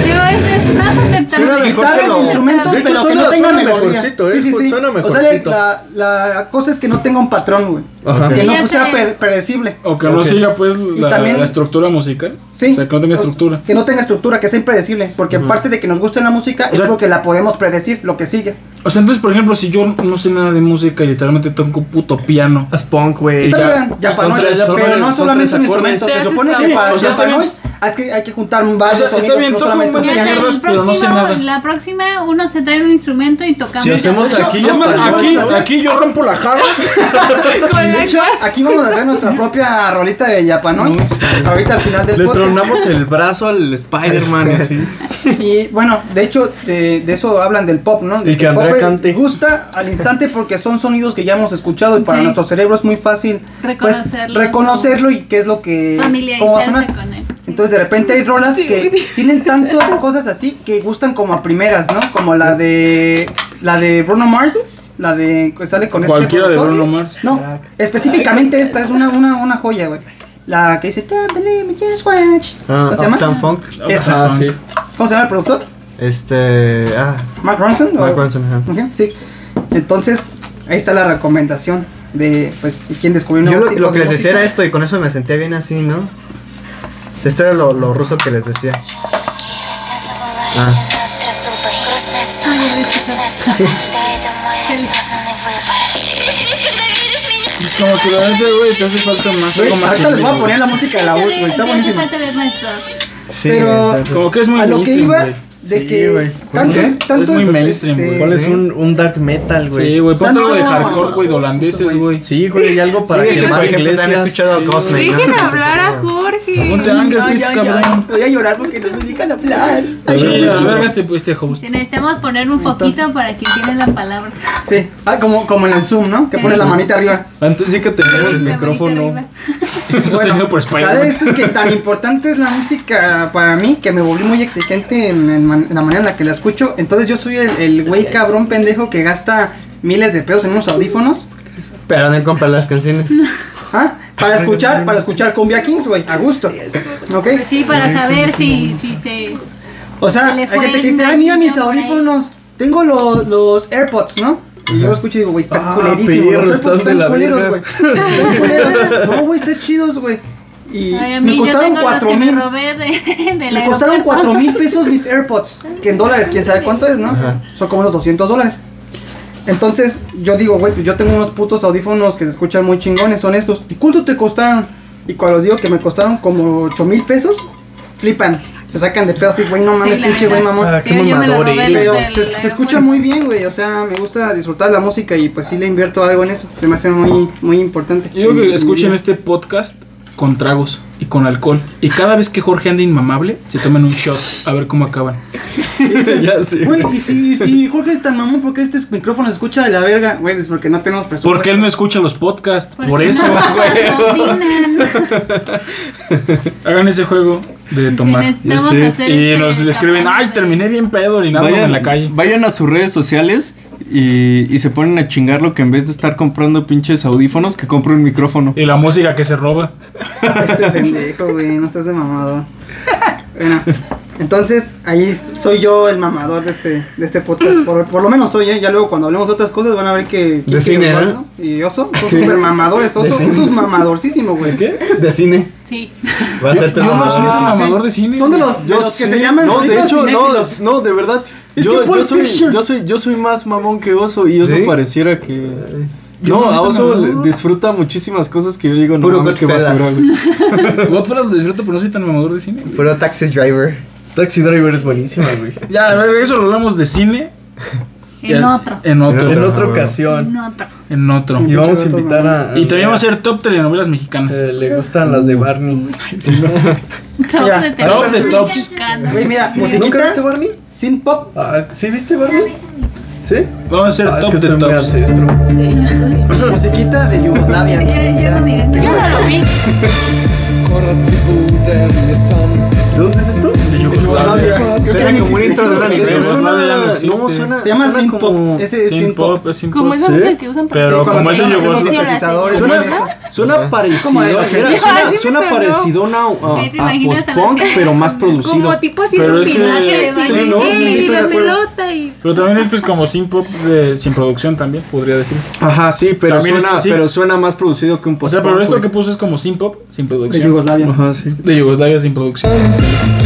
S3: Yo, es- estás aceptando.
S4: Suena mejor
S2: guitarras,
S4: que lo-
S2: instrumentos,
S8: De hecho,
S2: pero que
S8: suena-
S2: no tengan
S8: suena
S2: melodía.
S8: mejorcito, eh, suena
S2: O sea,
S8: mejorcito.
S2: la, la cosa es que no tenga un patrón, güey.
S8: Ajá.
S2: Que
S3: Ya
S2: no sea
S3: sé.
S2: pre- predecible.
S1: O que no
S8: Ok.
S1: siga pues la,
S2: también-
S1: la estructura musical.
S2: Sí.
S1: O sea, que no tenga estructura.
S2: Que no tenga estructura, que sea impredecible. Porque parte de que nos guste la música es
S1: sea-
S2: porque la podemos predecir, lo que sigue.
S1: O sea, entonces, por ejemplo, si yo no sé nada de música y literalmente toco un puto piano.
S6: Haz punk, güey.
S1: ya.
S2: Tal- ya
S6: Son
S2: para
S6: tres-
S2: noise,
S6: son
S2: pero
S6: tres-
S2: no
S6: son
S2: solamente un
S6: tres acordes.
S2: instrumento. Se
S7: Sí,
S2: supone
S7: sí,
S2: que para
S1: o sea, está
S2: para
S1: bien.
S2: noise hay que, hay que juntar varios
S1: está
S2: sonidos,
S1: bien,
S2: no
S1: toco un
S2: solamente
S1: buen
S2: un
S3: Ya
S1: piano.
S3: sé,
S1: mierdas,
S3: el
S1: pero no sé
S3: próximo-
S1: nada.
S3: la próxima uno se trae un instrumento y tocamos.
S8: Si hacemos aquí
S1: Es
S8: ya
S1: más,
S8: para-
S1: aquí,
S2: vamos a hacer-
S1: aquí yo rompo la jarra.
S7: Con la
S2: De hecho,
S7: cual-
S2: aquí vamos a hacer nuestra propia rolita de Japanois. Ahorita al final del
S8: Le
S2: podcast.
S8: tronamos el brazo al Spider-Man así.
S2: Y bueno, de hecho, de, de eso hablan del pop, ¿no? De
S8: Y que
S2: el
S8: Andrea
S2: pop
S8: cante.
S2: gusta al instante porque son sonidos que ya hemos escuchado y para
S3: Sí.
S2: nuestro cerebro es muy fácil pues,
S3: Reconocerlos.
S2: reconocerlo y qué es lo que. cómo va a
S3: Familiarizarse
S2: sonar.
S3: con él. sí.
S2: Entonces de repente hay rolas
S7: Sí.
S2: que tienen tantas cosas así que gustan como a primeras, ¿no? Como la de la de Bruno Mars, la de que sale con este
S1: Cualquiera de
S2: productor.
S1: Bruno Mars.
S2: No, específicamente esta es una, una, una joya, güey. La que dice Can't believe me just watch.
S4: Ah,
S2: ¿Cómo se llama?
S4: Uptown Funk.
S2: Esta.
S1: Ah, sí.
S2: ¿Cómo se llama el productor?
S4: Este. Ah,
S2: Mark Ronson. o-
S4: Mark Ronson. ajá.
S2: Ujú, sí. Entonces, ahí está la recomendación de pues si quieren descubrir
S4: Yo
S2: nuevos
S4: lo,
S2: tipos
S4: lo que
S2: de
S4: les decía
S2: música.
S4: era esto y con eso me sentía bien así, ¿no? O sea, Esto era lo, lo ruso que les decía. Ah,
S1: Es como que la neta, güey, te hace falta más.
S2: Güey,
S1: algo más
S2: ahorita les voy a
S1: chingón.
S2: poner la música de la voz, güey, está
S3: Ya hace
S2: buenísima.
S3: falta ver nuestro.
S4: Sí,
S2: Pero-
S4: entonces-
S1: Como que es muy
S2: a lo que
S1: mainstream,
S2: iba
S1: güey.
S2: de
S8: Sí,
S2: que
S8: güey.
S2: tantos,
S1: Es- es
S2: tantos,
S1: muy mainstream,
S2: este,
S1: güey.
S8: ¿Cuál es un, un dark metal,
S1: Sí,
S8: güey?
S1: güey, ponte algo de
S2: Tanto-
S1: hardcore, güey, de holandeses, güey.
S8: Sí, güey, y algo para
S4: Sí,
S8: que
S4: este, por
S8: Mario
S4: ejemplo, también he
S8: Iglesias-
S4: escuchado a Cosme.
S7: Dejen
S4: ¿no?
S7: hablar a Jorge.
S1: Ponte Angerfist, cabrón.
S2: voy a llorar porque no me dedican a hablar.
S1: Sí, a ver este, este host.
S3: Si necesitamos poner un foquito para quien tiene la palabra.
S2: Sí, ah, como, como en el Zoom, ¿no? Que pones la manita arriba.
S8: Antes sí que tenemos el
S3: La manita
S8: micrófono.
S3: arriba.
S1: Sostenido por
S2: la de
S1: Spider-Man.
S2: esto es que tan importante es la música para mí que me volví muy exigente en, en man- en la manera en la que la escucho. Entonces yo soy el- el güey cabrón pendejo que gasta miles de pesos en unos audífonos.
S4: Pero no comprar las canciones.
S2: ¿Ah? Para escuchar, para escuchar Cumbia Kings, güey, a gusto. ¿Ok?
S3: Pues sí, para saber si, si se.
S2: O sea,
S3: Se le
S2: hay
S3: fue
S2: gente que
S3: el
S2: dice, ay, mira mis
S3: martillo por ahí".
S2: audífonos. Tengo los, los AirPods, ¿no? Y yo lo escucho y digo, güey, están
S8: Ah,
S2: culerísimos.
S8: perro,
S2: los AirPods
S8: estás de
S2: están
S8: la
S2: culeros,
S8: verga.
S2: güey. Están culeros. No, güey, están chidos, güey. Y
S3: Ay, a
S2: me
S3: mí, yo
S2: costaron
S3: tengo los
S2: cuatro
S3: que me
S2: mil.
S3: robé de, de la
S2: Me costaron cuatro mil pesos mis AirPods. Que en dólares, quién sabe cuánto es, ¿no?
S4: Ajá.
S2: Son como unos 200 dólares. Entonces, yo digo, güey, pues yo tengo unos putos audífonos que se escuchan muy chingones, son estos. ¿Y cuánto te costaron? Y cuando les digo que me costaron como 8 mil pesos, flipan. Se sacan de pedo así, güey, no mames,
S3: la
S2: pinche güey
S3: neta.
S2: mamón.
S8: Ah, qué
S3: Yo- yo me lo
S8: mamador
S3: robé
S8: eres.
S2: Pero
S3: los del
S2: se, se
S3: aeropuerto.
S2: escucha muy bien, güey. O sea, me gusta disfrutar la música y pues sí le invierto algo en eso. Se me hace muy, muy importante.
S1: Yo digo
S2: En- en
S1: que
S2: mi
S1: escuchen
S2: vida.
S1: este podcast con tragos y con alcohol. Y cada vez que Jorge ande inmamable, se tomen un shot a ver cómo acaban.
S8: ya sé.
S2: Güey, y si, y si Jorge es tan mamón, ¿por qué este micrófono se escucha de la verga? Güey, pues porque no tenemos presupuesto.
S1: Porque él no escucha los podcasts.
S3: Porque
S1: Por eso,
S3: no cocinan.
S1: hagan ese juego de tomar.
S3: Si necesitamos
S8: Ya sé.
S3: hacer
S1: Y
S3: este
S1: nos le escriben,
S3: tamaño
S1: ay,
S3: de-
S1: terminé bien pedo ni nada
S8: Vayan,
S1: en la calle.
S8: vayan a sus redes sociales y, y se ponen a chingar lo que en vez de estar comprando pinches audífonos, que compre un micrófono.
S1: Y la música que se roba.
S2: Este pendejo, güey, no estás de mamador. Bueno, entonces ahí soy yo el mamador de este, de este podcast. Por, por lo menos soy, ¿eh? Ya luego cuando hablemos de otras cosas van a ver que. que-
S4: De cine,
S2: Osvaldo Y oso, son super mamadores. Oso,
S4: cine.
S2: oso es mamadorcísimo, güey. ¿Qué?
S4: De cine.
S3: Sí.
S4: Va a ser tu
S1: Yo no
S4: mamá.
S1: soy un Ah, amador de cine.
S2: Son de los, de
S8: Yo
S2: los que
S8: sí.
S2: se llaman.
S8: No, de
S2: ricos
S8: hecho, no,
S2: cinéfilos.
S8: no, de verdad.
S2: Es
S8: yo,
S2: que Pulp
S8: yo soy,
S2: Fiction.
S8: yo, soy, yo soy más mamón que oso y oso
S4: ¿Sí?
S8: pareciera que.
S6: No,
S8: No,
S6: a Oso
S8: no.
S6: le- disfruta muchísimas cosas que yo digo, no
S4: Puro
S6: mames, qué
S4: Goodfellas.
S6: basura, güey.
S1: Godfellas lo disfruto, pero no soy tan mamador de cine. güey.
S4: Puro taxi driver.
S8: Taxi Driver es buenísima, güey.
S1: Ya, a ver, eso lo hablamos de cine.
S3: En
S1: Ya-
S3: otro.
S1: En otro.
S8: en
S1: En
S8: otra
S4: güey.
S8: ocasión.
S3: En otro.
S1: otro.
S8: Y vamos a invitar a.
S1: Y también va a ser top telenovelas mexicanas.
S8: Eh, le gustan las de Barney.
S3: Top
S2: Ya,
S3: de
S1: top de
S3: televisión
S1: tops.
S3: mexicana.
S2: Güey, mira,
S8: ¿Nunca viste
S2: musiquita,
S8: Barney?
S2: sin pop.
S8: Ah, ¿Sí viste Barney? ¿Sí?
S1: Vamos a ser
S8: Ah, es
S1: top
S8: que
S1: de
S8: estoy muy
S1: tops.
S8: ancestro.
S2: Musiquita de Yugoslavia.
S3: Yo no miré.
S7: Yo no lo vi.
S8: ¿De dónde es esto? De
S1: Yugoslavia.
S4: Suena como un intro de un anime.
S8: Esto
S1: Esto
S8: suena,
S1: Yugoslavia no
S8: no,
S1: existe.
S8: suena,
S2: Se llama
S8: suena
S2: Sin
S8: como-
S2: Pop. Ese es
S1: Sin
S2: Sin Pop.
S1: pop, es sin
S7: Como
S1: pop.
S7: esos
S8: ¿Sí?
S7: es el que usan para
S1: Pero
S7: hacer-
S1: como ese
S7: para hacer
S1: llegó-
S7: sintetizadores,
S2: Suena-
S7: ¿no?
S4: Ah.
S6: Suena parecido,
S2: Como de
S6: era-
S2: ochenta.
S7: Ay, sí
S6: suena,
S7: me
S6: suena
S7: sonó.
S6: parecido a una
S2: Ah,
S6: a,
S3: ¿Te imaginas
S6: a
S2: pues
S3: a la
S6: post-punk,
S3: serie?
S6: pero más producido.
S7: Como tipo así
S1: Pero
S7: de
S1: es que-
S7: pinaje,
S1: sí,
S7: sí,
S1: ¿no?
S7: sí,
S1: Sí,
S7: y
S1: estoy de
S7: la
S1: acuerdo.
S7: pelota y
S1: Pero también es pues, como sin pop, de, sin producción también, podría decirse.
S6: Ajá, sí, pero
S1: También es
S6: suena,
S1: así.
S6: pero suena más producido que un
S1: O
S6: post
S1: sea,
S8: Ah,
S1: pero esto que puse es como sin pop, sin
S2: De
S1: producción.
S2: Yugoslavia.
S6: Ajá, sí.
S1: De Yugoslavia sin producción.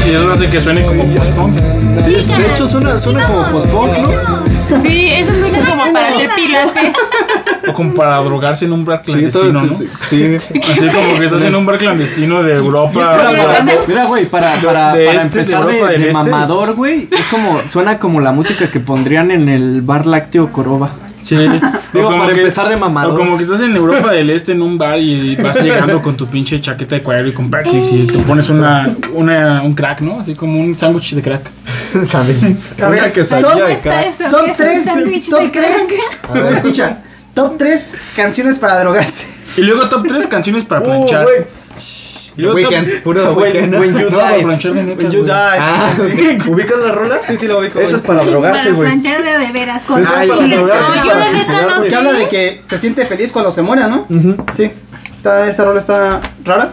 S1: Y eso hace que suene como post-punk.
S6: De hecho, suena, suena como post-punk, ¿no?
S7: Sí, eso suena como para hacer pilates.
S1: O como para drogarse en un bar
S6: Sí,
S1: clandestino,
S6: todo-
S1: ¿no?
S6: sí, sí.
S1: Así como que estás en un bar clandestino de
S6: Mira,
S1: Europa.
S6: para- Mira, güey, para, para,
S1: De
S6: para
S1: este, de
S6: empezar de,
S1: Europa del
S6: de
S1: Este.
S6: mamador, güey, es como, suena como la música que pondrían en el bar lácteo Coroba.
S1: Sí.
S6: Digo,
S1: O como
S6: para empezar de mamador.
S1: O como que estás en Europa del Este en un bar y vas llegando con tu pinche chaqueta de cuadro y con Brexit y te pones una, una, un crack, ¿no? Así como un sándwich de crack.
S4: ¿Sabes?
S2: A ver,
S7: ¿Cómo
S2: top,
S7: está eso?
S2: top
S7: ¿Qué es un
S2: 3,
S7: sándwich de
S2: top 3.
S7: crack?
S2: Escucha, top 3 canciones para drogarse.
S1: Y luego top 3 canciones para
S8: Uh,
S1: planchar.
S8: güey.
S1: y luego
S4: Weekend, puro
S8: When-
S4: weekend.
S8: when you
S1: No,
S8: die.
S1: para planchar de neta,
S8: When you
S1: güey.
S8: die.
S4: Ah,
S8: ¿Ubicas la rola? Sí, sí, la ubico. Eso es para drogarse,
S3: Para
S8: güey.
S3: planchar de de veras con
S8: Eso es para
S3: ácido.
S8: drogarse.
S7: No, yo la neta no
S2: Que habla de
S7: sé.
S2: que se siente feliz cuando se muera, ¿no? Sí. Esta, esta rola está rara.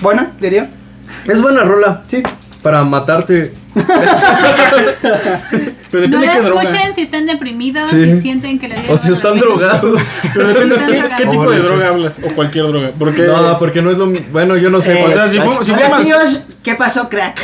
S2: Buena, diría.
S8: Es buena rola.
S2: Sí.
S8: Para matarte.
S1: Pero depende
S3: No la
S1: de qué droga.
S3: escuchen si están deprimidos,
S8: Sí.
S3: si sienten que la vida
S8: O si
S3: vale
S8: están
S3: la pena.
S8: drogados.
S1: Pero depende de qué,
S3: Están
S1: qué tipo de droga hablas. O cualquier droga. Porque.
S8: No, porque no es lo mismo. Bueno, yo no sé.
S1: o
S8: cuál
S1: sea,
S8: es.
S6: Eh,
S1: si, fu- si
S2: Hola,
S1: fumas,
S2: tíos, ¿qué pasó, crack?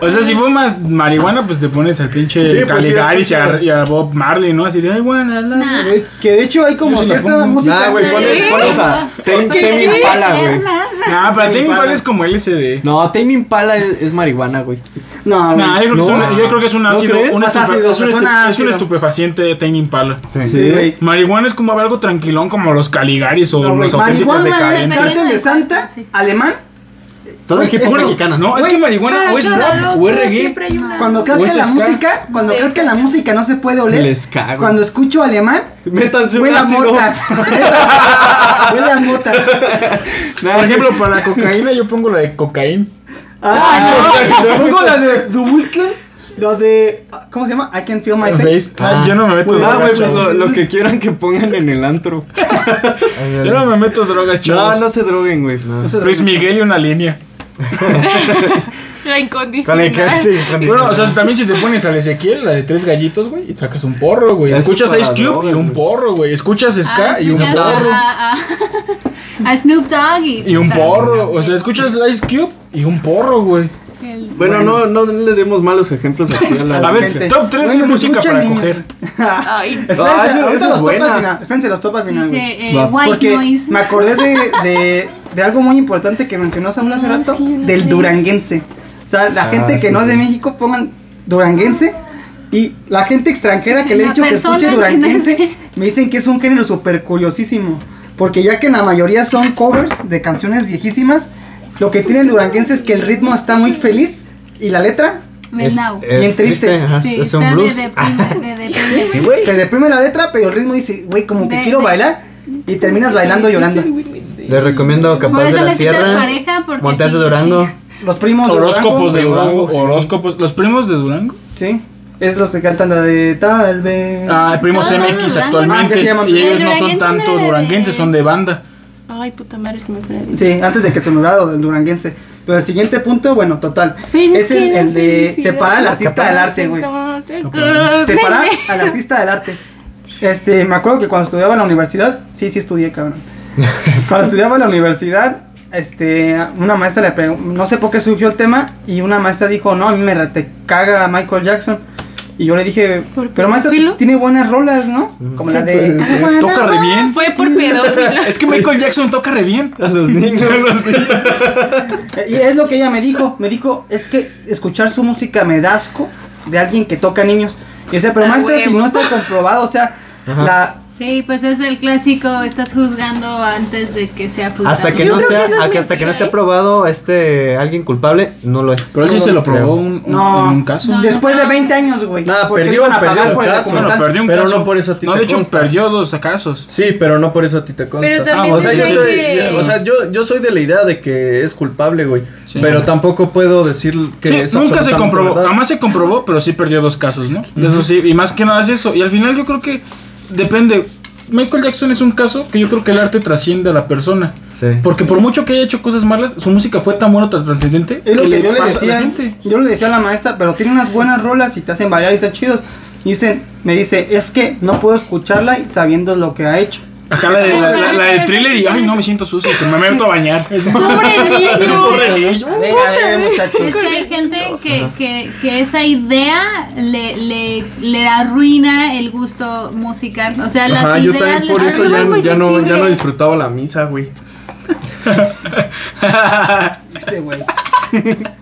S1: o sea, si fumas marihuana, pues te pones al pinche
S8: Sí, pues sí,
S1: Caligari y, a,
S8: escucha.
S1: y a Bob Marley, ¿no? Así de, ay, bueno,
S3: Nah.
S2: Que de hecho hay como
S1: Yo sí la
S2: cierta
S1: pongo.
S2: música.
S8: Nah, güey, ponle,
S7: Sí.
S8: ponle esa. Tame
S7: Porque
S8: Tame
S7: sí,
S8: Impala, güey.
S3: Piernas.
S1: Nah, para Tame Impala es como LSD.
S6: No, Tame Impala es, es marihuana, güey.
S2: No, güey.
S1: Nah, yo, creo que es
S8: No.
S1: un- yo creo que es un
S8: ¿No
S1: ácido.
S8: creen?
S1: un
S2: Más
S1: estupe-
S2: ácido,
S1: es, un estu-
S2: suena
S1: es un
S2: ácido.
S1: estupefaciente de Tame Impala.
S2: Sí, güey.
S1: Marihuana es como algo tranquilón, como los Caligaris o
S2: No, güey.
S1: los auténticos
S2: Marihuana es
S1: decadentes.
S2: cárcel de Santa,
S3: Sí.
S2: alemán.
S4: Todo el hip hop
S1: Bueno,
S4: mexicano.
S1: No, es que marihuana o es rap o es reggae.
S2: Cuando creas
S1: ¿O
S2: que
S1: es
S2: la
S1: ska?
S2: música, cuando creas que la música no se puede oler.
S6: Les cago.
S2: Cuando escucho alemán,
S8: Métanse un
S2: huele a
S8: ácido.
S2: mota. Huele a mota.
S1: Por ejemplo, para cocaína yo pongo la de cocaína.
S2: Ah, no. Pongo la de Dubulke, la de ¿cómo se llama? I can feel my face.
S1: Ah, yo no me meto
S6: Ah, güey,
S1: drogas,
S6: pues lo,
S1: chavos.
S6: lo que quieran que pongan en el antro.
S1: Yo no me meto drogas,
S6: No,
S1: chavos.
S6: no se droguen, güey.
S1: Luis Miguel y una línea.
S4: Con
S7: La
S4: el que
S7: incondicional.
S4: sí, con el-
S1: Bueno, o sea, también si te pones al Ezequiel, la de tres gallitos, güey, y sacas un porro, güey.
S6: Eso es
S1: Escuchas
S6: para
S1: Ice Cube y
S6: drogas,
S1: un
S6: güey.
S1: porro, güey. Escuchas Ska
S3: Ah,
S1: y un
S3: escuchas
S1: porro.
S3: A, a- a Snoop Dogg y,
S1: Y un porro. O sea, escuchas Ice Cube y un porro, güey.
S3: El-
S6: Bueno, no, no le demos malos ejemplos aquí a la
S1: A ver,
S2: Gente. pues
S1: top 3
S2: Güey,
S1: de
S2: nos
S1: música
S2: escuchan
S1: para
S2: niños.
S1: coger.
S7: Ay,
S2: Espérense,
S6: Ah, eso-
S2: ahorita
S6: eso es
S2: los topo
S6: buena.
S2: al final. Espérense, los topo al final. güey.
S3: Dice eh,
S6: Va.
S3: White
S2: Porque
S3: Noise.
S2: me acordé de, de, de algo muy importante que mencionó Saúl hace rato, del duranguense. O sea,
S1: Ah,
S2: la gente que no es de México pongan duranguense y la gente extranjera que le he
S3: La
S2: dicho que
S3: persona
S2: escuche
S3: que no es de-
S2: duranguense me dicen que es un género súper curiosísimo. Porque ya que la mayoría son covers de canciones viejísimas, lo que tiene el duranguense es que el ritmo está muy feliz y la letra
S3: Red Now.
S2: Bien triste.
S4: ajá,
S3: Sí,
S4: eh, es un
S3: está de
S4: blues.
S3: deprime- de deprime.
S2: te deprime la letra, pero el ritmo dice, güey, como que
S3: De-
S2: quiero
S3: de-
S2: bailar y terminas bailando llorando.
S4: Les recomiendo
S3: Por
S4: Capaz
S3: eso
S4: de la
S3: necesitas
S4: Sierra,
S3: pareja, porque
S4: Montes de
S3: sí,
S4: Durango.
S2: Los primos de
S1: Horóscopos de Durango.
S2: sí.
S1: Horóscopos. ¿Los primos de Durango?
S2: Sí, es los que cantan la de tal vez.
S1: Ah, primos
S3: Todos son de
S1: MX
S3: Durango.
S2: Ah,
S1: actualmente.
S2: que se llaman-
S1: Y ellos no son
S7: Duranguense
S1: tanto
S7: no era-
S1: duranguenses, son de banda.
S7: ay, puta madre, se me fue. la-
S2: Sí, antes de que se mudara del duranguense. Pero el siguiente punto, bueno, total.
S7: Pero
S2: es el,
S7: que
S2: el
S7: la
S2: de
S7: felicidad-
S2: separar al artista del arte, güey. Separar al artista del arte. Este, me acuerdo que cuando estudiaba en la universidad, sí, sí estudié, cabrón. Cuando estudiaba en la universidad, este, una maestra le preguntó, no sé por qué surgió el tema, y una maestra dijo, no, a mí me re- te caga Michael Jackson. Y yo le dije,
S7: ¿Por
S2: pero maestro, pues,
S7: pedófilo?
S2: tiene buenas rolas, ¿no? Como la de...
S8: Pues, sí.
S2: Aguada,
S1: Toca re bien.
S7: Fue por pedófilo.
S1: Es que Michael Jackson toca re bien.
S8: A los niños.
S2: Y es lo que ella me dijo. Me dijo, es que escuchar su música me da asco de alguien que toca niños. Y yo decía, pero
S7: Ah,
S2: maestra, si
S7: huevo.
S2: no está comprobado, o sea, la.
S3: Sí, pues es el clásico, estás juzgando antes de que sea juzgado.
S4: Hasta que
S7: Yo
S4: no
S7: creo que
S4: sea,
S7: eso es
S4: a que hasta que no
S7: mentira,
S4: sea
S7: ¿eh?
S4: probado este alguien culpable, no lo es.
S1: Pero él sí se lo probó un, un-
S2: No.
S1: en un caso.
S3: No,
S2: Después de 20 años, güey.
S8: Nada,
S2: ¿por qué
S8: perdió-
S2: iban a
S8: perdió
S2: pagar
S8: el
S2: por el
S8: caso.
S1: Bueno,
S2: documental?
S1: perdió un
S8: Pero
S1: caso.
S8: no por eso a ti
S1: No,
S8: te
S1: de hecho,
S8: consta.
S1: perdió dos casos. Ah,
S8: Sí, pero no por eso a ti te consta.
S7: Pero también
S8: o sea,
S7: te
S8: yo,
S7: sé
S8: estoy-
S7: que-
S8: yo- o sea, yo, yo soy de la idea de que es culpable, güey.
S1: Sí.
S8: Pero tampoco puedo decir que
S1: Sí,
S8: es
S1: nunca se
S8: absolutamente
S1: comprobó.
S8: verdad.
S1: Jamás se comprobó, pero sí perdió dos casos, ¿no? De Eso sí, y más que nada es eso. Y al final yo creo que depende. Michael Jackson es un caso que yo creo que el arte trasciende a la persona.
S4: Sí.
S1: Porque por mucho que haya hecho cosas malas, su música fue tan buena, tan trascendente,
S2: Es lo que, yo le
S1: pasa a la
S2: decía.
S1: gente.
S2: Yo le decía a la maestra, pero tiene unas buenas rolas y te hacen bailar y están chidos. Y dicen, me dice, es que no puedo escucharla y sabiendo lo que ha hecho.
S1: Acá la de, la, la- la de
S3: Ay,
S1: thriller y ay no me siento sucio, se me meto a bañar.
S7: ¡Pobre niño!
S1: Pobre niño.
S2: A ver, a ver, muchachos.
S3: Es que hay gente que, que, que esa idea le, le, le arruina el gusto musical. O sea, las
S8: Ajá, yo
S3: ideas
S8: también
S3: les
S8: por eso
S3: arruinan.
S8: ya,
S7: muy
S8: ya no, ya
S7: sensible.
S8: no disfrutaba la misa, güey.
S2: Este güey.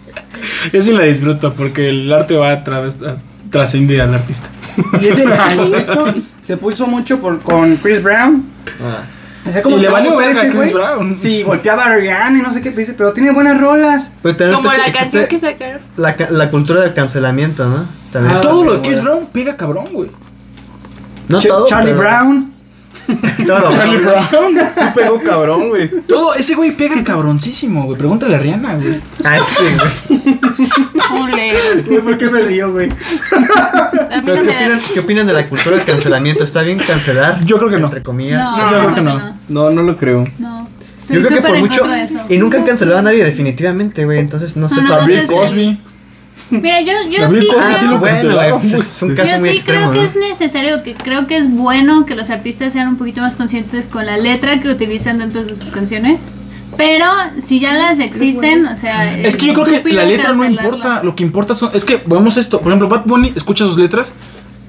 S1: Yo sí la disfruto porque el arte va a través a- trascende al artista.
S2: Y ese conflicto se puso mucho por, con Chris Brown.
S4: Ah.
S2: O sea, como
S1: Y le
S2: te va a
S1: valió
S2: gustar
S1: verga
S2: ese
S1: a Chris
S2: güey.
S1: Brown.
S2: Sí, golpeaba a Rihanna y no sé qué, pero dice, pero tiene buenas rolas.
S4: Pero también
S7: Como
S6: Este,
S4: existe-
S7: la canción que
S4: existe
S7: sacaron.
S4: la, ca- la cultura del cancelamiento, ¿no? También.
S2: Ah,
S1: Todo
S2: sí,
S1: lo que
S2: güey.
S1: es Brown pega cabrón, güey.
S4: no
S2: Ch-
S4: todo,
S2: Charlie
S4: pero-
S2: Brown.
S4: Todo.
S1: Brown.
S8: Sí pegó cabrón, güey.
S1: Todo, ese güey pega cabroncísimo, güey. Pregúntale a Rihanna, güey.
S4: Ah, sí, güey.
S7: Culero.
S2: Güey, ¿Por qué me río, güey?
S7: A mí
S4: Pero
S7: no
S4: ¿qué
S7: me da.
S4: opinan, qué opinan de la cultura del cancelamiento? ¿Está bien cancelar?
S1: Yo creo que no.
S4: Entre comillas.
S3: No,
S1: Yo
S3: no,
S1: creo que
S3: no,
S1: no.
S3: no,
S8: No, no lo creo.
S3: no. Estoy
S4: Yo creo que
S3: súper
S4: por
S3: en
S4: mucho.
S3: contra de eso.
S4: Y nunca han cancelado a nadie, definitivamente, güey. Entonces no sé.
S3: No, no,
S1: A
S3: no.
S4: por-
S1: Bill
S3: Entonces,
S1: Cosby.
S3: Mira, yo, yo
S1: Gabriel
S3: sí
S1: Cosby
S3: creo-
S1: sí lo
S4: Ah, bueno,
S1: cancelaron,
S4: güey, pues,
S1: güey.
S4: es un
S3: Yo
S4: caso
S3: sí
S4: muy extremo.
S3: creo que
S4: ¿no?
S3: es necesario, que creo que es bueno que los artistas sean un poquito más conscientes con la letra que utilizan dentro de sus canciones. Pero si ya las existen, o sea...
S1: Es que yo creo que
S3: estúpido
S1: la letra no
S3: cancelarlo.
S1: importa. Lo que importa son. Es que vemos esto. Por ejemplo, Bad Bunny escucha sus letras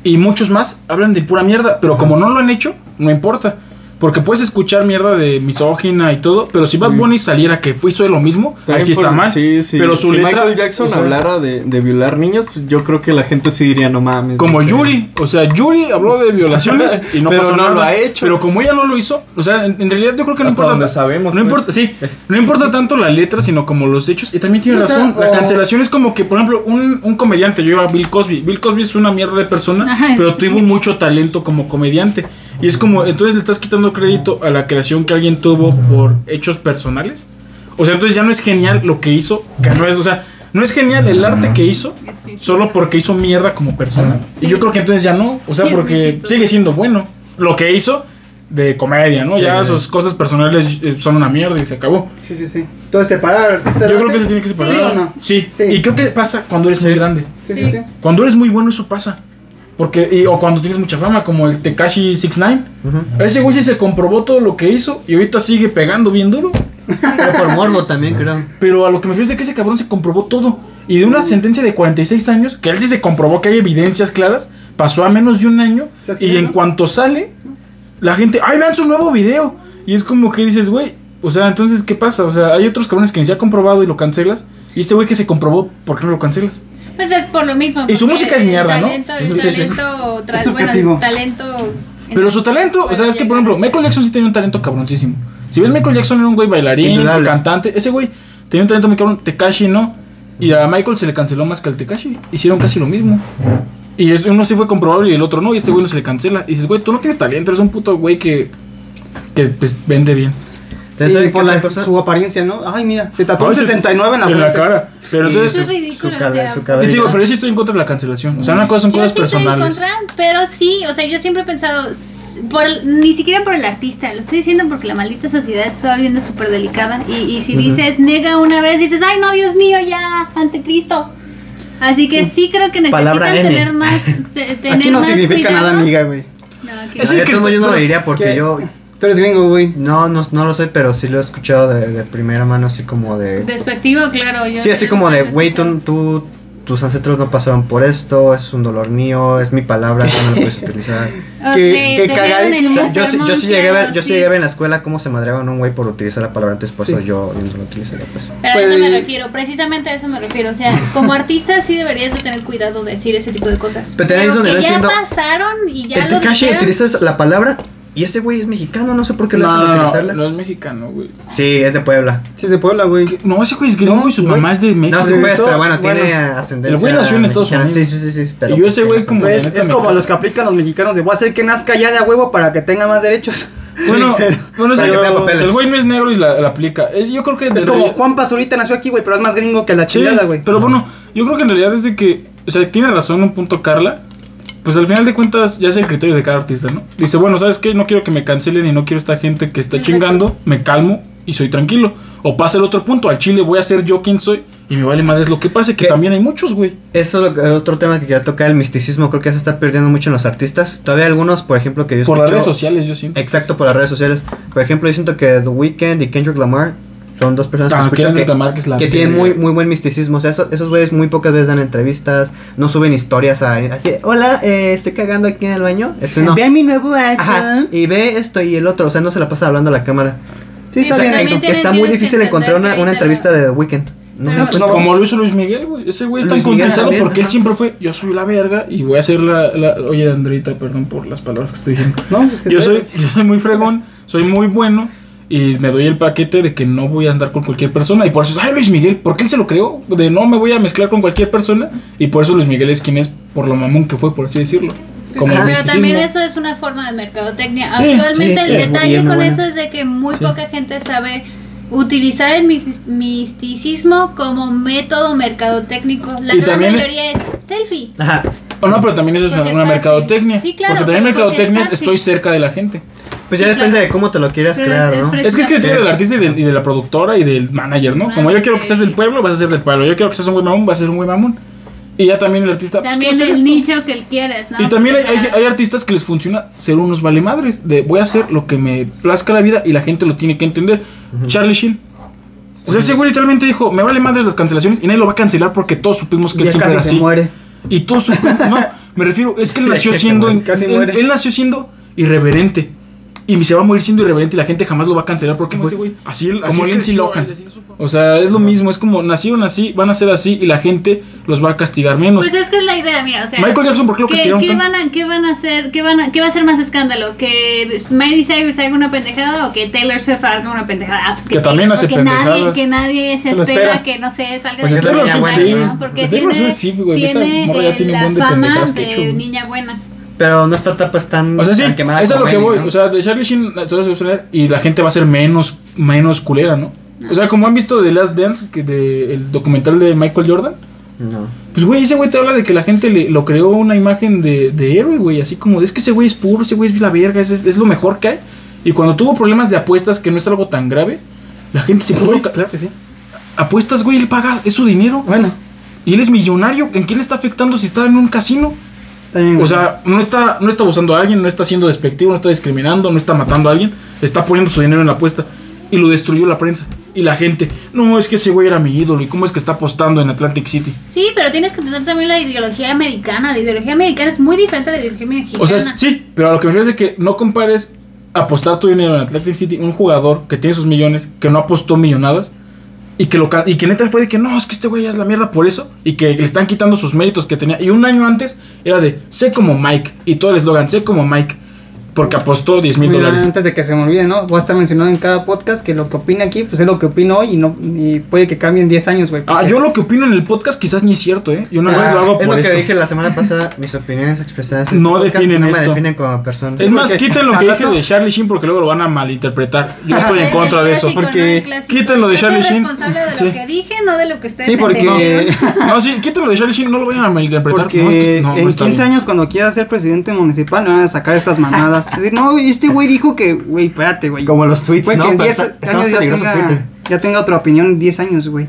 S1: y muchos más hablan de pura mierda. Pero como no lo han hecho, no importa. Porque puedes escuchar mierda de misógina y todo. Pero si Bad Bunny saliera que fue hizo lo mismo, ahí sí está
S6: por-
S1: mal.
S6: Sí, sí.
S1: Pero su
S6: si
S1: letra.
S6: Michael Jackson
S1: o sea,
S6: hablara de, de violar niños, pues yo creo que la gente sí diría, no mames.
S1: Como
S6: güey".
S1: Yuri, o sea, Yuri habló de violaciones y no
S6: Pero
S1: pasó
S6: no
S1: nada.
S6: lo ha hecho.
S1: Pero como ella no lo hizo, o sea, en, en realidad yo creo que no
S8: Hasta
S1: importa.
S8: donde
S1: ta-
S8: sabemos,
S1: No
S8: pues.
S1: importa, sí. No importa tanto la letra, sino como los hechos. Y también tiene
S2: Sí, o sea,
S1: razón. la
S2: o-
S1: cancelación es como que, por ejemplo, un, un comediante, yo iba a Bill Cosby. Bill Cosby es una mierda de persona,
S3: Ajá.
S1: pero tuvo mucho talento como comediante. Y es como, entonces le estás quitando crédito a la creación que alguien tuvo por hechos personales. O sea, entonces ya no es genial lo que hizo, que no es, o sea, no es genial el arte que hizo, solo porque hizo mierda como persona. Y yo creo que entonces ya no, o sea,
S7: Sí, es muy
S1: porque
S7: chistoso.
S1: sigue siendo bueno lo que hizo de comedia, ¿no? Ya sus cosas personales eh, son una mierda y se acabó.
S2: Sí, sí, sí. Entonces, separar al artista.
S1: Yo
S2: del
S1: creo que
S2: arte?
S1: se tiene que
S2: ¿Sí
S1: separar.
S2: o no?
S1: Sí.
S2: Sí.
S1: Y creo que pasa cuando eres muy grande.
S2: Sí, sí, sí.
S1: Cuando eres muy bueno eso pasa. Porque, y- o cuando tienes mucha fama, como el Tekashi 69. Ese güey sí se comprobó todo lo que hizo y ahorita sigue pegando bien duro.
S4: Pero por morbo también, creo.
S1: Pero a lo que me refiero es de que ese cabrón se comprobó todo. Y de una sentencia de 46 años, que él sí se comprobó que hay evidencias claras, pasó a menos de un año.
S2: ¿Estás
S1: Y en
S2: viendo?
S1: cuanto sale, la gente, ¡ay, vean su nuevo video! Y es como que dices, güey, o sea, entonces, ¿qué pasa? O sea, hay otros cabrones que ni se ha comprobado y lo cancelas. Y este güey que se comprobó, ¿por qué no lo cancelas?
S3: Pues es por lo mismo.
S1: Y su
S3: porque
S1: música es
S3: el
S1: mierda, ¿no?
S3: talento, El
S1: Sí, sí.
S3: talento, tra-
S2: Es
S3: bueno,
S2: subjetivo.
S3: el talento...
S1: Pero su talento, o sea, es que por ejemplo, Michael Jackson sí tenía un talento cabroncísimo. Si ves, Michael Jackson era un güey bailarín,
S4: Indudable.
S1: cantante. Ese güey tenía un talento muy cabrón. Tekashi no. Y a Michael se le canceló más que al Tekashi. Hicieron casi lo mismo. Y es- uno sí fue comprobable y el otro no. Y este güey no se le cancela. Y dices, güey, tú no tienes talento. Eres un puto güey que, que pues, vende bien.
S4: ¿Ustedes saben
S2: Y
S4: qué
S2: por
S4: otra
S2: la-
S4: cosa?
S2: su apariencia, ¿no? Ay, mira, se tatuó
S1: Ah,
S2: un
S1: sí,
S2: 69 en la
S1: En
S2: frente.
S1: la cara. Pero
S4: Y
S3: Eso es
S1: entonces.
S4: su,
S3: ridículo, o
S4: cabe-
S3: sea,
S4: su
S1: Y te digo,
S4: cabello.
S1: pero yo sí estoy en contra de la cancelación. O sea, una cosa son
S3: Yo
S1: cosas
S3: sí estoy en
S1: personales.
S3: contra, pero sí, o sea, yo siempre he pensado, s- por el- ni siquiera por el artista, lo estoy diciendo porque la maldita sociedad está volviendo súper delicada. Y, y si dices, nega una vez, dices, ay, no, Dios mío, ya, ante Cristo. Así que sí, creo que necesitan
S4: Palabra N.
S3: tener más, se- tener
S2: Aquí no
S3: más
S2: significa
S3: cuidado.
S2: nada, amiga, güey.
S3: No, aquí
S1: Es
S4: No,
S1: el
S4: de
S1: que-
S4: todos modos yo no lo
S1: pero-
S4: diría porque
S2: ¿Qué?
S4: yo
S2: Tú eres gringo, güey.
S4: no, no, no lo soy, pero sí lo he escuchado de, de primera mano, así como
S3: no.
S4: de.
S3: Despectivo, claro. yo-
S4: Sí, así como de, güey, tú, tú, tus ancestros no pasaron por esto, es un dolor mío, es mi palabra, tú no la puedes utilizar.
S3: Ok,
S4: que
S3: te
S4: cagares.
S3: dieron el
S4: Yo, sí- yo sí
S3: sermón
S4: llegué a ver,
S3: que
S4: yo sí
S3: no,
S4: llegué a ver en la escuela cómo se madreaban a un güey por utilizar la palabra, entonces por eso yo no la utilicé pues.
S3: Pero a eso
S2: Pues-
S3: me refiero, precisamente a eso me refiero. O sea, como artista sí deberías de tener cuidado de decir ese tipo de cosas.
S4: Pero también es donde
S3: que
S4: no
S3: ya
S4: entiendo-
S3: pasaron y ya
S4: El
S3: lo
S4: Tekashi
S3: dijeron.
S4: utiliza esa- la palabra y ese güey es mexicano, no sé por qué le
S1: No,
S4: dejan
S1: no, no,
S4: utilizarla.
S1: no es mexicano, güey.
S4: Sí, es de Puebla.
S2: Sí, de Puebla, güey.
S1: No, ese güey es gringo y su mamá es de México.
S4: No, sí, pues,
S2: regresó,
S4: pero bueno,
S2: bueno,
S4: tiene ascendencia.
S1: el güey nació en Estados
S4: mexicana.
S1: Unidos.
S4: Sí, sí, sí. sí
S1: Y yo ese güey
S4: tiene
S1: como-
S4: ascendencia.
S2: Es, es como los que aplican los mexicanos de voy a hacer que nazca ya de a huevo para que tenga más derechos.
S1: bueno, bueno, sí,
S4: Para que tenga
S1: pero
S4: papeles.
S1: el güey no es negro y la, la aplica. Es- yo creo que
S2: Es
S1: desde-
S2: como Juan Pazurita nació aquí, güey, pero es más gringo que la
S1: Sí,
S2: chingada, güey.
S1: Pero bueno, yo creo que en realidad desde que, o sea, tiene razón un punto Carla. Pues al final de cuentas ya es el criterio de cada artista, ¿no? Dice, bueno, ¿sabes qué? No quiero que me cancelen y no quiero esta gente que está
S3: Exacto.
S1: chingando, me calmo y soy tranquilo. O pasa el otro punto, al chile voy a ser yo quien soy y me vale madres lo que pase, que
S4: ¿Qué?
S1: también hay muchos, güey.
S4: Eso es lo que- otro tema que quería tocar, el misticismo, creo que ya se está perdiendo mucho en los artistas. Todavía algunos, por ejemplo, que yo
S1: Por las
S4: escucho- Eh,
S1: redes sociales, yo siento.
S4: Exacto, por las redes sociales. Por ejemplo, yo siento que The Weeknd y Kendrick Lamar son dos personas que,
S1: Ah,
S4: escucho
S1: Kendrick
S4: que-
S1: Lamar, que es la
S4: que tienen
S1: verga.
S4: muy, muy buen misticismo. O sea, eso- esos güeyes muy pocas veces dan entrevistas, no suben historias a- así, hola, eh, estoy cagando aquí en el baño. Este no.
S2: Ve mi nuevo
S4: Ajá,
S2: álbum.
S4: y ve esto y el otro, o sea, no se la pasa hablando a la cámara.
S2: Sí,
S3: Sí,
S2: está
S4: O sea,
S2: bien.
S3: también
S4: eso.
S3: tienes-
S4: Está muy
S3: tienes que
S4: difícil encontrar
S3: entender
S4: una,
S3: que
S4: una
S3: ahí te va.
S4: entrevista de The Weeknd. No,
S3: Pero-
S4: la encuentro.
S1: Como lo hizo Luis Miguel, güey. Ese güey está
S4: Luis Miguel
S1: encontestado
S4: también,
S1: porque él
S4: ajá.
S1: siempre fue, yo soy la verga y voy a ser la, la- Oye, Andrita, perdón por las palabras que estoy diciendo.
S2: No, pues que
S1: Yo
S2: está
S1: soy, yo
S2: bien.
S1: soy muy fregón, soy muy bueno y me doy el paquete de que no voy a andar con cualquier persona. Y por eso, ay Luis Miguel, ¿por qué él se lo creó? De no me voy a mezclar con cualquier persona. Y por eso Luis Miguel es quien es, por lo mamón que fue, por así decirlo. Como
S3: Pero
S1: misticismo.
S3: también eso es una forma de mercadotecnia.
S1: Sí,
S3: Actualmente el
S4: sí, es muy
S3: detalle
S4: bien,
S3: con
S4: muy
S3: eso
S4: bueno.
S3: es de que muy
S1: Sí.
S3: poca gente sabe utilizar el mis- misticismo como método mercadotécnico. La
S1: Y
S3: gran
S1: también-
S3: mayoría es selfie.
S4: Ajá.
S1: O no, pero también eso es
S3: Porque
S1: una,
S3: es
S1: una
S3: fácil.
S1: mercadotecnia.
S3: Sí, claro,
S1: porque también
S3: pero porque
S1: mercadotecnia
S3: es
S1: es estoy
S3: fácil.
S1: cerca de la gente.
S4: Pues ya
S3: Sí,
S4: depende
S3: claro.
S4: de cómo te lo quieras
S3: Pero
S4: crear,
S3: es- es
S4: ¿no?
S3: pre-
S1: Es que es criterio del artista y del- y de, la productora y del manager, ¿no? Como yo quiero que seas del pueblo, vas a ser del pueblo. Yo quiero que seas un güey mamón, vas a ser un güey mamón. Y ya también el artista. pues,
S3: También
S1: quiero
S3: el
S1: hacer esto.
S3: nicho que quieres, ¿no?
S1: Y también hay,
S3: Porque,
S1: hay- hay artistas que les funciona ser unos valemadres. De voy a hacer lo que me plazca la vida y la gente lo tiene que entender. Charlie Sheen. O sea, ese güey literalmente dijo: Me vale madres las cancelaciones y nadie lo va a cancelar porque todos supimos que él
S2: Ya
S1: siempre
S2: casi
S1: era
S2: se
S1: así.
S2: muere.
S1: Y todo su. No, me refiero. Es que él nació
S4: Casi
S1: siendo.
S4: muere,
S2: casi
S1: él,
S2: muere.
S1: él nació siendo irreverente. Y se va a morir siendo irreverente y la gente jamás lo va a cancelar porque fue así, como Lindsay Lohan. O sea, es lo mismo. Es como nacieron así, van a ser así y la gente los va a castigar menos.
S3: Pues es que es la idea, mira, o sea.
S1: Michael Jackson, ¿por qué lo
S3: ¿Qué,
S1: castigaron
S3: qué
S1: tanto?
S3: van a, ¿Qué van a hacer? ¿Qué, van a, ¿Qué va a ser más escándalo? ¿Que Miley Cyrus haga una pendejada o que Taylor Swift haga una pendejada? Ah, pues
S1: Que
S3: Taylor-
S1: también hace
S3: porque nadie,
S1: pendejadas.
S3: que nadie se,
S2: Se lo
S3: espera,
S2: espera.
S3: que, no sé, salga
S4: Pues
S3: de
S4: Taylor
S3: la
S4: Swift
S3: calle,
S4: sí.
S3: ¿no? Porque
S1: Pues Taylor
S3: tiene,
S1: Swift sí, güey, esa
S3: tiene,
S1: morra ya
S3: eh,
S1: tiene un
S3: la
S1: buen de
S3: fama
S1: pendejadas que
S3: de
S1: ha hecho, güey.
S3: niña buena.
S4: Pero no está tapas tan,
S1: O sea, sí,
S4: tan quemada
S1: es a lo
S4: como
S1: que
S4: Eminem,
S1: voy.
S4: ¿no?
S1: O sea, de Charlie Sheen la- todo se va a sonar y la gente va a ser menos, menos culera, ¿no? O sea, como han visto de Last Dance, que de, el documental de Michael Jordan.
S4: No.
S1: Pues, güey, ese güey te habla de que la gente le, lo creó una imagen de, de héroe, güey. Así como, de, es que ese güey es puro, ese güey es la verga, es, es lo mejor que hay. Y cuando tuvo problemas de apuestas, que no es algo tan grave, la gente se puso... ca-
S2: Claro que Pues sí.
S1: Apuestas, güey, él paga, es su dinero.
S2: Bueno,
S1: Y él es millonario, ¿en quién le está afectando si está en un casino?
S2: también.
S1: O sea, no está, no está abusando a alguien, no está siendo despectivo, no está discriminando, no está matando a alguien, está poniendo su dinero en la apuesta. Y lo destruyó la prensa. Y la gente, no, es que ese güey era mi ídolo. ¿Y cómo es que está apostando en Atlantic City?
S3: Sí, pero tienes que tener también la ideología americana. La ideología americana es muy diferente a la ideología mexicana.
S1: O sea, sí, pero a lo que me refiero es de que no compares apostar tu dinero en Atlantic City, un jugador que tiene sus millones, que no apostó millonadas, y que, lo, ca- y que neta fue de que no, es que este güey ya es la mierda por eso, y que le están quitando sus méritos que tenía. Y un año antes era de, sé como Mike, y todo el eslogan, sé como Mike, porque apostó 10 mil
S2: Mira,
S1: dólares.
S2: antes de que se me olvide, ¿no? Voy a estar mencionando en cada podcast que lo que opina aquí, pues es lo que opino hoy y, no, y puede que cambie en 10 años, güey.
S1: Ah,
S2: porque-
S1: yo lo que opino en el podcast quizás ni es cierto, ¿eh? Yo no
S4: Ah,
S1: lo hago
S4: es
S1: por
S4: lo que
S1: esto.
S4: dije la semana pasada, mis opiniones expresadas
S1: No
S4: podcast
S1: definen
S4: no me
S1: esto.
S4: definen como persona.
S1: Es más,
S2: porque-
S1: quiten lo que
S2: al
S1: dije
S2: rato-
S1: de Charlie Sheen porque luego lo van a malinterpretar. Yo estoy en contra de eso.
S2: porque-
S1: quítenlo de Charlie
S3: Sheen.
S1: Sheen.
S3: responsable de lo
S1: Sí.
S3: que dije, no de lo que ustedes
S2: Sí, porque.
S3: entendieron.
S1: No, sí, quítalo de Charlie Sheen, no lo vayan a malinterpretar.
S2: Porque
S1: no, es que- no, no
S2: en
S1: está
S2: 15
S1: bien.
S2: años cuando quiera ser presidente municipal me van a sacar estas mamadas. Es decir, no, este güey dijo que, güey, espérate, güey.
S4: Como los tweets,
S2: Güey,
S4: ¿no?
S2: que en
S4: Pero
S2: 10
S4: está- está más
S2: años ya
S4: peligroso
S2: tenga,
S4: Twitter.
S2: ya tenga otra opinión en 10 años, güey.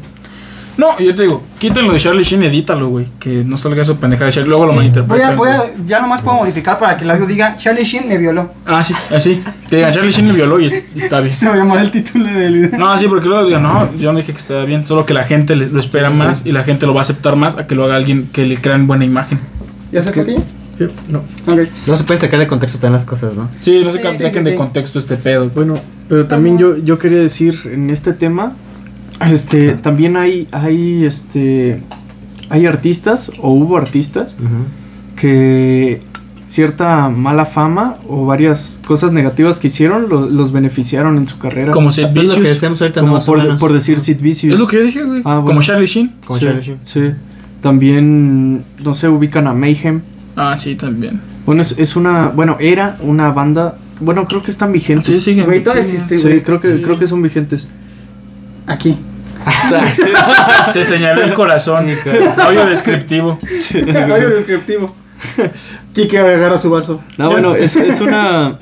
S1: No, yo te digo, quítenlo de Charlie Sheen, edítalo, güey. Que no salga eso pendeja de Charlie, luego lo
S2: Voy a,
S1: malinterpretan.
S2: voy
S1: güey.
S2: a, ya nomás puedo modificar para que el audio diga Charlie Sheen me violó.
S1: Ah, sí, así. Que digan, Charlie Sheen me violó y es- y está bien.
S2: Se va a llamar el título del video.
S1: No, sí, porque luego digo, no, yo no dije que estaba bien. Solo que la gente le- lo espera más y la gente lo va a aceptar más a que lo haga alguien que le crean buena imagen.
S2: ¿Ya se fue aquí?
S8: Sí, No.
S2: Ok.
S4: No se puede sacar de contexto tan las cosas, ¿no?
S1: Sí, no se
S3: Sí,
S1: saquen
S2: sí,
S1: de
S2: sí.
S1: contexto este pedo. güey.
S6: Bueno, pero también yo, yo quería decir en este tema, este, también hay, hay, este, hay artistas o hubo artistas que cierta mala fama o varias cosas negativas que hicieron lo- los beneficiaron en su carrera.
S1: Como Sid
S4: Es lo que
S1: Vicious.
S4: decíamos ahorita,
S6: Como
S4: más o
S6: por,
S4: menos.
S6: por decir Sid Vicious.
S1: Es lo que yo dije, güey.
S6: Ah, bueno.
S1: Como Charlie Sheen.
S4: Como
S6: Sí,
S4: Charlie Sheen.
S6: sí. También, no sé, ubican a Mayhem.
S1: Ah, sí, también.
S6: Bueno, es, es una, bueno, era una banda, bueno, creo que están vigentes.
S1: Sí, siguen.
S2: Güey, todavía
S1: Sí,
S2: existe,
S6: Sí,
S2: güey.
S6: creo que,
S1: Sí.
S6: creo que son vigentes.
S2: Aquí.
S1: Se señaló el corazón. Audio descriptivo.
S2: Audio descriptivo. Kike agarra su vaso.
S6: No, bueno, es, es una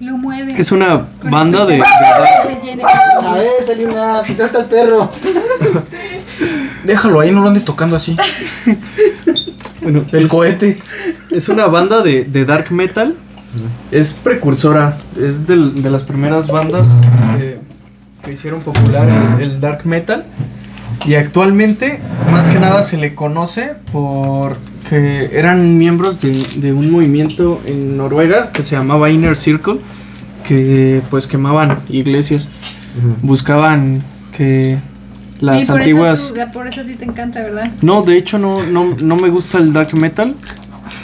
S3: Lo mueve.
S6: es una
S3: este
S6: banda de, de rock.
S3: Se llena.
S2: A ver, salió una. Quizás está el perro.
S1: Déjalo ahí, no lo andes tocando así.
S6: Bueno,
S1: El
S6: es,
S1: cohete.
S6: es una banda de, de dark metal. Es precursora, es del- de las primeras bandas este, que hicieron popular el, el dark metal. Y actualmente, más que nada, se le conoce porque eran miembros de, de un movimiento en Noruega que se llamaba Inner Circle, que pues quemaban iglesias, buscaban que las
S3: Y por
S6: antiguas...
S3: Eso tú- por eso a ti te encanta, ¿verdad?
S6: No, de hecho no, no, no me gusta el dark metal.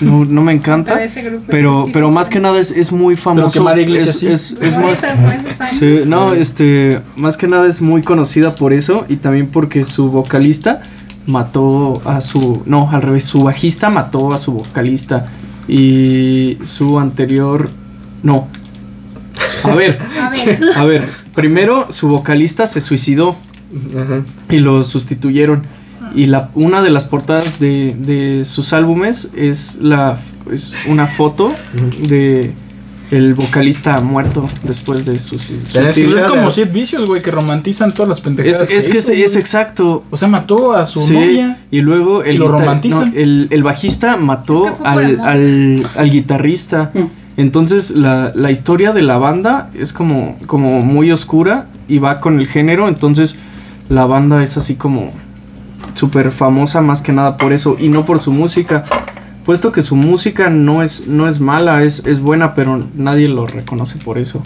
S6: No, no me encanta.
S3: Para ese grupo
S6: Pero,
S3: específico.
S6: pero más que nada es, es muy famoso.
S1: quemar iglesias,
S6: es,
S1: sí.
S6: es- es
S3: Por
S6: muy-
S3: eso, por eso es fan.
S6: sí, no, este, más que nada es muy conocida por eso y también porque su vocalista mató a su, no, al revés, su bajista mató a su vocalista y su anterior, no. A ver,
S3: A ver,
S6: a ver, primero su vocalista se suicidó
S4: Ajá.
S6: y lo sustituyeron. Y la, una de las portadas de, de sus álbumes es, la, es una foto de el vocalista muerto después de su su-
S4: Pero
S1: Pues
S6: suicidio.
S1: es como Sid Vicious, güey, que romantizan todas las pendejadas.
S6: Es, es que es,
S1: hizo,
S6: es
S1: güey.
S6: exacto.
S1: O sea, mató a su
S6: Sí,
S1: novia.
S6: y luego el,
S1: Y lo
S6: guitar-
S1: romantizan.
S6: no, el, el bajista mató
S3: Es que fue por
S6: al,
S3: amor.
S6: al, al guitarrista.
S1: Mm.
S6: Entonces la, la historia de la banda es como, como muy oscura y va con el género. Entonces la banda es así como súper famosa más que nada por eso y no por su música. Puesto que su música no es, no es mala, es, es buena, pero nadie lo reconoce por eso.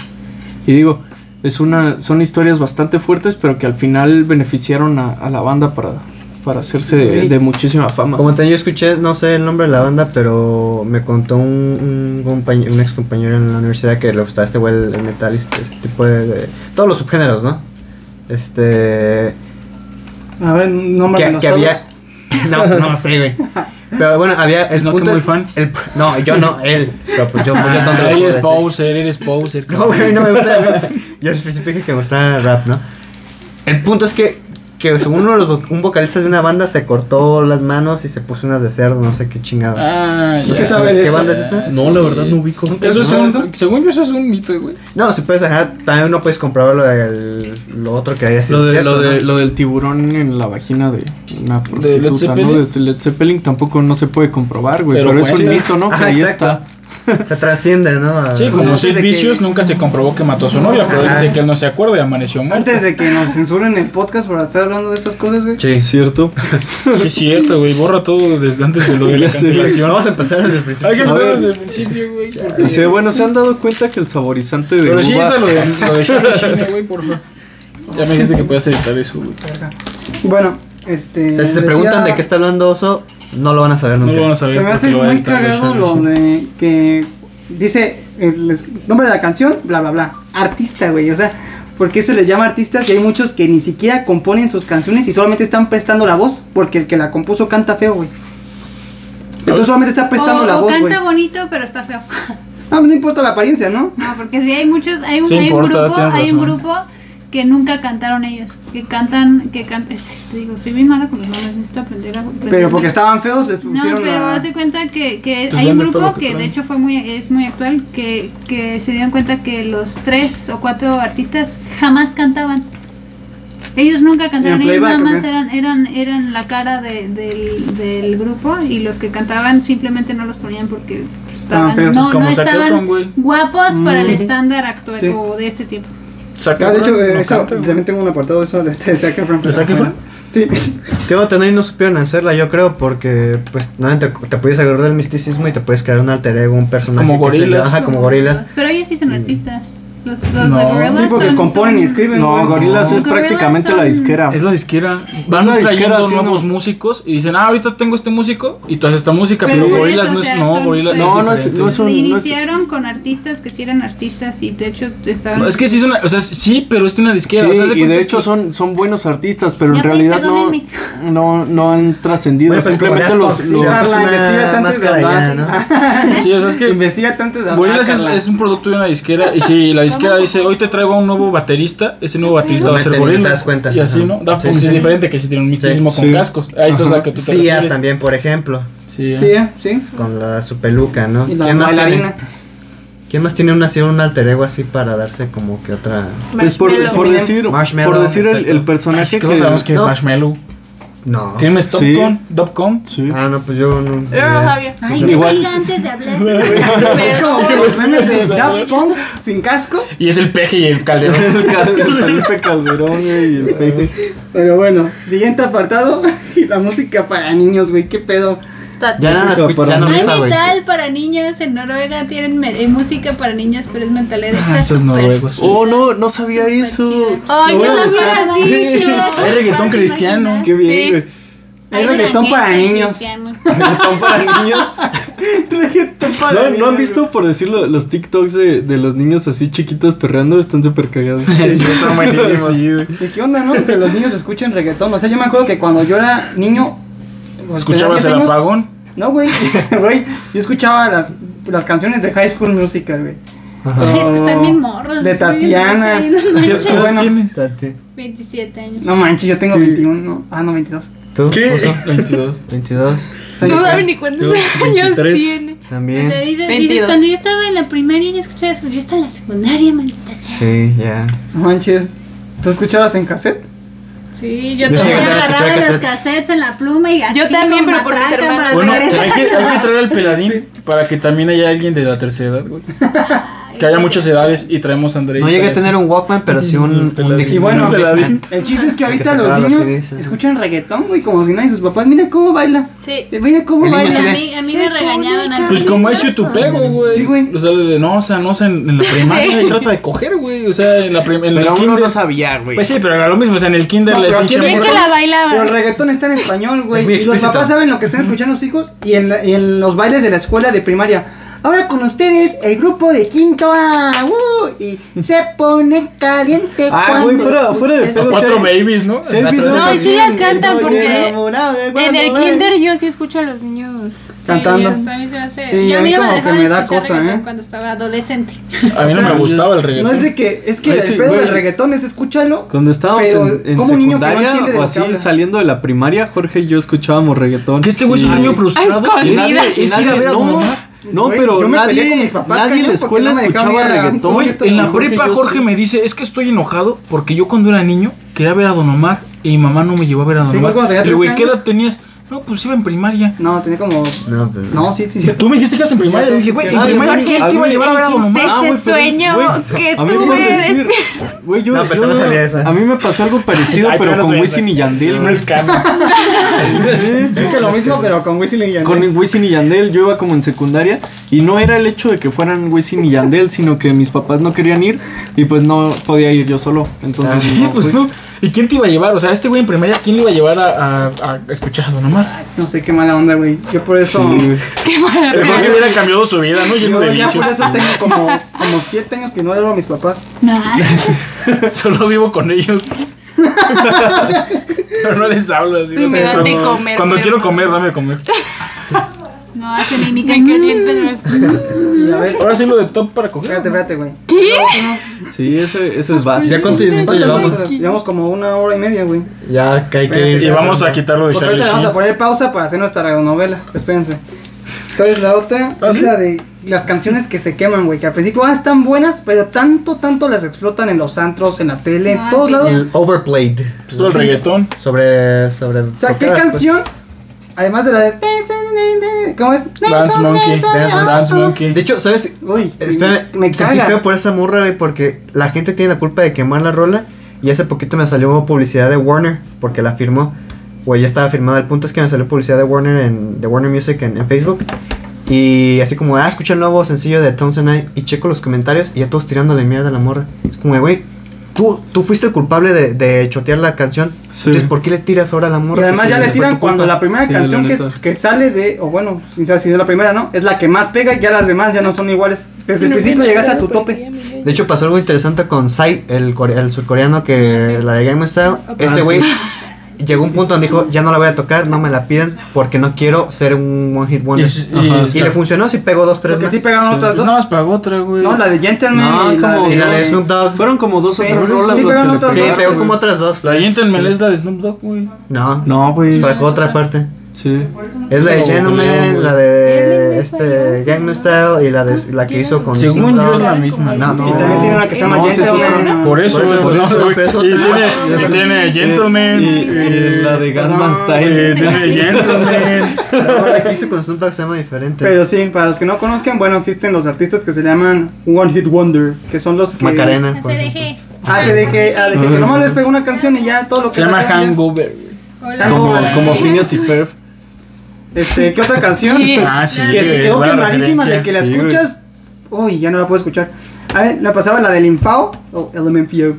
S6: Y digo, es una, son historias bastante fuertes, pero que al final beneficiaron a, a la banda para, para hacerse de, de muchísima fama.
S4: Como también yo escuché, no sé el nombre de la banda, pero me contó un, un, compañ- un ex compañero en la universidad que le gustaba este güey el, el metal y este, ese tipo de, de- Todos los subgéneros, ¿no? Este.
S2: A ver, nombre
S4: Que, que había. No, no sé, güey. Pero bueno, había. El
S1: No, que
S4: punto,
S1: muy fan.
S4: el- no, yo no, él. Pero pues yo, yo tonto.
S1: Ah, eres
S4: lo puedo decir.
S1: poser, eres poser.
S4: No, güey, no me gusta. me gusta. Yo especifico que me gusta el rap, ¿no? El punto es que, que según uno de los vo- un vocalista de una banda se cortó las manos y se puso unas de cerdo, no sé qué chingado.
S1: Ah,
S4: ¿Qué
S1: ya.
S4: sabe de ¿Qué esa? banda es esa?
S8: No, la verdad no ubico.
S1: Eso es
S4: No,
S1: un, según yo, eso es un mito, güey.
S4: No, si puedes ajá, también no puedes comprobar lo, del- lo otro que haya sido
S6: Lo, de-
S4: cierto,
S6: lo de-
S4: ¿no?
S6: lo del tiburón en la vagina de una
S1: Led
S6: prostituta,
S1: Zeppelin?
S6: ¿no? De Led Zeppelin tampoco no se puede comprobar, güey.
S1: Pero
S6: Pero, es un
S1: cuenta.
S6: mito, ¿no? Que
S4: Ajá,
S6: ahí
S4: Ah, exacto. Se trasciende, ¿no? A-
S1: Sí, como
S4: Ah, antes
S1: Sid
S4: de que-
S1: Vicious nunca se comprobó que mató a su novia, pero él
S4: Ajá.
S1: dice que él no se acuerda y amaneció muerto.
S2: Antes de que nos censuren el podcast por estar hablando de estas cosas, güey.
S6: está. ¿Cierto?
S1: Sí, es cierto, güey. Borra todo desde antes de lo de la
S6: Ya sé.
S1: cancelación.
S4: Vamos a empezar desde
S1: Hay
S4: el
S1: que
S4: principio.
S1: empezar desde el principio, güey. porque-
S6: Sí, bueno, se han dado cuenta que el saborizante de
S1: Pero sí,
S6: uva-
S1: ahorita lo de lo de Charlie Sheen, güey, por favor. Ya me dijiste que podías editar eso, güey.
S2: Bueno, este.
S4: Si se
S2: decía-
S4: preguntan de qué está hablando Oso, no lo van a saber
S1: No
S4: nunca.
S1: lo van a saber.
S2: Se me hace
S1: porque lo va a
S2: muy
S1: editar
S2: cagado
S1: Charlie
S2: lo
S1: Sheen.
S2: de que dice el es- nombre de la canción, bla, bla, bla. Artista, güey. O sea, ¿por qué se les llama artistas? Y hay muchos que ni siquiera componen sus canciones y solamente están prestando la voz porque el que la compuso canta feo, güey. Entonces solamente está
S6: Pues
S2: prestando
S3: o,
S2: la
S3: o
S2: voz, güey.
S3: canta bonito, pero está feo.
S2: Ah, no importa la apariencia, ¿no?
S3: No, porque sí hay muchos, hay un,
S1: Sí
S3: hay un
S1: importa,
S3: grupo,
S1: tienes
S3: hay un
S1: razón.
S3: grupo que nunca cantaron ellos, que cantan, que cantan, te digo, soy bien mala con los nombres, necesito aprender a aprender.
S2: Pero porque estaban feos, les
S3: No,
S2: pusieron
S3: pero
S2: la-
S3: hace cuenta que, que
S1: Pues
S3: hay un
S1: vende todo lo
S3: grupo
S1: que
S3: que, de
S1: traen.
S3: hecho fue muy es muy actual que, que se dieron cuenta que los tres o cuatro artistas jamás cantaban. Ellos nunca cantaron,
S2: Eran
S3: ellos nada
S2: playback, ¿o
S3: más
S2: qué?
S3: eran, eran, eran la cara de- del, del grupo y los que cantaban simplemente no los ponían porque pues,
S2: Estaban feos,
S3: estaban,
S1: pues,
S3: no,
S1: como
S3: no
S1: Zac
S3: estaban
S1: Efron, güey.
S3: guapos para el estándar actual
S2: Sí.
S3: o de ese tiempo.
S2: Ah, de hecho, eh,
S1: no
S2: eso,
S1: canta, güey.
S2: también tengo un apartado de eso de, de Zac Efron.
S1: ¿De Zac Efron?
S2: Sí.
S4: Que bueno, tenéis no supieron hacerla, yo creo, porque pues nada, te, te puedes agarrar del misticismo y te puedes crear un alter ego, un personaje.
S1: Como
S4: que se le-
S1: gorilas.
S4: ajá, Ah, como gorilas.
S3: Pero ellos sí son artistas. Los, los
S1: No.
S3: de Gorillaz
S2: Sí, porque
S3: son-
S2: componen y
S3: son-
S2: escriben.
S6: No,
S2: güey.
S6: Gorilas es
S3: Gorillaz
S6: prácticamente
S3: son-
S6: la disquera.
S1: Es la disquera. Van
S6: la disquera
S1: trayendo
S6: haciendo-
S1: nuevos músicos y dicen, ah, ahorita tengo este músico y tú haces esta música,
S3: Pero
S1: pero,
S3: por
S1: gorilas
S3: eso,
S1: no
S3: o
S1: es.
S3: sea,
S1: No,
S3: son-
S1: gorilas
S6: No,
S1: es
S6: no es-
S1: diferente.
S6: no es un-
S3: Iniciaron con artistas que sí eran artistas y de hecho estaban.
S1: No, es que sí es una, o sea, sí, pero es una disquera. o sea, haz
S6: Sí, y
S1: cuenta
S6: de hecho
S1: que-
S6: son, son buenos artistas, pero
S3: Ya,
S6: en
S3: pues,
S6: realidad no,
S3: perdónenme.
S6: no, no han trascendido.
S4: Bueno, pues,
S6: Simplemente
S4: como
S6: los,
S4: la
S6: los-
S4: toxicidad.
S2: Carla,
S4: Es una
S2: investiga antes de
S4: máscara ya,
S2: hablar.
S4: ¿no?
S1: Sí, o sea, es que
S2: Investiga antes
S4: Ah,
S2: de hablar.
S1: Gorilas es,
S2: Carla.
S1: es un producto de una disquera y si la disquera dice hoy te traigo a un nuevo baterista, ese nuevo baterista va a ser
S4: Meten,
S1: Gorilas
S4: te das cuenta.
S1: y así, ¿no?
S4: Ajá.
S1: Daft
S4: Sí,
S1: Punk
S4: sí,
S1: es
S4: sí.
S1: diferente que si tiene un misticismo
S4: Sí,
S1: con
S6: sí.
S1: cascos. Ah, eso es la que tú te
S4: Sia
S1: refieres.
S4: también, por ejemplo,
S1: Sí,
S2: Sí, ¿eh? sí.
S4: con la su peluca, ¿no?
S2: Y la
S4: ¿Quién más, tiene,
S2: bailarina.
S4: ¿Quién más tiene un, así, un alter ego así para darse como que otra...?
S6: pues, por,
S7: Marshmallow.
S6: por decir,
S4: Marshmallow,
S6: por decir el,
S4: exacto.
S6: el personaje
S1: Es que
S6: que,
S1: no sabemos quién es
S4: no.
S1: Marshmallow.
S4: No.
S1: ¿Quién es
S6: Sí.
S1: Topcon? ¿Dopcon?
S6: Sí.
S4: Ah, no, pues yo no...
S7: Yo no sabía.
S3: Ay, que
S6: Igual-
S3: salga antes de hablar.
S2: Es como que los memes de Daft Punk sin casco.
S1: Y es el peje y el calderón.
S6: El Cal- el Felipe Calderón güey, y el Pepe.
S2: Pero bueno, siguiente apartado. Y la música para niños, güey. ¿Qué pedo?
S4: Ya
S1: Ah,
S4: no la escucho, ya no
S3: Hay
S4: rifa, güey.
S3: metal para niños en Noruega, tienen me- eh, música para niños, pero es metalera. Está
S1: Ah, Esos
S3: súper
S1: noruegos.
S6: Oh, no, no sabía
S3: súper
S6: eso.
S3: chida.
S7: Ay,
S6: Lo voy
S7: yo
S6: a
S7: lo
S6: buscar.
S7: hubiera dicho.
S1: Es reggaetón
S3: Vas a
S1: cristiano.
S3: imaginar.
S6: Qué bien,
S7: Sí.
S6: güey.
S3: Hay
S2: Es reggaetón
S3: reggaetón
S2: para niños.
S3: cristiano.
S6: Reggaetón para niños. ¿No, ¿No han visto, por decirlo, los TikToks de, de los niños así chiquitos perreando? Están súper cagados.
S1: Sí, están buenísimos.
S6: Sí, güey.
S2: ¿Y qué onda, no? Que los niños escuchen reggaetón. O sea, yo me acuerdo que cuando yo era niño. pues, tenía
S1: ¿Escuchabas
S2: 10
S1: el
S2: años.
S1: apagón?
S2: No, güey. Güey, yo escuchaba las, las canciones de High School Musical, güey.
S3: Ay, es que están bien
S2: Oh,
S3: morros.
S2: De
S3: estoy bien
S2: Tatiana.
S3: vieja, ay, no
S1: ¿Qué
S3: manches.
S1: qué edad
S2: bueno.
S1: tienes?
S4: Tati.
S3: 27 años.
S2: No manches, yo tengo 21. Ah, no, 22.
S4: ¿Tú?
S6: ¿Qué?
S4: Oso?
S1: 22.
S4: 22.
S2: Soy
S7: No
S2: acá.
S7: sabe ni cuántos
S1: Yo,
S7: años
S1: 23.
S7: tiene.
S3: O sea,
S4: También.
S3: dices, dices,
S7: 22.
S3: cuando yo estaba en la primaria, yo escuchaba eso. Yo estaba en la secundaria, maldita sea.
S4: Sí, ya.
S2: No manches. ¿Tú escuchabas en cassette?
S3: Sí, yo,
S4: Yo sí
S3: también
S4: llegué a escuchar
S3: agarraba los
S4: cassettes.
S3: cassettes en la pluma y así
S7: Yo también,
S3: con
S7: pero por mis
S3: matraca
S7: hermanas.
S3: para
S1: Bueno, hay
S3: sacar
S1: que,
S3: esa-
S1: hay que traer al peladín para que también haya alguien de la tercera edad, güey. Que haya muchas edades y traemos a Andrei.
S4: No llegué a tener un Walkman, pero sí un... un Dixie.
S2: Y bueno,
S4: Un
S1: pues,
S4: Discman.
S2: el chiste es que ahorita
S4: Que te
S2: los
S4: clavan los
S2: niños
S4: CDs, ¿eh?
S2: escuchan reggaetón, güey, como si nadie sus papás. Mira cómo baila.
S7: Sí.
S2: Mira cómo
S4: El niño
S2: baila.
S4: así
S3: A
S4: de-
S3: mí, a mí me regañaban antes.
S1: Pues como es youtubego, güey.
S2: Sí, güey.
S1: O sea, de no, o sea, no, o sea, en, en la primaria y trata de coger, güey. O sea, en la prim- en el
S6: Pero uno
S1: kinder.
S6: no sabía, güey.
S1: pues sí, pero era lo mismo, o sea, en el kinder
S2: No,
S1: la
S2: pero
S1: pinche
S2: aquí-
S7: Bien
S1: morra-
S7: que la
S2: Pero el
S7: bailaba.
S2: reggaetón está en español, güey.
S4: Es muy
S2: Y los
S4: explícito.
S2: papás saben lo que están escuchando sus hijos y en, la- y en los bailes de la escuela de primaria. Ahora con ustedes, el grupo de quinto A. ¡uh! y se pone caliente.
S6: Ah,
S2: cuando
S6: güey, fuera-
S2: escuchas
S6: fuera de todo,
S1: Los
S6: o sea,
S1: cuatro babies, ¿no?
S6: Sí, hay
S1: La
S6: videos
S1: tra-
S7: No, y sí las
S6: así,
S7: cantan,
S6: no,
S7: porque-
S6: yo-
S2: enamorado de
S7: En
S2: cuando
S7: el
S2: baila.
S7: kinder yo sí escucho a los niños.
S2: Cantando.
S3: Sí, a mí se me hace-
S2: Sí,
S3: yo
S2: a
S3: a mí
S2: mí
S3: no
S2: como que
S3: me dejaban
S2: me da
S3: escuchar
S2: cosa,
S3: reggaetón
S2: ¿eh?
S3: cuando estaba adolescente.
S1: A mí
S2: O
S1: no
S2: sea,
S1: me gustaba el reggaetón.
S2: No es de que, es que
S6: Ay,
S2: el
S6: sí,
S2: pedo
S6: güey.
S2: del reggaetón es escúchalo.
S6: Cuando estábamos
S2: pero
S6: en, en
S2: como un niño que no
S6: secundaria
S2: entiende de
S6: o
S2: lo que
S6: así
S2: habla.
S6: saliendo de la primaria, Jorge y yo escuchábamos reggaetón.
S1: Que este güey es un
S6: Y-
S1: niño
S7: Ay,
S1: frustrado.
S7: es con-
S6: y nadie,
S7: Mira,
S6: y
S1: sin ir a
S6: nadie,
S1: ver a tu
S6: no,
S1: mamá.
S6: no,
S2: Güey,
S6: pero
S2: yo me peleé con
S6: nadie,
S2: mis papás,
S6: nadie en
S2: cabrón,
S6: la escuela
S2: porque no me dejaban
S6: escuchaba
S2: ir a un
S6: reggaetón.
S1: Güey,
S2: concierto
S1: en
S6: Y
S1: la
S6: Jorge y
S1: prepa
S6: yo
S1: Jorge
S6: sí.
S1: me dice, es que estoy enojado porque yo cuando era niño quería ver a Don Omar y mi mamá no me llevó a ver a Don
S2: Sí, güey,
S1: Omar.
S2: cuando tenía
S1: Le digo,
S2: tres
S1: "¿Y ¿qué
S2: años".
S1: edad tenías? No, pues iba en primaria.
S2: No, tenía como.
S4: No, pero...
S2: No, sí, sí, cierto.
S1: Tú me dijiste que ibas en primaria.
S2: cierto,
S1: Y dije, güey,
S2: sí,
S1: en
S2: cierto.
S1: primaria, ¿quién te iba a llevar a ver a Don Omar?
S7: ese
S6: güey, pero es-
S7: sueño
S6: güey,
S7: que
S6: a mí me
S7: tuve
S6: iba a decir- Güey, yo,
S4: No, pero
S6: yo-
S4: no sabía esa.
S6: a mí me pasó algo parecido,
S1: Ay,
S6: pero
S1: pero no
S6: con
S1: sabía
S6: Wisin y Yandel. güey.
S2: Creo que lo mismo, pero con Wisin y Yandel.
S6: Con Wisin y Yandel, yo iba como en secundaria y no era el hecho de que fueran Wisin y Yandel, sino que mis papás no querían ir y pues no podía ir yo solo. Entonces,
S1: Sí,
S6: Ah, no
S1: pues
S6: fui.
S1: no. ¿Y quién te iba a llevar? O sea, este güey en primaria, ¿quién le iba a llevar a, a- a escuchar a Don Omar?
S2: No sé qué mala onda, güey. Yo por eso.
S7: Qué maravilla.
S1: El Jorge hubiera cambiado su vida, ¿no? Lleno de
S2: Yo ya por
S1: vicios.
S2: eso tengo como, como siete años que no hablo a mis papás.
S3: No, ah,
S1: Solo vivo con ellos. Pero no les hablo así.
S7: Tú
S1: o sea,
S7: me das de
S1: cuando
S7: comer,
S1: cuando
S7: pero-
S1: quiero comer, dame de comer.
S3: no hace Mm, mímica.
S7: Me
S2: Mm.
S7: calientan las-
S2: Y a ver,
S1: Ahora sí lo de top para coger.
S2: espérate, espérate, güey.
S6: Sí, eso, eso es
S4: ¿Ya
S6: básico.
S4: cuánto dinero
S2: Ahorita
S4: llevamos?
S2: vamos- Llevamos como una hora y media, güey.
S4: Ya que hay que ir.
S1: Y vamos a quitarlo de
S2: Porque
S1: Charlie
S2: ahorita le vamos a
S1: Sheen. ¿Ah,
S2: poner pausa para hacer nuestra radionovela. Espérense. Entonces la otra es la de las canciones que se queman, güey, que al principio ah, están buenas, pero tanto, tanto las explotan en los antros, en la tele, en
S3: Ah,
S2: todos
S3: sí.
S2: lados.
S1: Eh,
S4: El overplayed.
S1: Pues todo el
S2: Sí.
S1: reggaetón.
S4: Sobre. sobre pues.
S2: O sea, ¿qué canción? Además de la de. ¿Cómo es?
S1: Dance Monkey. Dance Monkey.
S4: De hecho, ¿sabes?
S2: Uy,
S4: Espera,
S2: me, me
S4: sentí
S2: caga.
S4: feo por esa morra, güey, porque la gente tiene la culpa de quemar la rola. Y hace poquito me salió publicidad de Warner, porque la firmó. Güey, ya estaba firmada. El punto es que me salió publicidad de Warner en de Warner Music en, en Facebook. Y así como, ah, escucha el nuevo sencillo de Thompson Night. Y checo los comentarios y ya todos tirándole mierda a la morra. Es como, güey, tú, tú fuiste el culpable de, de chotear la canción.
S6: Sí.
S4: Entonces, ¿por qué le tiras ahora a la morra?
S2: Y además
S4: Sí,
S2: ya le
S4: fue
S2: tiran
S4: tu culpa.
S2: cuando la primera
S6: Sí,
S2: canción
S6: la
S2: que,
S6: neta.
S2: que sale de, o bueno, sin saber si es la primera, ¿no? Es la que más pega y ya las demás ya no son iguales. Desde el principio llegas a tu tope.
S4: De hecho, pasó algo interesante con Psy, el, core- el surcoreano que
S2: Ah,
S4: la de Game Style. Ese
S6: Ah,
S4: güey llegó a un punto donde dijo: Ya no la voy a tocar, no me la piden porque no quiero ser un One Hit Wonder.
S1: Y-
S4: Y,
S1: y-
S6: Ajá.
S1: y-
S4: le funcionó, sí pegó dos, tres
S2: Porque
S4: más.
S2: sí pegaron otras
S1: Pues
S2: dos.
S1: nada más pagó otra, güey.
S2: No, la de Gentleman
S6: No,
S2: y la
S6: como-
S2: de-
S4: y la de Snoop Dogg.
S6: Fueron como dos o
S2: Sí,
S6: tres rolas
S2: sí,
S6: lo
S2: pero
S6: que
S2: no
S6: le
S2: todas-
S4: sí,
S6: pegaron.
S4: pegó como otras dos.
S1: La
S4: tres.
S1: Gentleman es la de Snoop Dogg, güey.
S4: No,
S6: No, güey.
S4: sacó otra parte.
S6: Sí.
S4: Es la de
S1: No,
S4: Gentleman,
S1: güey.
S4: la de este Gangnam Style y la, de, la que hizo con
S1: Según
S4: Snoop
S1: yo es
S4: Dogg.
S1: la misma.
S4: No,
S2: Y también
S4: No.
S2: tiene una que se llama
S6: No, sí, sí,
S2: Gentleman.
S1: Por eso,
S4: Por
S1: güey, pues,
S4: eso, por
S1: no
S4: eso,
S1: güey.
S4: por eso
S1: Y
S4: te-
S1: tiene,
S4: te-
S1: tiene Gentleman.
S6: Y, y la de Gangnam Style.
S1: Eh, tiene Gentleman.
S4: La que hizo con Snoop Dogg se llama diferente.
S2: Pero sí, para los que no conozcan, bueno, existen los artistas que se llaman One Hit Wonder, que son los que...
S4: Macarena. por ejemplo.
S3: CDG.
S2: ACDG, ADG, que nomás les pega una canción y ya todo lo que...
S1: Se llama
S2: sacan ya.
S1: Hangover. güey.
S3: Hola,
S6: Como,
S3: hola.
S6: como Phineas y Ferb.
S2: Este, ¿qué otra canción?
S1: Ah, sí.
S2: que se
S1: güey,
S2: quedó
S1: buena
S2: quemadísima de que
S1: referencia.
S2: la
S6: sí,
S2: escuchas. Uy, ya no la puedo escuchar. A ver, la pasaba la del Infao, o Element Fio.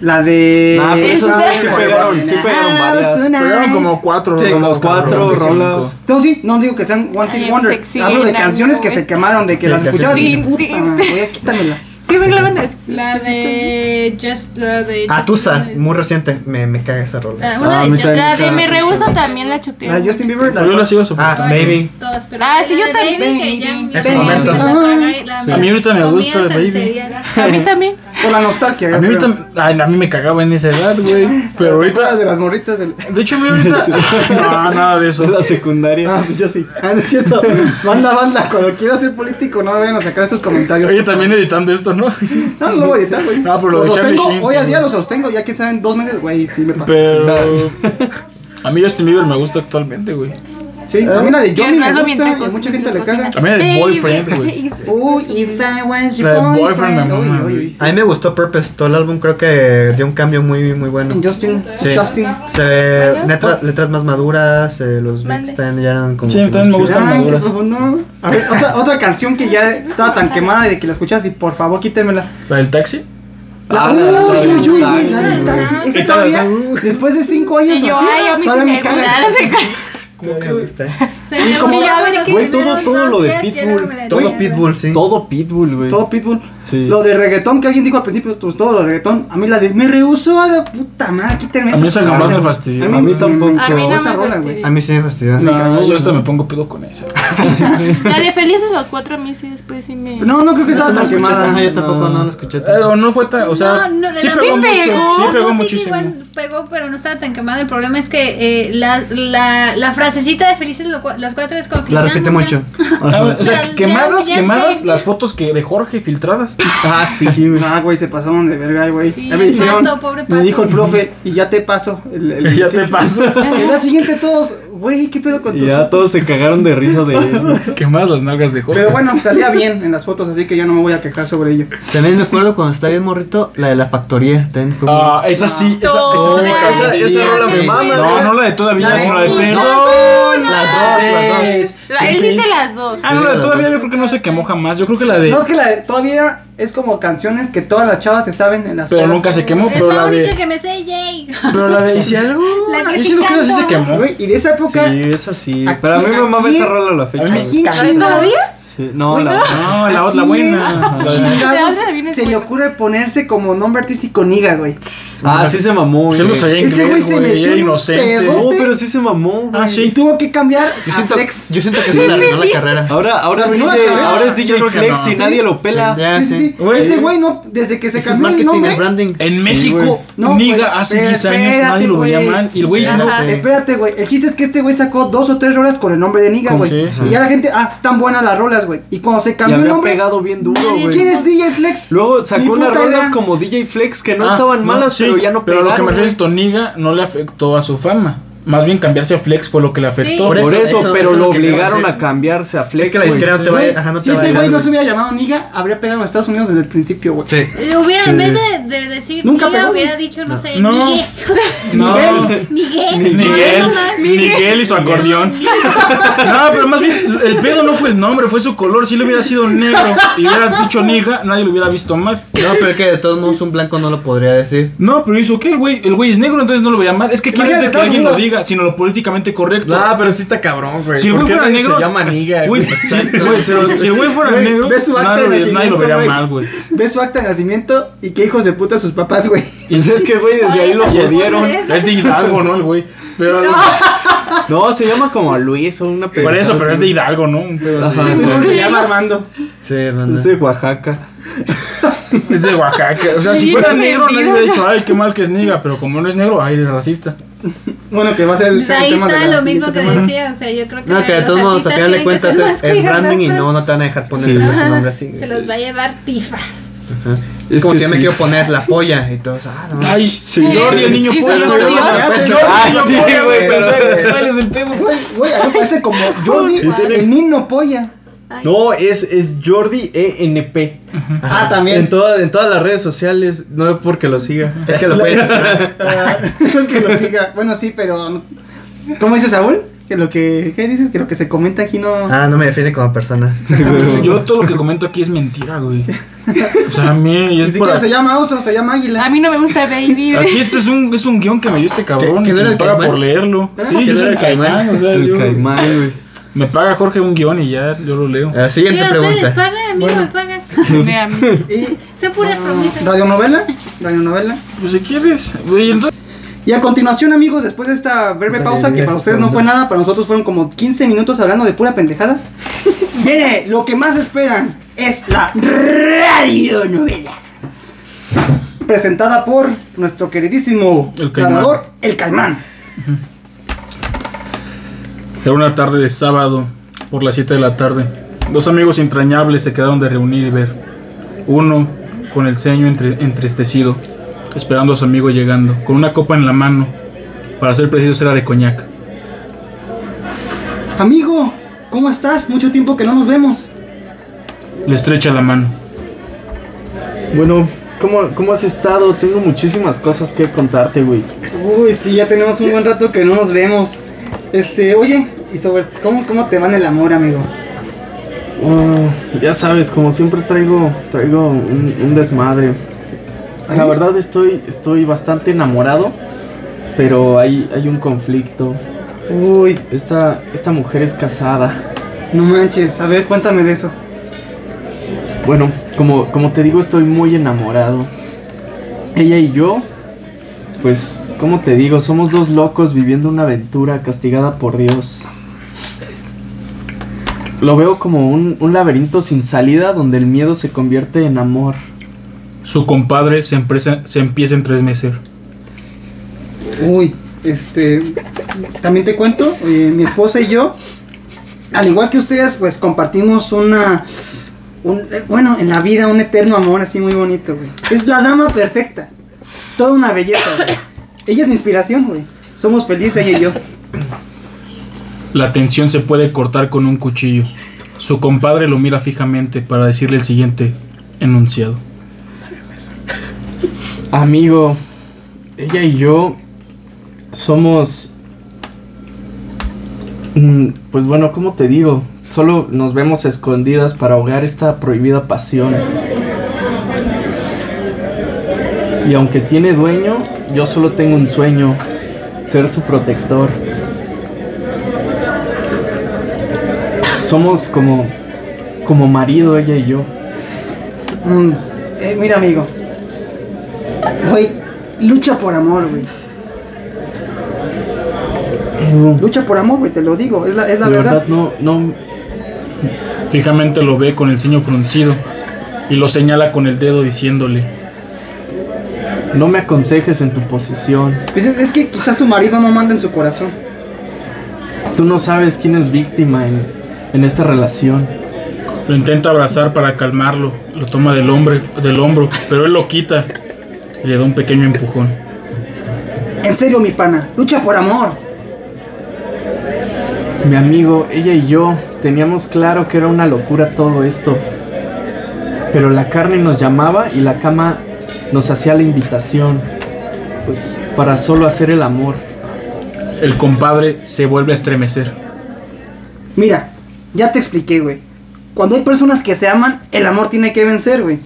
S2: La de.
S6: Nah, pero
S7: esas sí
S6: pegaron, sí pegaron varias.
S2: House tonight.
S1: Fueron como cuatro
S6: Sí,
S1: rolas.
S6: como cuatro
S1: cabrón,
S6: rolas.
S1: cinco.
S2: No, sí, no digo que sean One Hit
S7: Ay,
S2: Wonder.
S7: sexy,
S2: Hablo de
S7: la
S2: canciones que
S7: nube.
S2: se quemaron, de que
S4: Sí,
S2: las
S4: sí, sí,
S2: escuchabas
S4: sí.
S2: y puta madre, voy a quítamela.
S7: Sí, ven la banda.
S3: La de Just la de
S4: Atusa, Ah, muy reciente. Me, me caga esa rola.
S3: Ah, una
S6: Ah, a
S3: de
S6: mí
S3: Just
S6: también
S7: La
S6: me
S7: de
S6: caga
S7: Me
S6: mucho.
S7: Rehuso también la chuteo.
S2: La de Justin Bieber, la
S1: Yo la sigo
S4: Ah,
S1: soportando.
S4: baby.
S3: Todas, pero
S7: Ah,
S3: la
S7: sí,
S3: de
S7: yo
S3: Baby,
S7: también.
S3: que ya me-
S4: Ese momento.
S3: la tragué, la-
S1: A mí ahorita me
S3: comí
S1: gusta
S3: hasta el
S1: Baby.
S3: cereal.
S7: A mí también.
S2: por la nostalgia.
S1: A
S2: yo
S1: mí
S2: creo.
S1: ahorita, ay, a mí me cagaba en esa edad, güey. Pero
S2: ¿Te acuerdas
S1: ahorita,
S2: de las morritas del.
S1: de hecho, a mí ahorita, no, nada de eso.
S6: Es la secundaria.
S2: Ah, pues yo sí. Ah, no es cierto. Banda, banda, cuando quiero ser político, no me vayan a sacar estos comentarios.
S1: Oye, también editando esto, ¿no?
S2: No, no lo voy a editar, güey.
S1: No, pero lo de Charlie
S2: sostengo,
S1: Sheen,
S2: hoy a
S1: sí,
S2: día
S1: güey.
S2: lo sostengo, ya quién sabe, en dos meses, güey, sí me pasa.
S1: Pero a mí Justin Bieber me gusta actualmente, güey.
S2: Sí, a mí la de
S7: Yo
S2: Johnny me
S7: nalgo
S2: gusta y
S7: mientras
S2: a mucha gente le
S7: los
S2: caga.
S1: A mí el
S7: Baby.
S1: boyfriend, güey.
S2: Uy, if I was
S1: La
S2: your
S1: de boyfriend,
S2: boyfriend.
S1: me mama,
S2: Uy, uy,
S1: güey.
S2: uy, sí.
S4: A mí me gustó Purpose, todo el álbum creo que dio un cambio muy muy bueno.
S2: Justin,
S4: Sí.
S2: Justin.
S4: Se ve letra- letras más maduras, eh, los beats
S7: Mande.
S4: están ya eran como
S1: Sí,
S4: que
S1: también
S4: más
S1: me gusta. Gustan
S2: Ay,
S1: maduras.
S2: por favor, no. A ver, otra, otra canción que ya estaba tan quemada de que la escuchas y por favor quítemela.
S1: La del taxi.
S2: La,
S6: Ah,
S2: uy,
S6: la- la-
S2: uy, uy, uy, la
S6: taxi,
S2: del
S6: güey.
S2: taxi. Esa todavía, después de cinco años
S7: Y yo,
S2: así,
S7: ay, a mí sí
S2: todavía
S7: me
S2: caga.
S7: gusta. no sé qué.
S4: chidas. Me gusta.
S3: Se me
S7: como-
S3: olvidó ver que primero
S6: Güey, todo-
S3: hizo
S6: todo lo de
S3: días y
S6: Pitbull.
S3: era-
S4: Todo Pitbull, sí.
S6: Todo Pitbull, güey.
S2: Todo Pitbull.
S6: Sí.
S2: Lo de reggaetón que alguien dijo al principio, pues todo lo de reggaetón. A mí la de me rehuso a la puta madre, quítenme
S1: A mí esa jamás
S2: rola.
S1: me fastidió.
S2: A mí,
S6: A mí
S2: tampoco.
S6: tampoco.
S7: A mí no
S2: Esa
S7: me
S2: rola,
S7: fastidia.
S4: A mí sí me fastidió.
S1: No, yo hasta me pongo pedo con esa.
S7: La de Felices los Cuatro a mí sí después sí me...
S2: No, no creo que estaba
S4: Esa no
S2: tan
S4: escuché tan- ajá,
S2: quemada.
S4: yo tampoco no la escuché
S1: Eh,
S4: tanto.
S1: o no fue tan, o sea,
S3: No, no,
S1: sí
S3: la-
S1: pegó
S7: sí
S1: mucho,
S7: pegó.
S1: sí pegó
S3: No,
S1: muchísimo.
S3: igual pegó, pero no estaba tan quemada. El problema es que eh, la, la, la frasecita de felices lo cua- los cuatro es como que
S4: La
S3: ya,
S4: repite
S3: ya.
S4: mucho.
S1: Ah, o sea,
S3: Ya-
S1: quemadas,
S3: ya sé.
S1: quemadas, las fotos que de Jorge filtradas.
S6: Ah, sí.
S2: Ah, güey, se pasaron de verga, güey.
S3: Sí,
S2: Ya me dijeron,
S3: pato, pobre
S2: me
S3: pato.
S2: dijo el profe, y ya te paso. El, el-
S1: Ya
S2: sí.
S1: te paso.
S2: El día siguiente todos, güey, ¿qué pedo con
S6: Y
S2: tus
S6: ya
S2: fotos?
S6: todos se cagaron de risa de él.
S1: Quemadas las nalgas de Jorge.
S2: Pero bueno, salía bien en las fotos, así que yo no me voy a quejar sobre ello.
S4: También me acuerdo cuando estaba bien morrito, la de la factoría. También fue muy-
S1: Ah, esa sí, esa, esa sí me
S7: Todavía
S1: casa.
S4: esa rola me
S7: mama,
S1: No,
S7: güey.
S1: no la de todavía, sino la de perdón.
S4: Las dos, las dos.
S7: La- él dice las dos.
S1: Ah, no, la de todavía yo creo que no se quemó jamás. Yo creo que la de.
S2: No, es que la de- todavía es como canciones que todas las chavas se saben en las
S1: Pero
S2: pedas.
S1: nunca se quemó,
S3: Es
S1: pero
S3: la
S1: la
S3: única
S1: de.
S3: que me sé, yay.
S1: Pero la de. ¿Y si algo?
S3: La que
S1: ¿Y
S3: sí
S1: si lo que sí se
S3: canto.
S1: quemó?
S2: Güey, y de esa
S6: Sí,
S2: época...
S6: esa sí.
S2: Aquí-
S6: Pero a mí me mama
S2: aquí-
S6: esa rola a la fecha.
S1: A mí-
S6: güey.
S2: ¿Quién
S1: ¿Ahí
S2: chingado-
S7: todavía?
S6: Sí. No, la,
S1: No, la otra buena. La de-
S2: chingados
S7: La otra también es
S2: se le
S7: buena.
S2: ocurre ponerse como nombre artístico Niga, güey? mames.
S6: Ah, sí se mamó.
S1: Se lo
S6: güey.
S1: sabía
S2: Ese güey
S1: inglés,
S2: se
S1: güey.
S2: metió
S1: Era
S2: en un
S1: inocente.
S2: pedo.
S6: No, pero sí se mamó. güey.
S1: Ah,
S2: Y
S1: sí.
S2: tuvo que cambiar
S4: Yo
S2: a
S4: siento,
S2: Flex.
S4: yo siento que se terminó la carrera.
S6: Ahora, ahora, es
S2: Pues no
S6: DJ,
S2: la cagó.
S6: ahora es
S1: Yo
S6: DJ
S1: creo que
S6: Flex
S1: no.
S6: y nadie lo pela.
S4: Ya,
S2: Sí, sí, sí.
S4: Güey,
S2: Ese güey no, desde que se
S4: ese es
S2: cambió el
S4: marketing,
S2: nombre.
S4: es branding.
S1: En
S6: güey.
S1: México,
S2: No,
S1: Niga
S2: güey,
S1: hace 10 años
S2: espérate,
S1: nadie lo veía
S2: güey.
S1: mal. Y el güey no.
S9: Ajá.
S2: Espérate, güey. El chiste es que este güey sacó dos o tres rolas con el nombre de Niga,
S1: Con- sí,
S2: güey.
S1: sí.
S2: Y ya la gente, ah, están buenas las rolas, güey. Y cuando se
S6: Y
S2: cambió el
S6: había
S2: nombre,
S6: pegado bien duro,
S9: Nadie
S6: güey.
S2: ¿quién es DJ Flex?
S6: Luego sacó
S2: Ni
S6: unas
S2: puta
S6: rolas
S2: idea.
S6: como DJ Flex que no
S1: Ah,
S6: estaban malas,
S1: sí,
S6: pero ya no
S1: Pero
S6: pegaron.
S1: lo que me refiero es esto,
S6: güey.
S1: Niga no le afectó a su fama. Más bien cambiarse a Flex fue lo que le afectó.
S4: Por
S6: Por,
S4: eso,
S6: eso,
S4: eso,
S6: pero
S4: eso es
S6: lo
S4: lo que quiero
S6: obligaron
S4: decir.
S6: a cambiarse a Flex.
S4: Es que la
S6: güey.
S4: disquera no te
S2: Güey,
S4: vaya. eh. Ajá, no te
S2: si ese
S4: vaya.
S2: güey no se hubiera llamado Niga, habría pegado a Estados Unidos desde el principio, güey.
S4: Sí.
S3: Eh, Hubiera, en vez de, de decir
S2: Nunca
S3: Miguel,
S2: pegó,
S3: hubiera dicho, no, sé,
S1: No.
S3: Miguel.
S1: No.
S2: Miguel.
S3: Miguel.
S1: Miguel,
S3: no, no, no,
S1: Miguel y su acordeón. No, pero más bien, el pedo no fue el nombre, fue su color. Si le hubiera sido negro y hubiera dicho niga, nadie lo hubiera visto mal.
S4: No, pero es que de todos modos un blanco no lo podría decir.
S1: No, pero hizo que el güey, el güey es negro, entonces no lo veía mal. Es que quién es de que
S2: Imagínate,
S1: alguien lo
S2: Estados Unidos.
S1: diga, sino lo políticamente correcto.
S6: Ah, pero sí está cabrón, güey.
S1: si el
S6: ¿Por
S1: güey
S6: qué
S1: fuera
S6: nadie
S1: negro,
S6: Se llama Niga,
S1: güey,
S6: güey.
S1: si, güey, pero si el güey fuera
S2: Güey,
S1: negro,
S2: ve su acta
S1: nadie, lo
S2: de
S1: vería- nadie lo
S2: nacimiento,
S1: vería
S2: güey.
S1: mal, güey.
S2: Ve su acta de nacimiento y qué hijos de puta sus papás, güey.
S6: Y es que, güey, desde ahí lo
S3: Ay, esa
S6: jodieron.
S3: cosa
S1: Es de Hidalgo, ¿no? El güey. Pero,
S6: No, se llama como Luis o una
S1: Por eso, pero es de
S6: así.
S1: Hidalgo, ¿no? Un pedo así.
S6: Ajá.
S2: Uno se
S3: Sí,
S2: llama
S3: los-
S2: Armando.
S4: Sí, Hernanda.
S6: Es de Oaxaca.
S1: Es de Oaxaca. O sea, si
S7: Sí,
S1: fuera
S7: no me
S1: negro, nadie
S7: olvido.
S1: hubiera dicho, ay, qué mal que es niga. Pero como no es negro, ay, es racista.
S2: Bueno, que va a ser el,
S3: Pues ahí
S2: el tema
S3: está
S2: de la
S3: lo mismo que
S2: siguiente semana.
S3: decía, o sea, yo creo que
S4: No, que de
S3: los
S4: todos modos, al
S3: artistas
S4: final de
S3: tienen que
S4: cuentas
S3: ser
S4: es,
S3: más que
S4: es branding y
S3: ganosos.
S4: no, no te van a dejar ponerle su nombre así.
S3: Se
S4: güey.
S3: los va a llevar pifas.
S4: Es, como
S6: que
S4: si yo me
S6: sí.
S4: quiero poner la polla y todos. Ah, no.
S1: Ay, señor, y el niño
S7: ¿Y su
S1: pobre.
S7: acordeón?
S6: Ay,
S1: Ay,
S6: sí,
S1: sí,
S6: güey,
S1: güey, pero
S6: pero-
S1: ¿cuál es el pedo?
S2: Güey, güey, a mí me parece como Johnny, el niño polla.
S6: No, es, es Jordi ENP.
S2: Ah,
S6: En,
S2: también.
S6: toda- en todas las redes sociales, no es porque lo siga.
S4: Es que lo puedes esperar.
S2: Ah, es que lo siga. Bueno, sí, pero. ¿Cómo dice Saúl? Que lo que. ¿Qué dices? Que lo que se comenta aquí no.
S4: Ah, no me define como persona.
S1: Yo todo lo que comento aquí es mentira, güey. O sea, a mí y
S2: Ni
S1: es por
S2: siquiera se llama oso, se llama águila.
S7: A mí no me gusta Baby.
S1: Aquí este es un, es un guión que me dio este cabrón
S4: ¿Qué- qué
S1: y
S4: no
S1: que
S4: era
S1: me
S4: el
S1: paga
S4: caimán?
S1: por leerlo. Sí, yo soy el caimán, o sea, yo-
S6: güey.
S1: me paga Jorge un guión y ya yo lo leo.
S4: Eh,
S3: Yo,
S4: siguiente
S3: ustedes les
S4: pregunta.
S3: pagan, a mí no me pagan.
S7: Vean.
S2: Y. ah,
S3: Son Ah, puras promesas.
S2: Radionovela. Radionovela.
S1: Pues si quieres, güey, entonces
S2: Y a continuación, amigos, después de esta breve pausa que para ustedes no fue nada, para nosotros fueron como 15 minutos hablando de pura pendejada. Viene, lo que más esperan es la radionovela. Presentada por nuestro queridísimo
S1: El Caimán.
S2: narrador, El Caimán.
S1: Era una tarde de sábado, por las 7 de la tarde. Dos amigos entrañables se quedaron de reunir y ver. Uno, con el ceño entre- entristecido, esperando a su amigo llegando, con una copa en la mano. Para ser precisos, era de coñac.
S2: Amigo, ¿cómo estás? Mucho tiempo que no nos vemos.
S1: Le estrecha la mano.
S6: Bueno, ¿cómo, ¿cómo has estado? Tengo muchísimas cosas que contarte, güey.
S2: Uy, sí, ya tenemos un buen rato que no nos vemos. Este, oye, y sobre cómo, cómo te va en el amor, amigo.
S6: Uh, ya sabes, como siempre traigo, traigo un, un desmadre. La verdad estoy, estoy bastante enamorado, pero hay, hay un conflicto.
S2: Uy,
S6: Esta, esta mujer es casada.
S2: no manches, a ver, cuéntame de eso.
S6: Bueno, como, como te digo, estoy muy enamorado. Ella y yo, pues, ¿cómo te digo? Somos dos locos viviendo una aventura castigada por Dios. Lo veo como un, un laberinto sin salida donde el miedo se convierte en amor.
S1: Su compadre se, empresa- se empieza a entrasmecer.
S2: Uy, este, también te cuento, eh, mi esposa y yo, al igual que ustedes, pues compartimos una, un- eh, bueno, en la vida un eterno amor así muy bonito, güey. Es la dama perfecta, toda una belleza, güey. Ella es mi inspiración, güey. Somos felices ella y yo.
S1: La tensión se puede cortar con un cuchillo. Su compadre lo mira fijamente para decirle el siguiente enunciado.
S6: Amigo, ella y yo somos... mm, Pues bueno, ¿cómo te digo? Solo nos vemos escondidas para ahogar esta prohibida pasión. Y aunque tiene dueño, yo solo tengo un sueño, ser su protector. Somos como como marido ella y yo.
S2: Mm, eh, mira, amigo. Güey, Lucha por amor, güey. Lucha por amor, güey, te lo digo, es la, es la
S6: Mm. de
S2: verdad.
S6: verdad, no, no.
S1: Fijamente lo ve con el ceño fruncido y lo señala con el dedo diciéndole.
S6: No me aconsejes en tu posición.
S2: Pues es, es que quizás su marido no manda en su corazón.
S6: Tú no sabes quién es víctima en, en esta relación.
S1: Lo intenta abrazar para calmarlo. Lo toma del, hombre, del hombro, pero él lo quita y le da un pequeño empujón.
S2: En serio, mi pana, lucha por amor.
S6: Mi amigo, ella y yo teníamos claro que era una locura todo esto. Pero la carne nos llamaba y la cama nos hacía la invitación. Pues para solo hacer el amor.
S1: El compadre se vuelve a estremecer.
S2: Mira, ya te expliqué, güey. Cuando hay personas que se aman, el amor tiene que vencer, güey.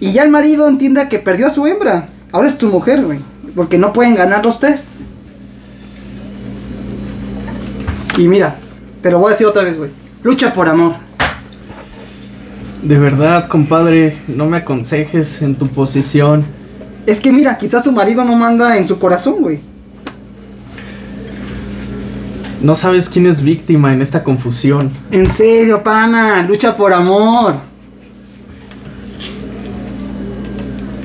S2: Y ya el marido entienda que perdió a su hembra. Ahora es tu mujer, güey. Porque no pueden ganar los tres. Y mira, te lo voy a decir otra vez, güey. Lucha por amor.
S6: De verdad, compadre, no me aconsejes en tu posición.
S2: Es que mira, quizás su marido no manda en su corazón, güey.
S6: No sabes quién es víctima en esta confusión.
S2: En serio, pana, lucha por amor.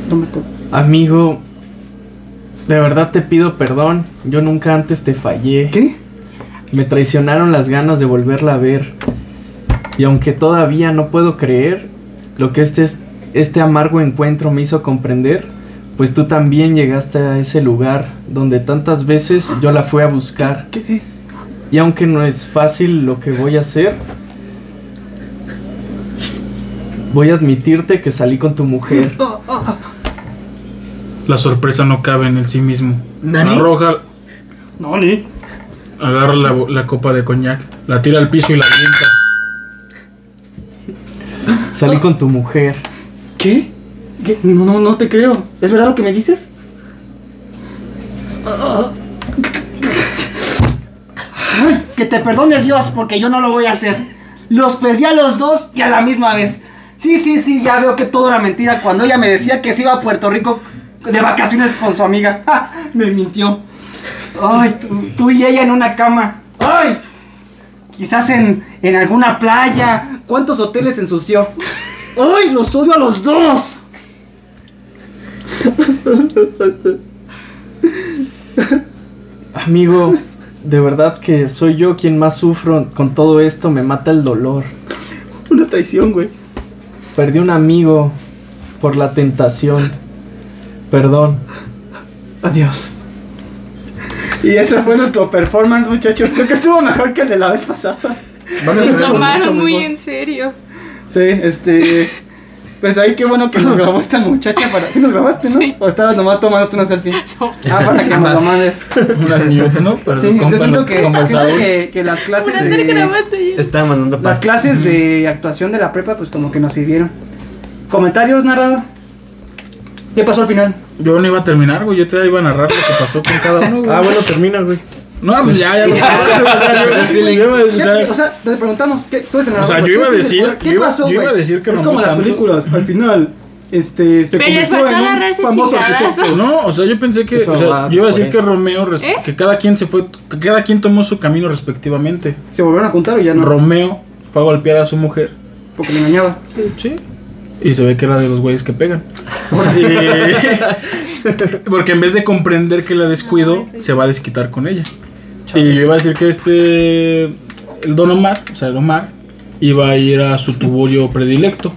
S2: No me acuerdo.
S6: Amigo, de verdad te pido perdón. Yo nunca antes te fallé.
S2: ¿Qué?
S6: Me traicionaron las ganas de volverla a ver. Y aunque todavía no puedo creer lo que este, este amargo encuentro me hizo comprender, pues tú también llegaste a ese lugar donde tantas veces yo la fui a buscar. Y aunque no es fácil lo que voy a hacer, voy a admitirte que salí con tu mujer.
S1: La sorpresa no cabe en el sí mismo.
S10: ¿Nani?
S1: Arroja, agarra la, bo- la copa de coñac, la tira al piso y la avienta.
S6: Salí con tu mujer.
S2: ¿Qué? ¿Qué? No, no, no te creo. ¿Es verdad lo que me dices? Ay, que te perdone Dios porque yo no lo voy a hacer. Los perdí a los dos y a la misma vez. Sí, sí, sí, ya veo que todo era mentira cuando ella me decía que se iba a Puerto Rico de vacaciones con su amiga. ¡Ja! Me mintió. Ay, tú, tú y ella en una cama. Ay, quizás en, en alguna playa. ¿Cuántos hoteles ensució? ¡Ay, los odio a los dos!
S6: Amigo, de verdad que soy yo quien más sufro con todo esto, me mata el dolor.
S2: Una traición, güey.
S6: Perdí un amigo por la tentación. Perdón.
S2: Adiós. Y ese fue nuestro performance, muchachos. Creo que estuvo mejor que el de la vez pasada.
S10: Vale,
S7: Lo
S10: pero-
S7: tomaron muy
S2: mejor.
S7: en serio.
S2: Sí, este. Pues ahí qué bueno que nos grabó esta muchacha para. Sí, nos grabaste, ¿no? O estabas nomás tomándote una selfie. Ah, para que nos lo mandes.
S1: Unas nudes, ¿no? Pero
S2: Sí,
S1: como
S2: yo
S1: el-
S2: siento que,
S1: como el
S2: siento
S1: Saúl.
S2: que, que las clases
S7: Por andar
S2: de.
S7: grabando ya.
S10: Estaba mandando
S2: Las
S10: packs.
S2: clases de actuación de la prepa, pues como que nos sirvieron. Comentarios, narrador. ¿Qué pasó al final?
S1: Yo no iba a terminar, güey. Yo te iba a narrar lo que pasó con cada uno, güey.
S6: Ah, bueno, termina, güey.
S1: No, pues ya, ya lo O
S2: Ya,
S1: sea,
S2: o sea, te preguntamos, ¿qué, tú eres el
S1: O sea,
S2: narrador,
S1: yo
S2: tú
S1: iba a
S2: eres el-
S1: decir-
S2: ¿qué
S1: yo iba-
S2: pasó,
S1: yo iba a
S2: güey?
S1: decir que
S2: es
S1: Romeo
S2: como las
S1: Santos-
S2: películas, al final este se
S7: Pero les
S2: convirtió
S7: faltó
S2: en un
S7: agarrarse
S2: famoso
S7: chingadas.
S2: arquitecto.
S1: pues No, o sea, yo pensé que.
S6: Eso
S1: o sea,
S6: va,
S1: yo iba a
S6: por
S1: decir que
S6: eso.
S1: Romeo. res-
S7: ¿Eh?
S1: Que cada quien se fue. Que cada quien tomó su camino respectivamente.
S2: Se volvieron a juntar y ya no,
S1: Romeo fue a golpear a su mujer.
S2: porque me engañaba.
S1: Sí. Y se ve que era de los güeyes que pegan. Y- porque en vez de comprender que la descuido, se va a desquitar con ella. Y yo iba a decir que este. El don Omar, o sea, el Omar, iba a ir a su tuburio predilecto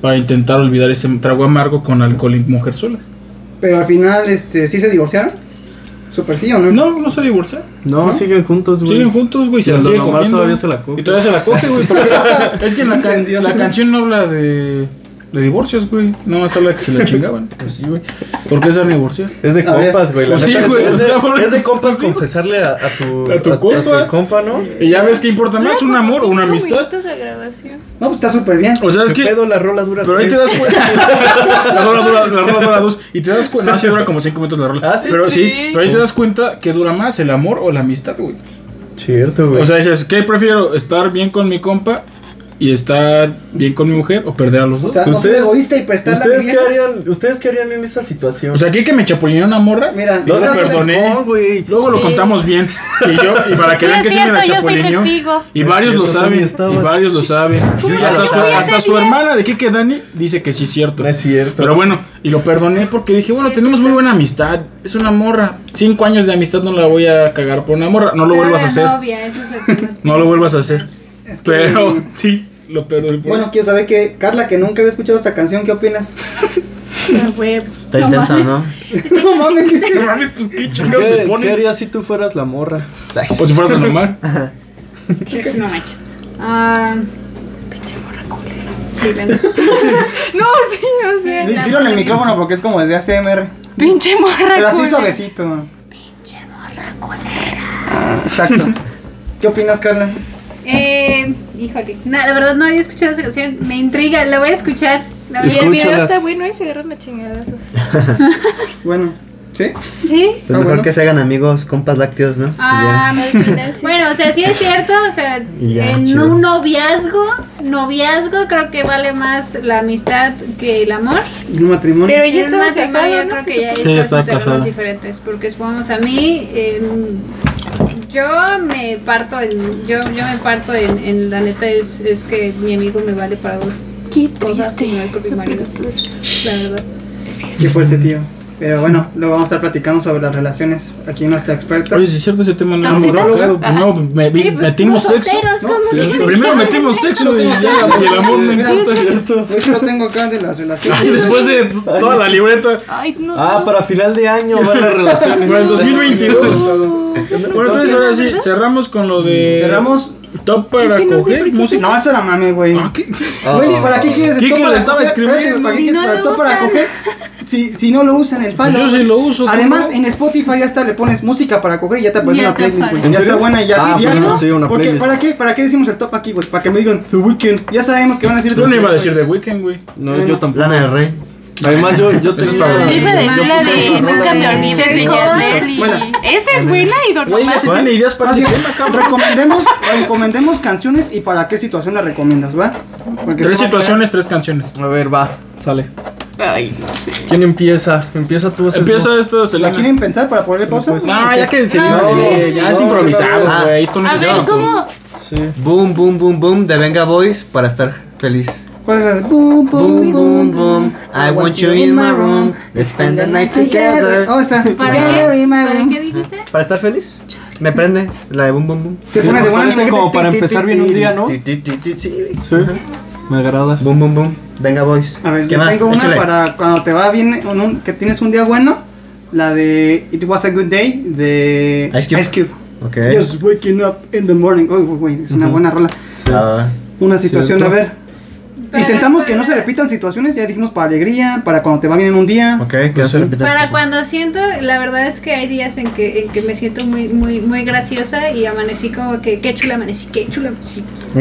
S1: para intentar olvidar ese trago amargo con alcohol y mujer solas.
S2: Pero al final este sí se divorciaron. Super sí o no?
S1: No, no se divorció.
S6: No, siguen juntos, güey.
S1: Siguen juntos, güey, se
S6: Y
S1: la
S6: el
S1: sigue
S6: Don Omar
S1: cogiendo.
S6: todavía se la coge.
S1: Y todavía se la coge, güey. porque- es que en la, can- la canción no habla de, de divorcios, güey. No más habla que se la chingaban. Pues sí, güey. ¿Por qué se van a divorciar?
S4: Es de
S2: A ver.
S4: compas, güey. la
S1: Pues sí,
S4: neta,
S1: güey,
S4: Es,
S1: o sea,
S4: de-
S1: por-
S4: es de compas confesarle a, a tu,
S1: A tu compa.
S4: compa, ¿no?
S1: Y ya ves que importa más un
S7: Como
S1: amor o una
S7: cinco
S1: amistad.
S7: minutos de grabación.
S2: No, pues está súper bien.
S1: O sea, es
S4: ¿Qué
S1: que.
S4: pedo? La rola dura
S1: Pero ahí te
S4: tres.
S1: das cuenta. la rola dura, la rola dura dos. Y te das cuenta. No, sí dura como cinco minutos la rola.
S4: Ah, sí,
S1: pero sí.
S7: sí.
S1: Pero ahí te das cuenta que dura más el amor o la amistad, güey.
S4: Cierto, güey.
S1: O sea, dices, ¿qué prefiero? ¿Estar bien con mi compa? y estar bien con mi mujer o perder a los dos.
S2: sea, no soy egoísta y prestar la
S11: ¿ustedes
S2: mi
S11: qué,
S2: vieja.
S11: harían, ¿Ustedes qué harían en esa situación?
S1: O sea, aquí que me chapulineó una morra,
S2: Mira,
S11: no
S1: yo la
S11: seas
S1: perdoné.
S11: rincón, güey.
S1: Luego lo
S3: Sí.
S1: contamos bien. Y yo, y para que
S3: Sí,
S1: vean
S3: es
S1: que sí me la
S3: cierto, yo soy
S1: chapulineó.
S3: testigo.
S1: Y
S11: Es
S1: varios lo
S11: cierto, tú
S1: saben.
S11: ni
S1: Y
S11: estabas.
S1: varios lo saben. Y
S3: no
S1: hasta
S3: lo
S1: su,
S3: sabes?
S1: hasta su
S3: Bien.
S1: hermana de Kike Dani dice que sí es cierto.
S11: No es cierto.
S1: Pero bueno, y lo perdoné porque dije, bueno,
S3: Sí,
S1: tenemos
S3: sí,
S1: muy
S3: sí.
S1: buena amistad. Es una morra. Cinco años de amistad no la voy a cagar por una morra. No lo vuelvas a hacer.
S3: Novia, eso es lo que no-
S1: No lo vuelvas a hacer.
S2: Es que-
S1: Pero sí, lo perdoné. por-
S2: Bueno, quiero saber que, Carla, que nunca había escuchado esta canción, ¿qué opinas?
S3: Los huevos.
S4: Está
S3: No
S4: intensa,
S3: mames.
S4: ¿no?
S2: no mames, ¿qué
S1: No
S2: se-
S1: mames, pues qué chingados me
S11: ¿Qué, qué
S1: ponen.
S11: harías si tú fueras la morra? Ay, sí.
S1: O Pues, si fueras a nomar.
S3: Eso no manches. Ah, pinche morra culera. Sí,
S7: No, sí, o sea.
S2: Dí-
S7: la-
S2: Dilo en el micrófono porque es como el de ACMR.
S7: Pinche morra.
S2: Pero así
S7: culera.
S2: suavecito. Pinche morra culera. Exacto. ¿Qué opinas, Carla?
S3: la neta. Eh, híjole. No, la verdad no había escuchado esa canción. Me intriga, la voy a escuchar. La voy
S7: Y el video
S11: Escúchala.
S7: está bueno y se agarran a chingadazos.
S2: Bueno, ¿sí?
S7: Sí.
S4: Pues
S2: Ah,
S4: mejor
S2: bueno.
S4: que se hagan amigos, compas lácteos, ¿no? Y
S3: Ah,
S4: ya.
S3: me-
S7: Al final sí.
S3: Bueno, o sea, sí es cierto, o sea,
S4: Y ya,
S3: en
S4: chido.
S3: un noviazgo, noviazgo creo que vale más la amistad que el amor.
S2: ¿Y un matrimonio?
S7: Pero
S3: Pero
S7: ya
S3: yo
S7: estaba casado,
S3: yo
S7: ¿no?
S3: creo
S7: Se
S3: que ya
S7: supone.
S6: Sí,
S3: hay
S6: estaba casada.
S3: diferentes, porque supongamos a mí, eh, yo me parto en, yo, yo me parto en, en la neta es, es que mi amigo me vale para dos
S7: Qué
S3: cosas,
S7: triste.
S3: y no el propio marido, la verdad.
S2: Qué fuerte, tío. Pero bueno, luego vamos a estar platicando sobre las relaciones. Aquí nuestra experta.
S1: Oye, si es cierto ese tema no
S2: ¿Tóxicos?
S1: hemos tocado. No, me-
S3: Sí, pues,
S1: metimos
S3: puros
S1: sexo.
S3: solteros, ¿cómo
S1: Sí,
S3: dices?
S1: Primero metimos sexo y ya y el amor me
S2: Mira,
S1: encanta.
S2: Pues lo tengo acá de las
S1: Y
S2: relaciones.
S1: después de toda la libreta.
S7: Ay, no.
S11: Ah, para final de año van las relaciones.
S1: Para el 2022.
S7: No.
S1: Bueno, entonces ahora sí, cerramos con lo de.
S2: Cerramos.
S1: Top
S7: Es
S1: para
S7: que no sé por
S1: coger
S7: qué
S1: música.
S2: No, eso era mame, güey.
S1: Ah, ¿qué?
S2: Güey, ¿para qué quieres
S1: Kike
S2: top
S1: lo
S2: para
S1: estaba
S2: coger?
S1: escribiendo.
S2: Espérate, ¿Para qué
S7: Si
S2: quieres
S7: no
S2: para
S7: lo
S2: top para
S7: usan.
S2: coger? Si, si no lo usan, el falo.
S1: Pues Yo sí lo uso. ¿cómo
S2: Además,
S1: no?
S2: en Spotify ya hasta le pones música para coger y ya te aparece
S3: Ya
S2: una
S3: te
S2: playlist, güey.
S3: aparece.
S2: Ya
S11: ¿En
S2: está
S11: serio?
S2: buena y ya.
S11: Ah,
S2: ya
S11: pues
S2: no,
S11: no, sí, una
S2: porque,
S11: playlist.
S2: ¿para qué? ¿Para qué decimos el top aquí, güey? Para que me digan The Weeknd. Ya sabemos que van a decir
S1: Yo no iba a decir
S2: Weeknd,
S1: de Weekend, güey.
S6: No, yo tampoco.
S4: Lana del Rey.
S6: Además, yo, yo
S1: es
S6: tenía.
S1: para-
S7: Yo iba a decir la
S6: puse
S7: de
S6: una
S7: Nunca me
S6: rola.
S7: olvides de Jet Nelly. Esa es buena y Don
S1: Güey, ya
S7: Omar.
S1: se tiene ideas para ese tema,
S2: güey.
S1: cabrón.
S2: Recomendemos, recomendemos canciones y para qué situación las recomiendas, ¿va? Porque
S1: Tres
S2: se va a
S1: situaciones, tres canciones.
S6: A ver, va, sale.
S7: Ay, no sé.
S6: ¿Quién empieza? Empieza tú. haces
S1: Empieza esto,
S2: quedar. ¿La
S1: Selena.
S2: quieren pensar para ponerle pausa?
S6: Pues,
S1: No, ya que seguimos.
S7: sí.
S1: güey, Ya es
S2: No,
S1: improvisado,
S4: no,
S1: güey. Esto no
S7: A
S1: se
S7: ver,
S1: sabe.
S7: ¿cómo?
S6: no. Sí.
S4: Boom, boom, boom, boom, de Venga Boys para estar feliz.
S2: ¿Cuál es la de boom,
S4: Boom, boom, boom, I want you in my room, let's spend the night together.
S2: Oh, está.
S3: ¿Para
S2: Together
S3: qué?
S2: in my
S3: ¿Para
S2: room.
S3: qué dijiste?
S4: ¿Para estar feliz? Me prende la de boom, boom, boom.
S2: Te pones de buena
S6: Parece
S2: ánimo.
S6: como para empezar bien un día, ¿no?
S4: Ti, ti, ti, ti, sí.
S6: Sí. Me agrada.
S4: Boom, boom, boom, Venga Boys.
S2: A ver,
S4: ¿Qué
S2: yo
S4: más?
S2: tengo una
S4: Échale.
S2: para cuando te va bien, en un- que tienes un día bueno. La de It Was a Good Day de
S4: Ice Cube. ¿Eh? Ok.
S2: Just waking up in the morning. Uy, uy, uy, es una buena rola.
S4: Ah,
S2: Una situación,
S6: Cierto.
S2: a ver. Intentamos que no se repitan situaciones, ya dijimos para alegría, para cuando te va bien en un día.
S4: ok, que no se repita.
S3: Para cuando siento, la verdad es que hay días en que, en que me siento muy, muy, muy graciosa y amanecí como que qué chula amanecí, qué chula amanecí.
S4: Ok.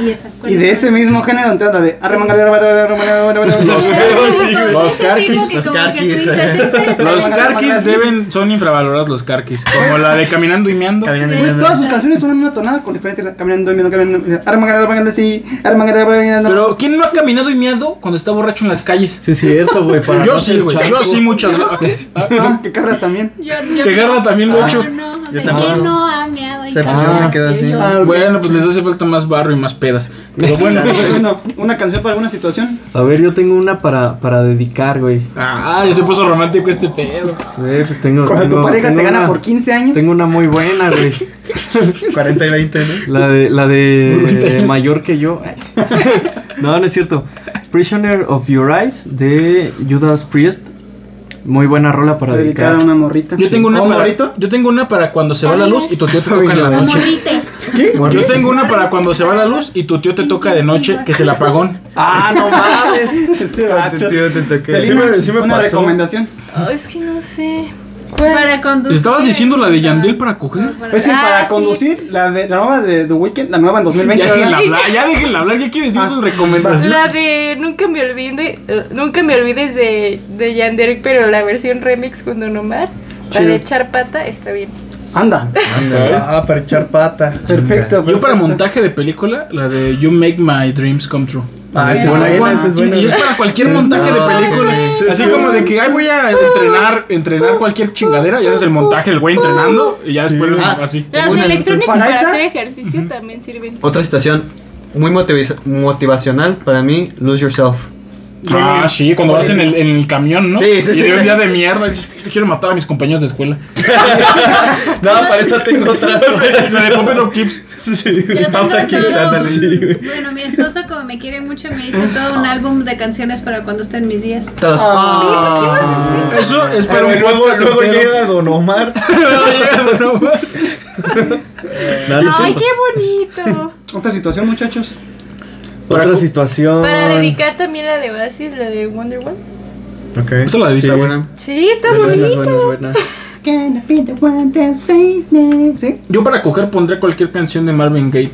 S3: Y esa. ¿cuál
S2: Y de
S3: es?
S2: ese mismo género, entonces la de arremangale, arremangale, arremangale,
S1: Los
S2: arremangale.
S1: dedos, sí, güey.
S3: Como
S1: Los
S3: que te digo
S1: carquis.
S3: que
S4: los
S3: como que tú
S4: carquis.
S3: dices, "Este está
S1: Los
S2: Los
S1: carquis
S2: carquis.
S1: deben, son infravalorados los carquis. Como la de caminando y meando.
S4: Caminando,
S2: Güey,
S4: caminando.
S2: Todas sus canciones son en una tonada con diferente caminando, caminando, caminando, arremangale, arremangale, sí, arremangale, arremangale. no.
S1: Pero ¿quién no ha caminado y meado cuando está borracho en las calles?
S6: Sí, es cierto, güey. para
S1: Yo
S6: no
S1: sí,
S6: ser
S1: güey.
S6: chato.
S1: Yo sí muchas veces.
S2: Ah, que Carla también.
S3: Yo, yo
S1: Que Garra también lo ha hecho.
S3: No, o sea,
S4: tampoco.
S3: ¿quién no ha meado y
S4: Se
S3: cagado?
S4: yo me quedo así.
S2: Ah, ok.
S1: Bueno, pues les hace falta más barro y más pedas. Pero bueno.
S2: bueno, una canción para alguna situación.
S6: A ver, yo tengo una para, para dedicar, güey.
S1: Ah, ya se puso romántico este pedo.
S6: Eh, pues tengo.
S2: Cuando tu
S6: tengo-
S2: pareja te
S6: tengo
S2: gana
S6: una-
S2: por 15 años.
S6: Tengo una muy buena, güey.
S4: 40 y 20, ¿no?
S6: La de, la de eh, mayor que yo. No, no es cierto. Prisoner of Your Eyes de Judas Priest. Muy buena rola para
S2: dedicar a
S6: dedicar.
S2: una morrita.
S1: Yo tengo una
S2: ¿O un
S1: para
S2: morrito?
S1: Yo tengo una para cuando se va la luz y tu tío te toca en la
S3: Como
S1: noche.
S3: Lite.
S1: Yo tengo una para cuando se va la luz y tu tío te toca de noche, que es el apagón.
S6: Ah, no mames.
S2: Este
S4: Ah, te-
S2: vato.
S4: tío, te toqué.
S2: Selena,
S11: Sí me- sí me
S2: una
S11: pasó.
S2: recomendación.
S7: Ay, Oh, es que no sé.
S3: Para conducir.
S1: Estabas diciendo la de Yandel para coger.
S2: Es decir,
S7: Ah,
S2: para
S7: sí.
S2: conducir la, de, la nueva de The Weeknd, la nueva en 2020.
S1: Ya déjenla
S2: ¿verdad?
S1: hablar, ya déjenla hablar, ya quiere decir
S2: Ah,
S1: sus recomendaciones.
S7: La de Nunca me olvide, eh, nunca me olvides de, de Yandere, pero la versión remix con Don Omar, la
S2: Chido.
S7: de echar pata, está bien.
S2: Anda.
S11: Ah, para echar pata.
S2: Perfecto.
S1: Yo para
S2: perfecto.
S1: montaje de película, la de You Make My Dreams Come True.
S11: Ah, esa es buena, esa es buena.
S1: Y es para cualquier montaje de película. Así como de que, ay, voy a entrenar, entrenar cualquier chingadera. Y haces el montaje, el güey entrenando. Y ya después es
S11: Ah,
S1: así.
S7: Las de
S2: Una-
S7: electrónica
S2: ¿Para
S7: para,
S2: esa?
S7: hacer ejercicio también sirven.
S4: Otra situación muy motiviza- motivacional para mí, Lose Yourself.
S1: Ah, sí, cuando vas en el, en el camión, ¿no?
S4: Sí, sí,
S1: y
S4: sí.
S1: de un día de mierda y dices, "Te quiero matar a mis compañeros de escuela.
S11: No, para eso tengo otras.
S1: Se le ponen los clips.
S12: Pero tengo
S4: Pauta Kids,
S12: todo-
S4: ándale.
S12: Bueno, mi esposo, como me quiere mucho, me hizo todo un álbum de canciones para cuando estén mis días.
S4: Todos,
S11: Ah.
S1: Eso espero un
S11: luego,
S1: podcast
S11: luego
S1: entero.
S11: llega Don Omar.
S7: Ay, qué bonito.
S2: Otra situación, muchachos.
S11: Otra situación.
S7: Para dedicar también la de Oasis, la de Wonder Woman.
S4: oh. Ok.
S1: Eso la
S4: Sí,
S1: dedicas.
S4: buena.
S7: Sí, está
S11: Buenas,
S7: bonito.
S11: buenas, buenas.
S2: Gonna be the one that save me. ¿Sí?
S1: Yo para coger pondré cualquier canción de Marvin Gaye.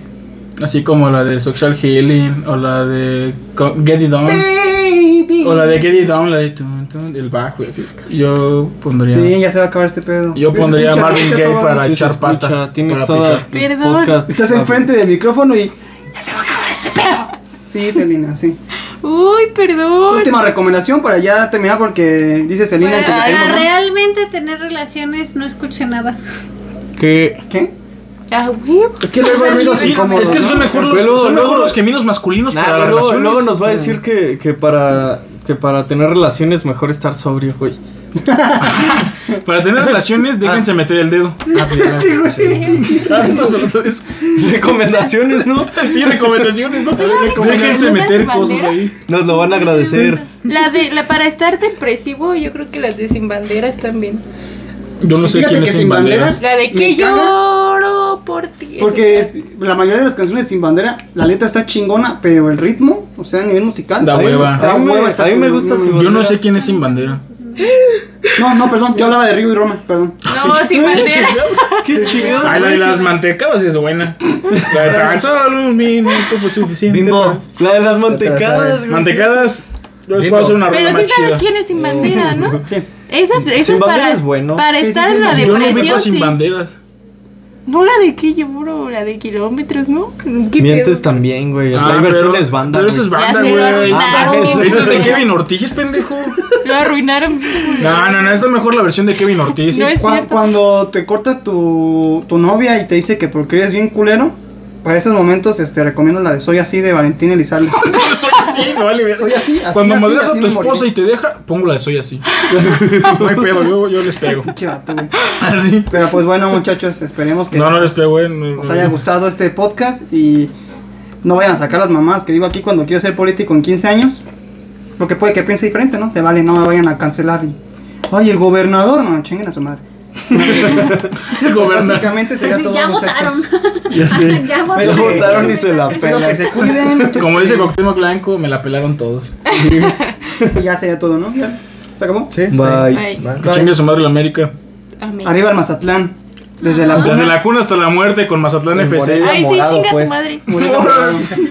S1: Así como la de Social Healing o la de Co- Get It Down.
S2: Baby.
S1: O la de Get It Down, la de tun, tun, el bajo. y así. Yo pondría.
S2: Sí, ya se va a acabar este pedo.
S1: Yo pondría
S2: Escucha,
S1: Marvin
S2: escucha
S1: Gaye
S2: todo.
S1: para
S6: Sí, se
S1: echar
S6: escucha,
S1: pata.
S6: Tienes
S1: para
S6: toda
S1: pisar.
S6: el
S7: Perdón.
S6: podcast.
S2: Estás enfrente del micrófono y ya se va a acabar este pedo. Sí, Selena, sí.
S7: Uy, perdón.
S2: Última recomendación para ya terminar porque dice Selena que
S7: Para
S2: le
S12: Para
S2: caemos, ¿no?
S12: realmente tener relaciones, no escuche nada.
S6: Que
S2: ¿Qué?
S7: Ah, güey.
S2: Es que luego hay ruidos
S1: Sí,
S2: incómodos.
S1: es que
S2: ¿no?
S1: son mejor los,
S11: Luego,
S1: son mejor
S11: luego-
S1: los gemidos masculinos
S11: Nah,
S1: para la
S11: luego,
S1: relación.
S11: luego nos va a decir que, que para que para tener relaciones mejor estar sobrio, güey.
S1: Para tener relaciones, déjense meter el dedo.
S2: Este güey.
S7: Ah,
S11: Recomendaciones, ¿no?
S1: Sí, recomendaciones, ¿no? Déjense
S7: recomendaciones
S1: meter
S7: banderas.
S1: cosas ahí.
S11: Nos lo van a agradecer.
S7: La de la para estar depresivo, yo creo que las de sin banderas también.
S1: Yo no sé
S2: Fíjate
S1: quién
S2: que
S1: es
S2: sin
S1: sin banderas.
S7: La
S2: Me
S7: de que
S2: caga.
S7: lloro por ti.
S2: Porque es- la mayoría de las canciones sin bandera, la letra está chingona, pero el ritmo, o sea, a nivel musical.
S1: Da
S2: a mí me
S1: hueva.
S2: gusta, da
S11: A mí me-
S2: hueva, está
S11: a mí me
S2: culero.
S11: gusta
S2: No,
S11: sin
S2: no,
S1: Yo no sé quién es sin banderas.
S2: No, no, perdón, yo hablaba de Río y Roma, perdón.
S7: No, sin banderas.
S11: Qué chido.
S1: Ay, la de las mantecadas es buena. La de tan solo un minuto fue suficiente.
S4: Bimbo.
S11: La de las
S4: sabes.
S11: mantecadas, güey.
S1: Mantecadas, yo les
S4: Bimbo.
S1: puedo hacer una rola
S7: Pero sí
S1: más
S7: sabes
S1: chida.
S7: quién es sin bandera, ¿no?
S2: Sí.
S7: Esas, esas
S11: Sin
S7: para,
S11: Bandera es bueno.
S7: para
S2: Sí, sí,
S7: estar
S2: sí,
S7: en la
S2: sí.
S1: Yo no
S7: depresión.
S1: ubico
S7: sí.
S1: sin banderas.
S7: No la de que lloro, la de kilómetros, ¿no? ¿Qué
S11: Mientes
S7: pedo?
S11: también, güey. Hasta
S1: Ah,
S11: hay
S1: pero-
S11: versiones banda.
S1: Pero eso es
S11: güey.
S1: banda,
S7: Ya se lo
S1: güey.
S7: arruinaron.
S1: Esa es de Kevin Ortiz, pendejo.
S7: Lo arruinaron. bien, güey.
S1: No, no, no, esta es mejor la versión de Kevin Ortiz.
S7: No es
S2: Cu-
S7: cierto.
S2: Cuando te corta tu, tu novia y te dice que porque eres bien culero, para esos momentos este, recomiendo la de Soy así de Valentín Elizalde.
S1: soy así, no vale. verga.
S2: Soy así, así
S1: Cuando
S2: nací,
S1: madreas a
S2: así
S1: tu
S2: me moriré.
S1: esposa y te deja, pongo la de soy así. No hay pedo, yo, yo les pego.
S2: Pinche vato, güey.
S1: Así.
S2: Pero pues bueno, muchachos, esperemos que
S1: Ah, No, no les pego, eh. no,
S2: os
S1: no.
S2: haya gustado este podcast y no vayan a sacar las mamás que digo aquí cuando quiero ser político en 15 años. Porque puede que piense diferente, ¿no? Se vale, no me vayan a cancelar. Y, Ay, el gobernador, no, chinguen a su madre.
S1: El gobernador.
S2: Básicamente sería todo.
S12: ya
S2: muchachos.
S12: votaron.
S11: Ya sé.
S12: ya
S11: Me lo
S2: Espero
S12: votaron.
S2: que-
S11: botaron y se la
S2: Espero que
S11: pelan.
S2: se cuiden.
S1: Como dice Coctemo Blanco, me la pelaron todos.
S2: Ya sería todo, ¿no? Ya. ¿Se acabó?
S4: Sí, está bien.
S11: Bye.
S7: Ay,
S1: Que chingue su madre la América.
S7: amén.
S2: Arriba el Mazatlán. Desde la
S1: Desde la cuna hasta la muerte con Mazatlán FC.
S7: Ay, sí,
S11: morado,
S7: chinga
S11: pues.
S7: tu madre.